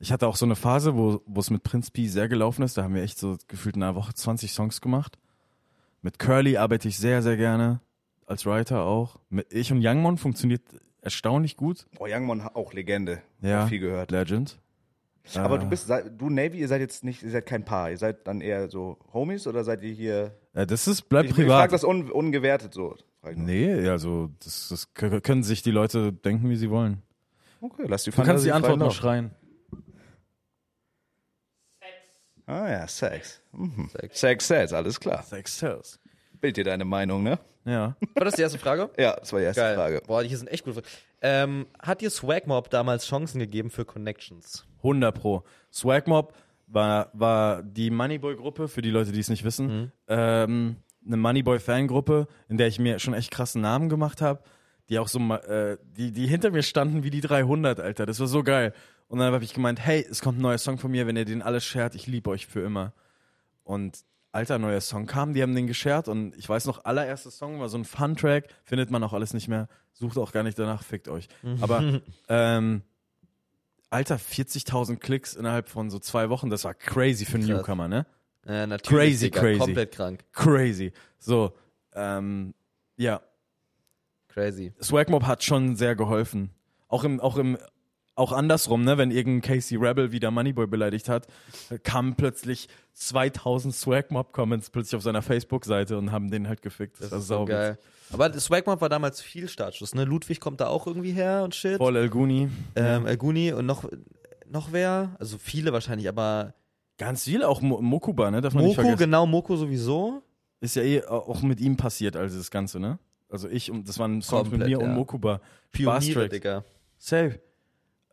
Speaker 3: Ich hatte auch so eine Phase, wo wo es mit Prinz P sehr gelaufen ist. Da haben wir echt so gefühlt in einer Woche 20 Songs gemacht. Mit Curly arbeite ich sehr, sehr gerne. Als Writer auch. Mit ich und Youngmon funktioniert erstaunlich gut.
Speaker 1: Oh, Youngmon auch Legende.
Speaker 3: Ja.
Speaker 1: Hab Viel gehört.
Speaker 3: Legend.
Speaker 1: Aber
Speaker 3: Äh,
Speaker 1: du bist, sei- du Navy, ihr seid jetzt nicht, ihr seid kein Paar. Ihr seid dann eher so Homies oder seid ihr hier?
Speaker 3: Äh, das ist, bleibt
Speaker 1: Ich, ich
Speaker 3: privat.
Speaker 1: frag das un, ungewertet so. Frag ich nur.
Speaker 3: Nee, also das, das k- können sich die Leute denken, wie sie wollen.
Speaker 1: Okay, lass die
Speaker 3: Du kannst
Speaker 1: Fantasie
Speaker 3: die
Speaker 1: freien
Speaker 3: Antwort noch
Speaker 1: Lauf.
Speaker 3: schreien.
Speaker 1: Ah ja, Sex. Mhm. Sex. Sex, Sex, alles klar.
Speaker 3: Sex sells.
Speaker 1: Bild dir deine Meinung, ne?
Speaker 3: Ja.
Speaker 2: War das die erste Frage?
Speaker 1: Ja, das war die erste
Speaker 2: Geil.
Speaker 1: Frage.
Speaker 2: Boah, hier sind echt gute Fragen. Ähm, hat dir Swag Mob damals Chancen gegeben für Connections?
Speaker 3: 100 pro. Swag Mob war, war die Moneyboy-Gruppe, für die Leute, die es nicht wissen. Ähm, eine Moneyboy-Fangruppe, in der ich mir schon echt krassen Namen gemacht habe, die auch so, ma- äh, die, die hinter mir standen wie die 300, Alter. Das war so geil. Und dann habe ich gemeint, hey, es kommt ein neuer Song von mir, wenn ihr den alle shared, ich liebe euch für immer. Und alter, neuer Song kam, die haben den geshared und ich weiß noch, allererster Song war so ein Fun-Track, findet man auch alles nicht mehr, sucht auch gar nicht danach, fickt euch. Aber, ähm, alter, 40.000 Klicks innerhalb von so zwei Wochen, das war crazy für einen
Speaker 2: Krass.
Speaker 3: Newcomer, ne?
Speaker 2: Ja, Äh, natürlich,
Speaker 3: Crazy,
Speaker 2: Digga,
Speaker 3: crazy.
Speaker 2: Komplett krank.
Speaker 3: Crazy. So, ähm, ja,
Speaker 2: Crazy.
Speaker 3: Swagmob hat schon sehr geholfen. Auch im, auch im, auch andersrum, ne, wenn irgendein Casey Rebel wieder Moneyboy beleidigt hat, kamen plötzlich 2000 Swagmob-Comments plötzlich auf seiner Facebook-Seite und haben den halt gefickt.
Speaker 2: Das,
Speaker 3: war
Speaker 2: ist so
Speaker 3: sauwitzig.
Speaker 2: geil. Aber das Swagmob war damals viel Startschuss, ne? Ludwig kommt da auch irgendwie her und shit.
Speaker 3: Paul Elguni.
Speaker 2: Ähm, Elguni und noch, noch wer? Also viele wahrscheinlich, aber
Speaker 3: Ganz viel, auch Mo Mokuba, ne, darf man nicht
Speaker 2: Moko,
Speaker 3: vergessen.
Speaker 2: genau, Moko sowieso.
Speaker 3: Ist ja eh auch mit ihm passiert, also das Ganze, ne? Also ich, und das waren Songs mit
Speaker 2: Komplett,
Speaker 3: mir
Speaker 2: ja.
Speaker 3: und Mokuba.
Speaker 2: Pioniere,
Speaker 3: Bass-Tracks.
Speaker 2: Digga.
Speaker 3: Safe.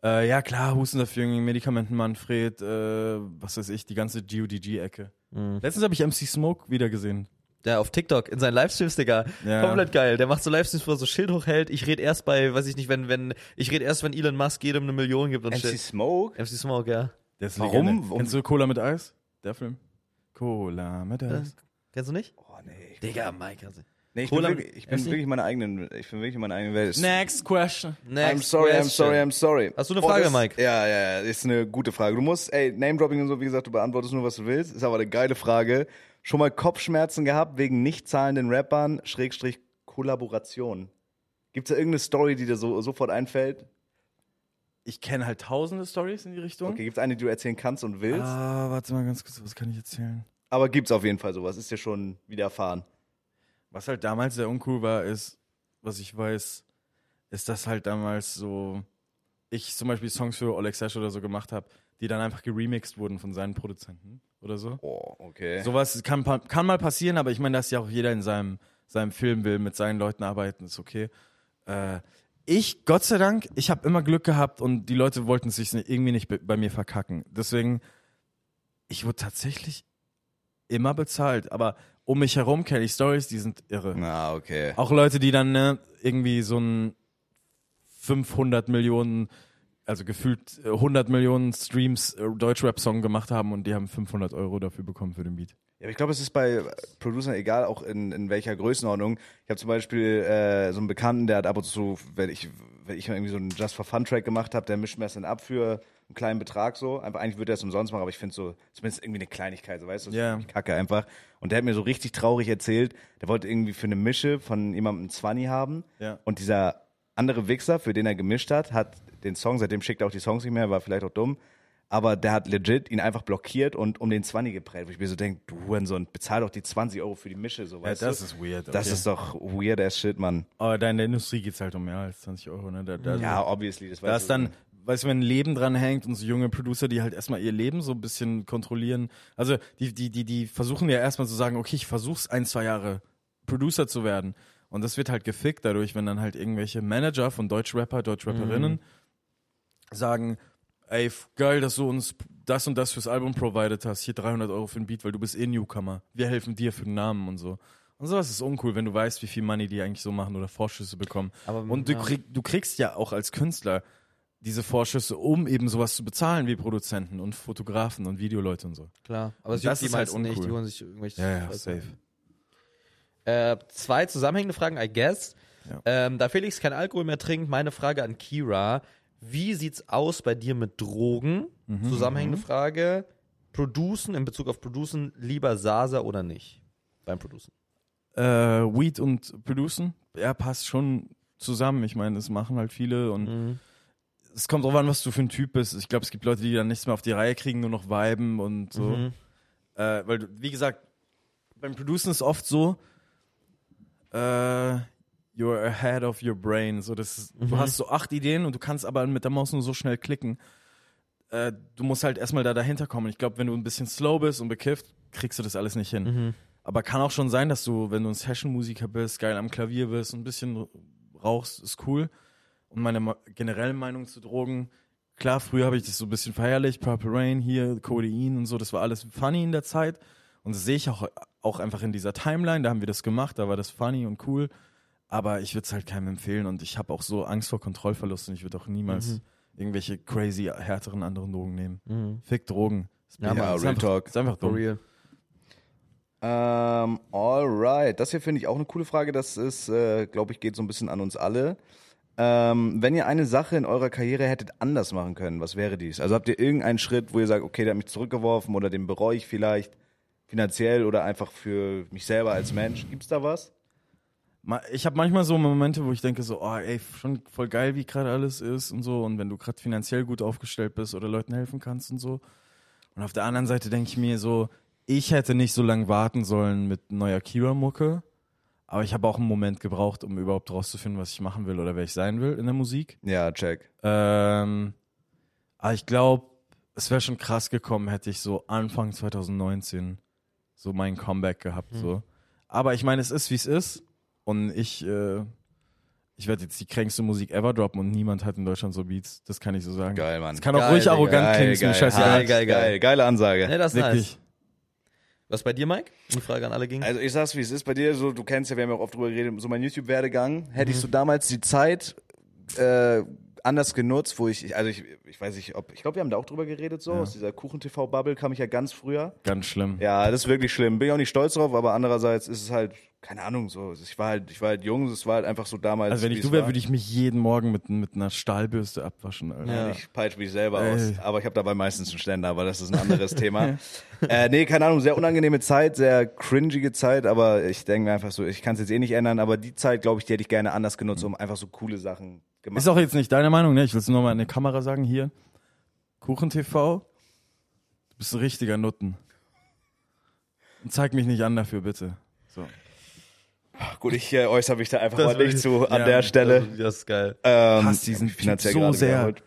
Speaker 3: Äh, ja, klar, Hustensaftjüngling, Medikamenten Manfred, äh, was weiß ich, die ganze GODG-Ecke. Letztens habe ich MC Smoke wieder gesehen.
Speaker 2: Ja, auf TikTok, in seinen Livestreams, Digga.
Speaker 3: Ja.
Speaker 2: Komplett geil. Der macht so Livestreams, wo er so Schild hochhält. Ich rede erst bei, weiß ich nicht, wenn, wenn, ich rede erst, wenn Elon Musk jedem eine Million gibt und
Speaker 1: MC
Speaker 2: shit.
Speaker 1: Smoke?
Speaker 2: MC Smoke, ja.
Speaker 3: Der ist
Speaker 1: Warum?
Speaker 3: Legende.
Speaker 1: Warum-
Speaker 3: Kennst du Cola mit Eis? Der Film. Cola mit Eis.
Speaker 2: Kennst du nicht?
Speaker 1: Oh, nee.
Speaker 2: Digga, Mike. Also.
Speaker 1: nee ich,
Speaker 2: Cola-
Speaker 1: bin wirklich, ich bin
Speaker 3: MC?
Speaker 1: wirklich meine eigenen, ich bin wirklich meine eigene Welt.
Speaker 3: Next question.
Speaker 1: I'm sorry, I'm sorry, I'm sorry. Oh,
Speaker 2: Hast du eine Frage,
Speaker 1: das,
Speaker 2: Mike?
Speaker 1: Ja, ja, ja, ist eine gute Frage. Du musst, ey, Name-Dropping und so, wie gesagt, du beantwortest nur, was du willst. Ist aber eine geile Frage. Schon mal Kopfschmerzen gehabt wegen nicht zahlenden Rappern, Schrägstrich Kollaboration. Gibt's da irgendeine Story, die dir so, sofort einfällt?
Speaker 3: Ich kenne halt tausende Stories in die Richtung.
Speaker 1: Okay, gibt's eine, die du erzählen kannst und willst?
Speaker 3: Ah, warte mal ganz kurz, was kann ich erzählen?
Speaker 1: Aber gibt's auf jeden Fall sowas. Ist dir schon widerfahren.
Speaker 3: Was halt damals sehr uncool war, ist, was ich weiß, ist, dass halt damals so, ich zum Beispiel Songs für Oleg Sash oder so gemacht habe, die dann einfach geremixed wurden von seinen Produzenten oder so.
Speaker 1: Oh, okay.
Speaker 3: Sowas kann, pa- kann mal passieren, aber ich meine, dass ja auch jeder in seinem, seinem Film will, mit seinen Leuten arbeiten, ist okay. Äh, ich, Gott sei Dank, ich habe immer Glück gehabt und die Leute wollten sich irgendwie nicht be- bei mir verkacken. Deswegen, ich wurde tatsächlich immer bezahlt, aber um mich herum kenne ich Stories, die sind irre.
Speaker 1: Na, Ah, okay.
Speaker 3: Auch Leute, die dann ne, irgendwie so ein 500 Millionen, also gefühlt äh, 100 Millionen Streams äh, Deutschrap-Song gemacht haben und die haben 500 Euro dafür bekommen für den Beat.
Speaker 1: Ja, aber ich glaube, es ist bei äh, Producern egal, auch in, in welcher Größenordnung. Ich habe zum Beispiel äh, so einen Bekannten, der hat ab und zu, wenn ich, wenn ich mal irgendwie so einen Just for Fun Track gemacht habe, der mischt mir das dann ab für einen kleinen Betrag so. Einfach, eigentlich würde er es umsonst machen, aber ich finde so, zumindest irgendwie eine Kleinigkeit, so weißt du, das
Speaker 3: Ja.
Speaker 1: ist wirklich Kacke einfach. Und der hat mir so richtig traurig erzählt, der wollte irgendwie für eine Mische von jemandem 20 haben.
Speaker 3: Ja.
Speaker 1: Und dieser andere Wichser, für den er gemischt hat, hat den Song, seitdem schickt er auch die Songs nicht mehr, war vielleicht auch dumm. Aber der hat legit ihn einfach blockiert und um den 20 geprellt. Wo ich mir so denke, du Hurensohn, bezahl doch die 20 Euro für die Mische, so weißt du?
Speaker 3: ist weird.
Speaker 1: Das ist doch weird as shit, Mann.
Speaker 3: Aber da in der Industrie geht es halt um mehr als 20 Euro. Ne? Da, da,
Speaker 1: Ja, obviously, das
Speaker 3: da
Speaker 1: weißt
Speaker 3: ist dann, weißt du, wenn ein Leben dran hängt und so junge Producer, die halt erstmal ihr Leben so ein bisschen kontrollieren. Also die, die, die, die versuchen ja erstmal zu sagen, okay, ich versuch's ein, zwei Jahre Producer zu werden. Und das wird halt gefickt dadurch, wenn dann halt irgendwelche Manager von Deutschrapper, Deutschrapperinnen sagen, ey, f- geil, dass du uns das und das fürs Album provided hast, hier 300 Euro für den Beat, weil du bist eh Newcomer. Wir helfen dir für den Namen und so. Und sowas ist uncool, wenn du weißt, wie viel Money die eigentlich so machen oder Vorschüsse bekommen.
Speaker 2: Aber,
Speaker 3: und du,
Speaker 2: ja.
Speaker 3: krieg, du kriegst ja auch als Künstler diese Vorschüsse, um eben sowas zu bezahlen wie Produzenten und Fotografen und Videoleute und so.
Speaker 2: Klar, aber es
Speaker 3: Das
Speaker 2: juckt die
Speaker 3: ist halt
Speaker 2: meisten nicht, die
Speaker 3: uncool.
Speaker 2: holen sich irgendwelche
Speaker 3: safe.
Speaker 2: Äh, zwei zusammenhängende Fragen, I guess.
Speaker 3: Ja.
Speaker 2: Ähm, da Felix kein Alkohol mehr trinkt, meine Frage an Kira. Wie sieht's aus bei dir mit Drogen? Zusammenhängende Frage. Producen, in Bezug auf Producen, lieber Sasa oder nicht? Beim Producen.
Speaker 3: Äh, Weed und Producen, ja, passt schon zusammen. Ich meine, das machen halt viele und es kommt drauf an, was du für ein Typ bist. Ich glaube, es gibt Leute, die dann nichts mehr auf die Reihe kriegen, nur noch viben und so.
Speaker 2: Mhm.
Speaker 3: Äh, weil, du- wie gesagt, beim Producen ist oft so, äh, you're ahead of your brain. So, das ist, Du hast so acht Ideen und du kannst aber mit der Maus nur so schnell klicken. Äh, du musst halt erstmal da dahinter kommen. Ich glaube, wenn du ein bisschen slow bist und bekifft, kriegst du das alles nicht hin. Aber kann auch schon sein, dass du, wenn du ein Session-Musiker bist, geil am Klavier bist, und ein bisschen rauchst, ist cool. Und meine ma- generelle Meinung zu Drogen, klar, früher habe ich das so ein bisschen feierlich, Purple Rain hier, Codein und so, das war alles funny in der Zeit. Und das sehe ich auch, auch einfach in dieser Timeline, da haben wir das gemacht, da war das funny und cool. Aber ich würde es halt keinem empfehlen und ich habe auch so Angst vor Kontrollverlust und ich würde auch niemals
Speaker 1: Mhm.
Speaker 3: irgendwelche crazy, härteren anderen Drogen nehmen. Fick Drogen.
Speaker 1: Ja,
Speaker 3: Mann,
Speaker 1: Mann,
Speaker 3: ist
Speaker 1: Real
Speaker 3: einfach,
Speaker 1: Talk.
Speaker 3: Ist einfach
Speaker 2: For
Speaker 3: dumm.
Speaker 2: real.
Speaker 1: Ähm, alright. Das hier finde ich auch eine coole Frage. Das ist, äh, glaube ich, geht so ein bisschen an uns alle. Ähm, wenn ihr eine Sache in eurer Karriere hättet anders machen können, was wäre dies? Also habt ihr irgendeinen Schritt, wo ihr sagt, okay, der hat mich zurückgeworfen oder den bereue ich vielleicht finanziell oder einfach für mich selber als Mensch? Gibt's da was?
Speaker 3: Ma- Ich habe manchmal so Momente, wo ich denke so, oh ey, schon voll geil, wie gerade alles ist und so. Und wenn du gerade finanziell gut aufgestellt bist oder Leuten helfen kannst und so. Und auf der anderen Seite denke ich mir so, ich hätte nicht so lange warten sollen mit neuer Kira-Mucke. Aber ich habe auch einen Moment gebraucht, um überhaupt rauszufinden, was ich machen will oder wer ich sein will in der Musik.
Speaker 1: Ja, check.
Speaker 3: Ähm, aber ich glaube, es wäre schon krass gekommen, hätte ich so Anfang 2019 so mein Comeback gehabt. So. Aber ich meine, es ist, wie es ist. Und ich, äh, ich werde jetzt die kränkste Musik ever droppen und niemand hat in Deutschland so Beats. Das kann ich so sagen.
Speaker 1: Geil, Mann.
Speaker 3: Es kann auch
Speaker 2: Geil,
Speaker 3: ruhig
Speaker 2: Digga.
Speaker 3: arrogant
Speaker 1: geil,
Speaker 3: klingen, ist mir
Speaker 1: geil,
Speaker 3: scheißegal.
Speaker 1: hart, geil, geil. Geile Ansage.
Speaker 2: Ne, das ist
Speaker 3: Wirklich.
Speaker 2: nice. Was bei dir, Mike? Eine Frage an alle ging.
Speaker 1: Also ich sag's, wie es ist bei dir, so du kennst ja, wir haben ja auch oft drüber geredet, so mein YouTube-Werdegang.
Speaker 3: Mhm.
Speaker 1: Hättest du damals die Zeit äh, anders genutzt, wo ich, ich- also ich, ich weiß nicht, ob, ich glaube, wir haben da auch drüber geredet, so aus dieser Kuchen-TV-Bubble kam ich ja ganz früher.
Speaker 3: Ganz schlimm.
Speaker 1: Ja, das ist wirklich schlimm. Bin ich auch nicht stolz drauf, aber andererseits ist es halt, keine Ahnung, so, ich war halt, ich war halt jung, es war halt einfach so damals.
Speaker 3: Also wenn
Speaker 1: wie
Speaker 3: ich
Speaker 1: es
Speaker 3: du wäre,
Speaker 1: war.
Speaker 3: würde ich mich jeden Morgen mit, mit einer Stahlbürste abwaschen. Alter.
Speaker 2: Ja.
Speaker 1: Ich peitsche mich selber
Speaker 3: Ey.
Speaker 1: aus. Aber ich habe dabei meistens einen Ständer, aber das ist ein anderes Thema. Äh, nee, keine Ahnung, sehr unangenehme Zeit, sehr cringige Zeit, aber ich denke mir einfach so, ich kann es jetzt eh nicht ändern, aber die Zeit, glaube ich, die hätte ich gerne anders genutzt, um einfach so coole Sachen gemacht.
Speaker 3: Hm. Ist auch jetzt nicht deine Meinung, ne? Ich will es nur mal in die Kamera sagen hier. Kuchen TV, du bist ein richtiger Nutten. Und zeig mich nicht an dafür, bitte. So.
Speaker 1: Gut, ich äh, äußere mich da einfach mal
Speaker 2: will
Speaker 1: nicht
Speaker 2: ich-
Speaker 1: zu an
Speaker 3: ja, also,
Speaker 1: der Stelle.
Speaker 2: Das ist geil.
Speaker 1: Ähm,
Speaker 3: Hass diesen
Speaker 1: hab ich finanziell
Speaker 3: Typ so
Speaker 1: gerade
Speaker 3: sehr.
Speaker 1: wiederholt.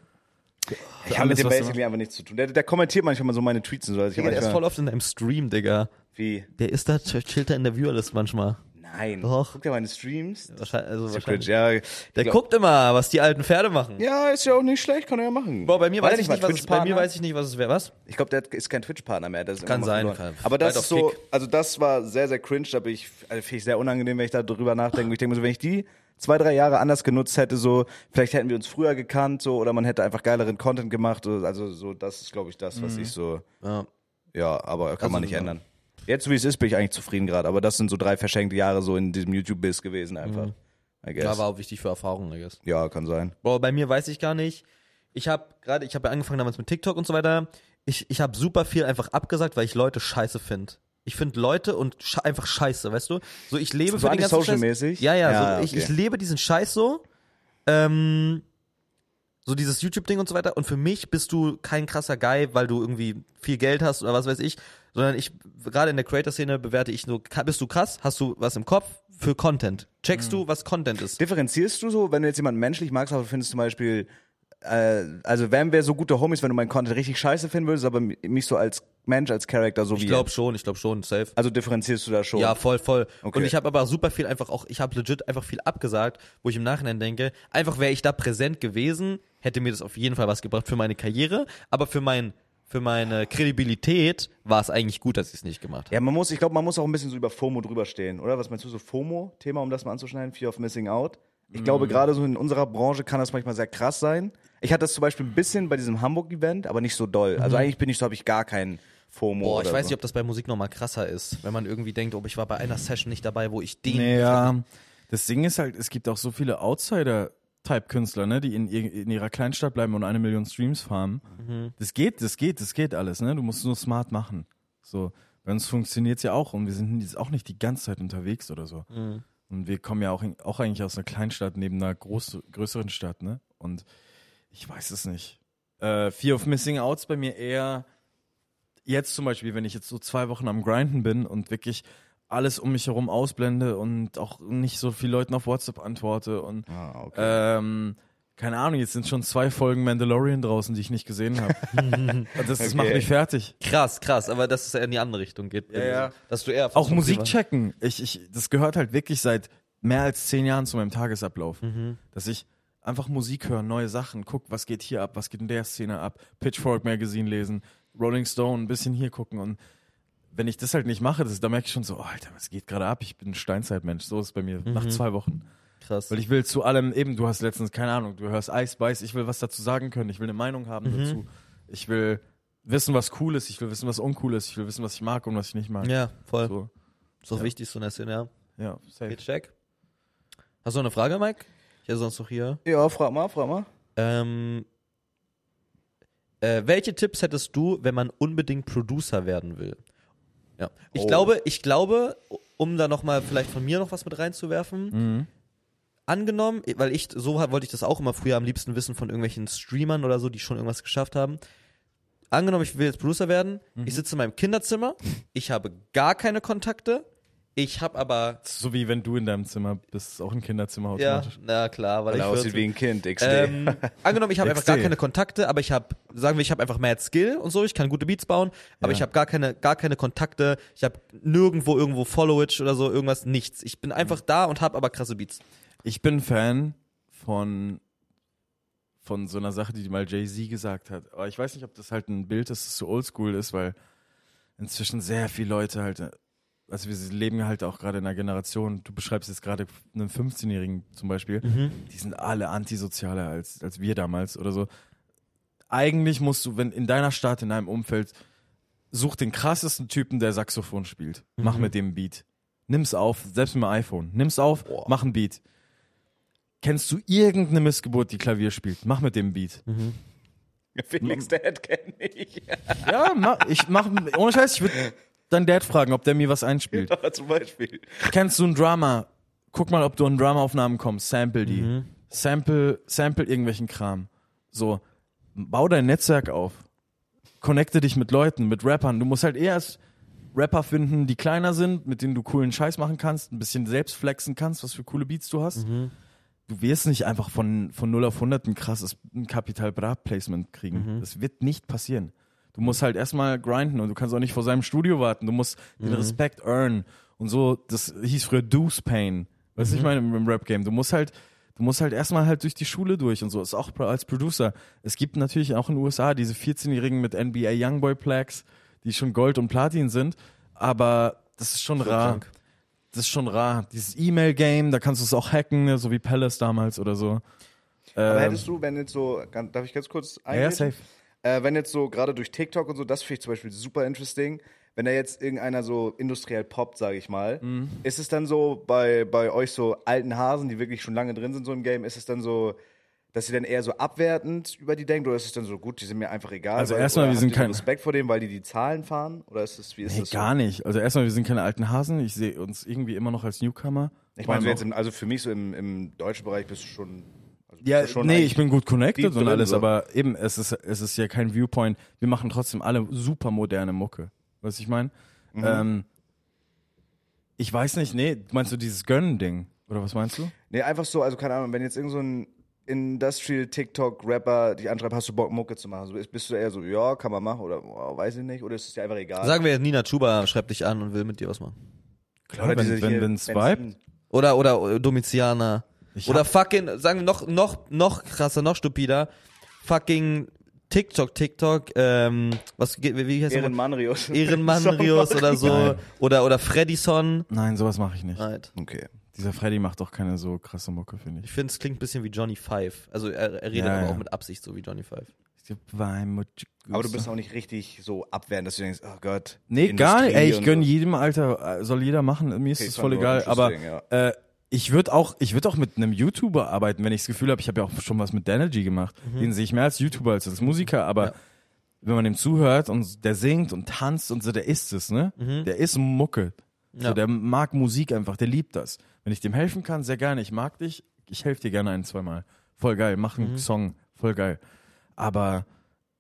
Speaker 1: Ich habe mit
Speaker 3: alles,
Speaker 1: dem
Speaker 3: was du
Speaker 1: basically einfach nichts zu tun. Der, der kommentiert manchmal so meine Tweets und so. Also ich hab
Speaker 2: Digga, der ist
Speaker 1: manchmal-
Speaker 2: voll oft in deinem Stream, Digga.
Speaker 1: wie?
Speaker 2: Der ist da, ch- chillt da in der Viewerlist manchmal.
Speaker 1: Nein.
Speaker 2: Doch.
Speaker 1: Guckt er meine Streams?
Speaker 2: Wahrscheinlich, also
Speaker 1: Das ist
Speaker 2: wahrscheinlich.
Speaker 1: ja cringe, ja. Ich
Speaker 2: Der
Speaker 1: glaub-
Speaker 2: guckt immer, was die alten Pferde machen.
Speaker 1: Ja, ist ja auch nicht schlecht, kann er ja machen.
Speaker 2: Boah, bei mir
Speaker 1: War
Speaker 2: weiß
Speaker 1: der
Speaker 2: ich
Speaker 1: mal
Speaker 2: nicht, was es, bei mir
Speaker 1: Twitch-Partner?
Speaker 2: weiß ich nicht, was es wäre. Was?
Speaker 1: Ich glaube, der hat- ist kein Twitch-Partner mehr. Das ist
Speaker 2: Kann
Speaker 1: immer
Speaker 2: sein,
Speaker 1: verloren.
Speaker 2: kann-
Speaker 1: Aber das
Speaker 2: weit
Speaker 1: ist
Speaker 2: auf
Speaker 1: so,
Speaker 2: Kick.
Speaker 1: also das war sehr, sehr cringe. Da bin ich, also finde ich sehr unangenehm, wenn ich da drüber nachdenke. Ich denke mir so, wenn ich die zwei, drei Jahre anders genutzt hätte, so, vielleicht hätten wir uns früher gekannt, so, oder man hätte einfach geileren Content gemacht. so. Also so, das ist, glaube ich, das, was ich so,
Speaker 2: Ja.
Speaker 1: ja, aber kann man
Speaker 2: Mhm. Also,
Speaker 1: nicht
Speaker 2: ja.
Speaker 1: ändern. Jetzt, wie es ist, bin ich eigentlich zufrieden gerade. Aber das sind so drei verschenkte Jahre so in diesem YouTube-Biss gewesen einfach. I
Speaker 2: Da
Speaker 1: guess.
Speaker 2: war auch wichtig für Erfahrungen, I guess.
Speaker 1: Ja, kann sein.
Speaker 2: Boah, bei mir weiß ich gar nicht. Ich habe gerade, ich habe ja angefangen damals mit TikTok und so weiter. Ich, ich habe super viel einfach abgesagt, weil ich Leute scheiße finde. Ich finde Leute und sche einfach scheiße, weißt du? So, ich lebe
Speaker 1: So
Speaker 2: für den ganzen Scheiß.
Speaker 1: antisocial-mäßig?
Speaker 2: Ja, ja,
Speaker 1: Ja,
Speaker 2: so, ich,
Speaker 1: okay.
Speaker 2: ich lebe diesen Scheiß so. Ähm, so dieses YouTube-Ding und so weiter. Und für mich bist du kein krasser Guy, weil du irgendwie viel Geld hast oder was weiß ich. Sondern ich, gerade in der Creator-Szene bewerte ich nur, ka- bist du krass? Hast du was im Kopf für Content? Checkst
Speaker 1: Hm.
Speaker 2: du, was Content ist?
Speaker 1: Differenzierst du so, wenn du jetzt jemanden menschlich magst, aber findest zum Beispiel, äh, also wären wir so gute Homies, wenn du meinen Content richtig scheiße finden würdest, aber mi- mich so als Mensch, als Charakter so wie.
Speaker 2: Ich glaube schon, ich glaube schon, safe.
Speaker 1: Also differenzierst du da schon.
Speaker 2: Ja, voll, voll.
Speaker 1: Okay.
Speaker 2: Und ich habe aber super viel einfach auch, ich habe legit einfach viel abgesagt, wo ich im Nachhinein denke, einfach wäre ich da präsent gewesen, hätte mir das auf jeden Fall was gebracht für meine Karriere, aber für mein für meine Kredibilität war es eigentlich gut, dass ich es nicht gemacht habe.
Speaker 1: Ja, man muss, ich glaube, man muss auch ein bisschen so über FOMO drüber stehen, oder? Was meinst du, so FOMO-Thema, um das mal anzuschneiden? Fear of Missing Out. Ich
Speaker 2: Mhm.
Speaker 1: glaube, gerade so in unserer Branche kann das manchmal sehr krass sein. Ich hatte das zum Beispiel ein bisschen bei diesem Hamburg-Event, aber nicht so doll. Also eigentlich bin ich so, habe ich gar keinen FOMO.
Speaker 2: Mhm. Boah, ich
Speaker 1: oder
Speaker 2: weiß
Speaker 1: so.
Speaker 2: nicht, ob das bei Musik nochmal krasser ist, wenn man irgendwie denkt, ob ich war bei einer Session nicht dabei, wo ich den.
Speaker 3: Naja, das Ding ist halt, es gibt auch so viele Outsider-Type-Künstler, ne, die in, ihr- in ihrer Kleinstadt bleiben und eine Million Streams farmen. Das geht, das geht, das geht alles, ne? Du musst es nur smart machen. So, bei uns funktioniert's ja auch und wir sind jetzt auch nicht die ganze Zeit unterwegs oder so. Und wir kommen ja auch, in, auch eigentlich aus einer Kleinstadt neben einer groß, größeren Stadt, ne? Und ich weiß es nicht. Äh, Fear of Missing Outs bei mir eher jetzt zum Beispiel, wenn ich jetzt so zwei Wochen am Grinden bin und wirklich alles um mich herum ausblende und auch nicht so viel Leuten auf WhatsApp antworte und
Speaker 1: Ah, okay.
Speaker 3: ähm, keine Ahnung, jetzt sind schon zwei Folgen Mandalorian draußen, die ich nicht gesehen habe. das, das macht
Speaker 1: Okay.
Speaker 3: mich fertig.
Speaker 2: Krass, krass, aber dass es ja in die andere Richtung geht.
Speaker 3: Ja, ja.
Speaker 2: Dass du eher
Speaker 3: Auch Musik checken. Ich, ich, das gehört halt wirklich seit mehr als zehn Jahren zu meinem Tagesablauf. Dass ich einfach Musik höre, neue Sachen, guck, was geht hier ab, was geht in der Szene ab, Pitchfork Magazine lesen, Rolling Stone, ein bisschen hier gucken und wenn ich das halt nicht mache, das, da merke ich schon so, oh, Alter, was geht gerade ab? Ich bin ein Steinzeitmensch. So ist es bei mir nach zwei Wochen.
Speaker 2: Krass.
Speaker 3: Weil ich will zu allem, eben, du hast letztens, keine Ahnung, du hörst Ice Spice, ich will was dazu sagen können, ich will eine Meinung haben dazu. Ich will wissen, was cool ist, ich will wissen, was uncool ist, ich will wissen, was ich mag und was ich nicht mag.
Speaker 2: ja, voll.
Speaker 3: So,
Speaker 2: Ist auch wichtig so in der Szene, ja.
Speaker 3: ja, safe.
Speaker 2: Okay, check. Hast du noch eine Frage, Mike? Ich hätte sonst noch hier.
Speaker 1: Ja, frag mal, frag mal.
Speaker 2: Ähm, äh, welche Tipps hättest du, wenn man unbedingt Producer werden will? Ja. Ich
Speaker 1: Oh.
Speaker 2: glaube, ich glaube, um da nochmal vielleicht von mir noch was mit reinzuwerfen,
Speaker 3: Mhm.
Speaker 2: angenommen, weil ich, so ha- wollte ich das auch immer früher am liebsten wissen von irgendwelchen Streamern oder so, die schon irgendwas geschafft haben. Angenommen, ich will jetzt Producer werden,
Speaker 1: Mhm.
Speaker 2: ich sitze in meinem Kinderzimmer, ich habe gar keine Kontakte, ich habe aber.
Speaker 3: So wie wenn du in deinem Zimmer bist, ist auch ein Kinderzimmer
Speaker 2: Ja,
Speaker 3: automatisch.
Speaker 2: na klar, weil
Speaker 1: Weil er
Speaker 2: ich 14
Speaker 1: aussieht wie ein Kind, XD.
Speaker 2: ähm, angenommen, ich habe einfach
Speaker 3: XD.
Speaker 2: gar keine Kontakte, aber ich habe, sagen wir, ich habe einfach mehr Skill und so, ich kann gute Beats bauen, aber
Speaker 3: Ja.
Speaker 2: ich habe gar keine, gar keine Kontakte, ich habe nirgendwo irgendwo Followage oder so, irgendwas, nichts. Ich bin einfach da und habe aber krasse Beats.
Speaker 3: Ich bin Fan von, von so einer Sache, die mal Jay-Z gesagt hat. Aber ich weiß nicht, ob das halt ein Bild ist, das so oldschool ist, weil inzwischen sehr viele Leute halt, also wir leben halt auch gerade in einer Generation, du beschreibst jetzt gerade einen 15-Jährigen zum Beispiel, die sind alle antisozialer als, als wir damals oder so. Eigentlich musst du, wenn in deiner Stadt, in deinem Umfeld, such den krassesten Typen, der Saxophon spielt. Mach mit dem ein Beat. Nimm's auf, selbst mit dem iPhone. Nimm's auf, mach ein Beat. Kennst du irgendeine Missgeburt, die Klavier spielt? Mach mit dem Beat.
Speaker 1: Felix Dad kenne ich.
Speaker 3: Ja, ma, ich mach, ohne Scheiß, ich würde deinen Dad fragen, ob der mir was einspielt.
Speaker 1: Ja, zum Beispiel.
Speaker 3: Kennst du ein Drama? Guck mal, ob du an Drama-Aufnahmen kommst. Sample die. Sample, sample irgendwelchen Kram. So, bau dein Netzwerk auf. Connecte dich mit Leuten, mit Rappern. Du musst halt erst Rapper finden, die kleiner sind, mit denen du coolen Scheiß machen kannst, ein bisschen selbst flexen kannst, was für coole Beats du hast. Du wirst nicht einfach von, von 0 auf 100 ein krasses Kapital Bra Placement kriegen. Das wird nicht passieren. Du musst halt erstmal grinden und du kannst auch nicht vor seinem Studio warten. Du musst den Respekt earn. Und so, das hieß früher Deuce Pain. Weißt du, ich meine, im Rap-Game. Du musst halt, du musst halt erstmal halt durch die Schule durch und so. Ist auch pro- als Producer. Es gibt natürlich auch in den USA diese 14-Jährigen mit NBA Youngboy Plaques, die schon Gold und Platin sind. Aber das ist schon rar.
Speaker 2: krank.
Speaker 3: Das ist schon rar. Dieses E-Mail-Game, da kannst du es auch hacken, ne? so wie Palace damals oder so.
Speaker 1: Aber hättest du, wenn jetzt so, kann- darf ich ganz kurz
Speaker 3: Ähm. ja, ja,
Speaker 1: eingehen?
Speaker 3: safe.
Speaker 1: Äh, wenn jetzt so gerade durch TikTok und so, das finde ich zum Beispiel super interesting. Wenn da jetzt irgendeiner so industriell poppt, sage ich mal,
Speaker 3: Mhm.
Speaker 1: ist es dann so bei, bei euch so alten Hasen, die wirklich schon lange drin sind so im Game, ist es dann so, dass ihr dann eher so abwertend über die denkt oder ist es dann so gut, die sind mir einfach egal?
Speaker 3: Also
Speaker 1: weil-
Speaker 3: erstmal,
Speaker 1: oder
Speaker 3: wir
Speaker 1: habt
Speaker 3: sind
Speaker 1: ihr so
Speaker 3: kein-
Speaker 1: Respekt vor dem, weil die die Zahlen fahren oder ist es wie ist
Speaker 3: Nee,
Speaker 1: das?
Speaker 3: gar
Speaker 1: so?
Speaker 3: nicht. Also erstmal, wir sind keine alten Hasen. Ich sehe uns irgendwie immer noch als Newcomer.
Speaker 1: Ich
Speaker 3: Vor
Speaker 1: meine,
Speaker 3: allem
Speaker 1: so jetzt
Speaker 3: auch-
Speaker 1: im, also für mich so im, im deutschen Bereich bist du schon. Also bist
Speaker 3: Ja,
Speaker 1: du schon
Speaker 3: nee,
Speaker 1: eigentlich-
Speaker 3: ich bin gut
Speaker 1: deep
Speaker 3: connected und
Speaker 1: drin,
Speaker 3: alles,
Speaker 1: so.
Speaker 3: aber eben, es ist, es ist ja kein Viewpoint. Wir machen trotzdem alle super moderne Mucke. Weißt du, ich meine?
Speaker 1: Mhm.
Speaker 3: Ähm, ich weiß nicht, nee, meinst du dieses Gönnen-Ding? Oder was meinst du?
Speaker 1: Nee, einfach so, also keine Ahnung, wenn jetzt irgend so ein Industrial-TikTok-Rapper dich anschreibt, hast du Bock, Mucke zu machen? So, ist- bist du eher so, ja, kann man machen oder oh, weiß ich nicht, oder ist es dir einfach
Speaker 3: Ah.
Speaker 1: egal?
Speaker 2: Sagen wir, Nina Chuba schreibt dich an und will mit dir was machen.
Speaker 3: Klar,
Speaker 1: oder
Speaker 3: wenn es wenn, wenn's vibet.
Speaker 2: Oder, oder Domitianer.
Speaker 3: Ich
Speaker 2: Oder
Speaker 3: hab-
Speaker 2: fucking, sagen wir noch, noch, noch krasser, noch stupider. Fucking TikTok, TikTok, ähm, was, ge- wie, wie heißt der?
Speaker 1: Ehrenmanrius.
Speaker 2: Ehrenmanrios oder so.
Speaker 3: Nein.
Speaker 2: Oder, oder Freddyson.
Speaker 3: Nein, sowas mache ich nicht.
Speaker 2: Right.
Speaker 1: Okay.
Speaker 3: Dieser Freddy macht doch keine so krasse Mucke, finde
Speaker 2: Ich
Speaker 3: ich.
Speaker 2: finde, es klingt ein bisschen wie Johnny Five. Also er, er redet
Speaker 3: Ja,
Speaker 2: aber
Speaker 3: ja.
Speaker 2: auch mit Absicht so wie Johnny Five.
Speaker 1: Aber du bist auch nicht richtig so abwehrend, dass du denkst, oh Gott.
Speaker 3: Nee, gar nicht. Ey, ich
Speaker 1: gönn
Speaker 3: gönn jedem Alter, äh, soll jeder machen. Mir ist
Speaker 1: Okay, ich
Speaker 3: es voll
Speaker 1: fand
Speaker 3: egal.
Speaker 1: nur
Speaker 3: Aber
Speaker 1: interesting,
Speaker 3: äh, ich würde auch, ich würd auch mit einem YouTuber arbeiten, wenn ich das Gefühl habe, ich habe ja auch schon was mit Danergy gemacht.
Speaker 1: Mhm.
Speaker 3: Den sehe ich mehr als YouTuber als als Musiker, aber
Speaker 2: Ja.
Speaker 3: wenn man dem zuhört und der singt und tanzt und so, der ist es, ne?
Speaker 1: Mhm.
Speaker 3: Der ist Mucke.
Speaker 2: Ja.
Speaker 3: So, der mag Musik einfach, der liebt das. Wenn ich dem helfen kann, sehr gerne. Ich mag dich, ich helfe dir gerne ein, zweimal. Voll geil, mach
Speaker 1: Mhm.
Speaker 3: einen Song, voll geil. Aber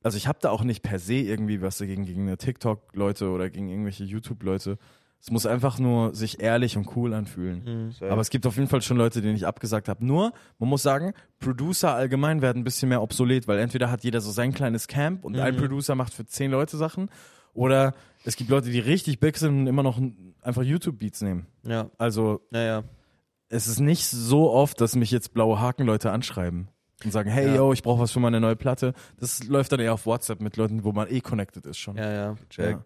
Speaker 3: also ich habe da auch nicht per se irgendwie was dagegen gegen eine TikTok-Leute oder gegen irgendwelche YouTube-Leute. Es muss einfach nur sich ehrlich und cool anfühlen.
Speaker 1: Safe.
Speaker 3: Aber es gibt auf jeden Fall schon Leute, denen ich abgesagt habe. Nur, man muss sagen, Producer allgemein werden ein bisschen mehr obsolet, weil entweder hat jeder so sein kleines Camp und ein Producer macht für zehn Leute Sachen oder es gibt Leute, die richtig big sind und immer noch einfach YouTube-Beats nehmen.
Speaker 2: Ja,
Speaker 3: Also
Speaker 2: naja.
Speaker 3: es ist nicht so oft, dass mich jetzt blaue Hakenleute anschreiben und sagen, hey
Speaker 2: Ja.
Speaker 3: yo, ich brauche was für meine neue Platte. Das läuft dann eher auf WhatsApp mit Leuten, wo man eh connected ist schon.
Speaker 2: Ja, ja.
Speaker 1: Check.
Speaker 2: Äh,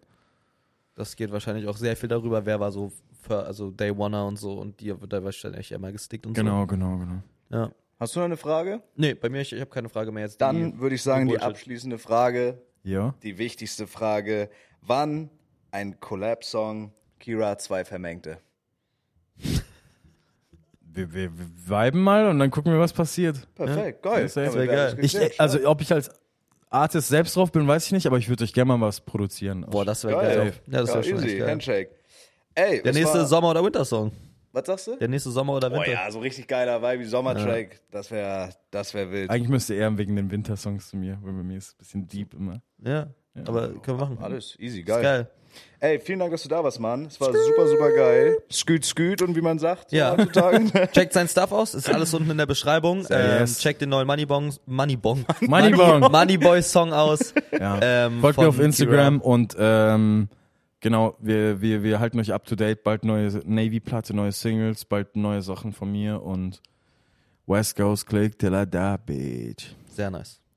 Speaker 2: Das geht wahrscheinlich auch sehr viel darüber, wer war so, für, also Day Oneer und so und die wird da wahrscheinlich immer gestickt und
Speaker 3: Genau, genau, genau.
Speaker 2: so. Ja.
Speaker 1: Hast du noch eine Frage?
Speaker 2: Nee, bei mir, ich, ich habe keine Frage mehr jetzt.
Speaker 1: Dann
Speaker 2: Die-
Speaker 1: würde ich sagen, die
Speaker 2: Bullshit.
Speaker 1: abschließende Frage,
Speaker 3: Ja.
Speaker 1: die wichtigste Frage. Wann ein Collab-Song Kira 2 vermengte?
Speaker 3: Wir, wir, wir viben mal und dann gucken wir, was passiert.
Speaker 1: Perfekt, geil.
Speaker 3: das wär-
Speaker 1: Damit
Speaker 2: wär
Speaker 1: wär
Speaker 2: geil.
Speaker 1: ich geklärt.
Speaker 3: Ich, also, ob ich als Artist selbst drauf bin, weiß ich nicht, aber ich würde euch gerne mal was produzieren.
Speaker 2: Boah, das wäre
Speaker 1: Geil.
Speaker 2: geil. Ja, das wäre schon
Speaker 1: easy,
Speaker 2: echt geil.
Speaker 1: Handshake. Ey,
Speaker 2: Der
Speaker 1: es
Speaker 2: nächste
Speaker 1: war,
Speaker 2: Sommer- oder Wintersong.
Speaker 1: Was sagst du?
Speaker 2: Der nächste Sommer- oder
Speaker 1: Oh
Speaker 2: Winter.
Speaker 1: ja, so richtig geiler Vibe, Sommertrack. Das wäre das wär wild.
Speaker 3: Eigentlich müsste er wegen den Wintersongs zu mir, weil bei mir ist ein bisschen deep immer.
Speaker 2: Ja. aber können wir machen.
Speaker 1: Alles easy,
Speaker 2: Ist
Speaker 1: geil.
Speaker 2: geil.
Speaker 1: Ey, vielen Dank, dass du da warst, Mann. Es war super, super geil. Sküt, sküt und wie man sagt.
Speaker 2: Ja.
Speaker 1: heutzutage.
Speaker 2: Checkt sein Stuff aus, ist alles unten in der Beschreibung. Ähm,
Speaker 3: yes.
Speaker 2: Checkt den neuen Moneybong, Moneybong,
Speaker 3: Moneybong.
Speaker 2: Moneyboy Song aus.
Speaker 3: Ja.
Speaker 2: Ähm,
Speaker 3: Folgt
Speaker 2: von
Speaker 3: mir auf Instagram und ähm, genau, wir, wir, wir halten euch up to date. Bald neue Navy-Platte, neue Singles, bald neue Sachen von mir und West Coast Click till I die, bitch.
Speaker 2: Kira. Sehr nice.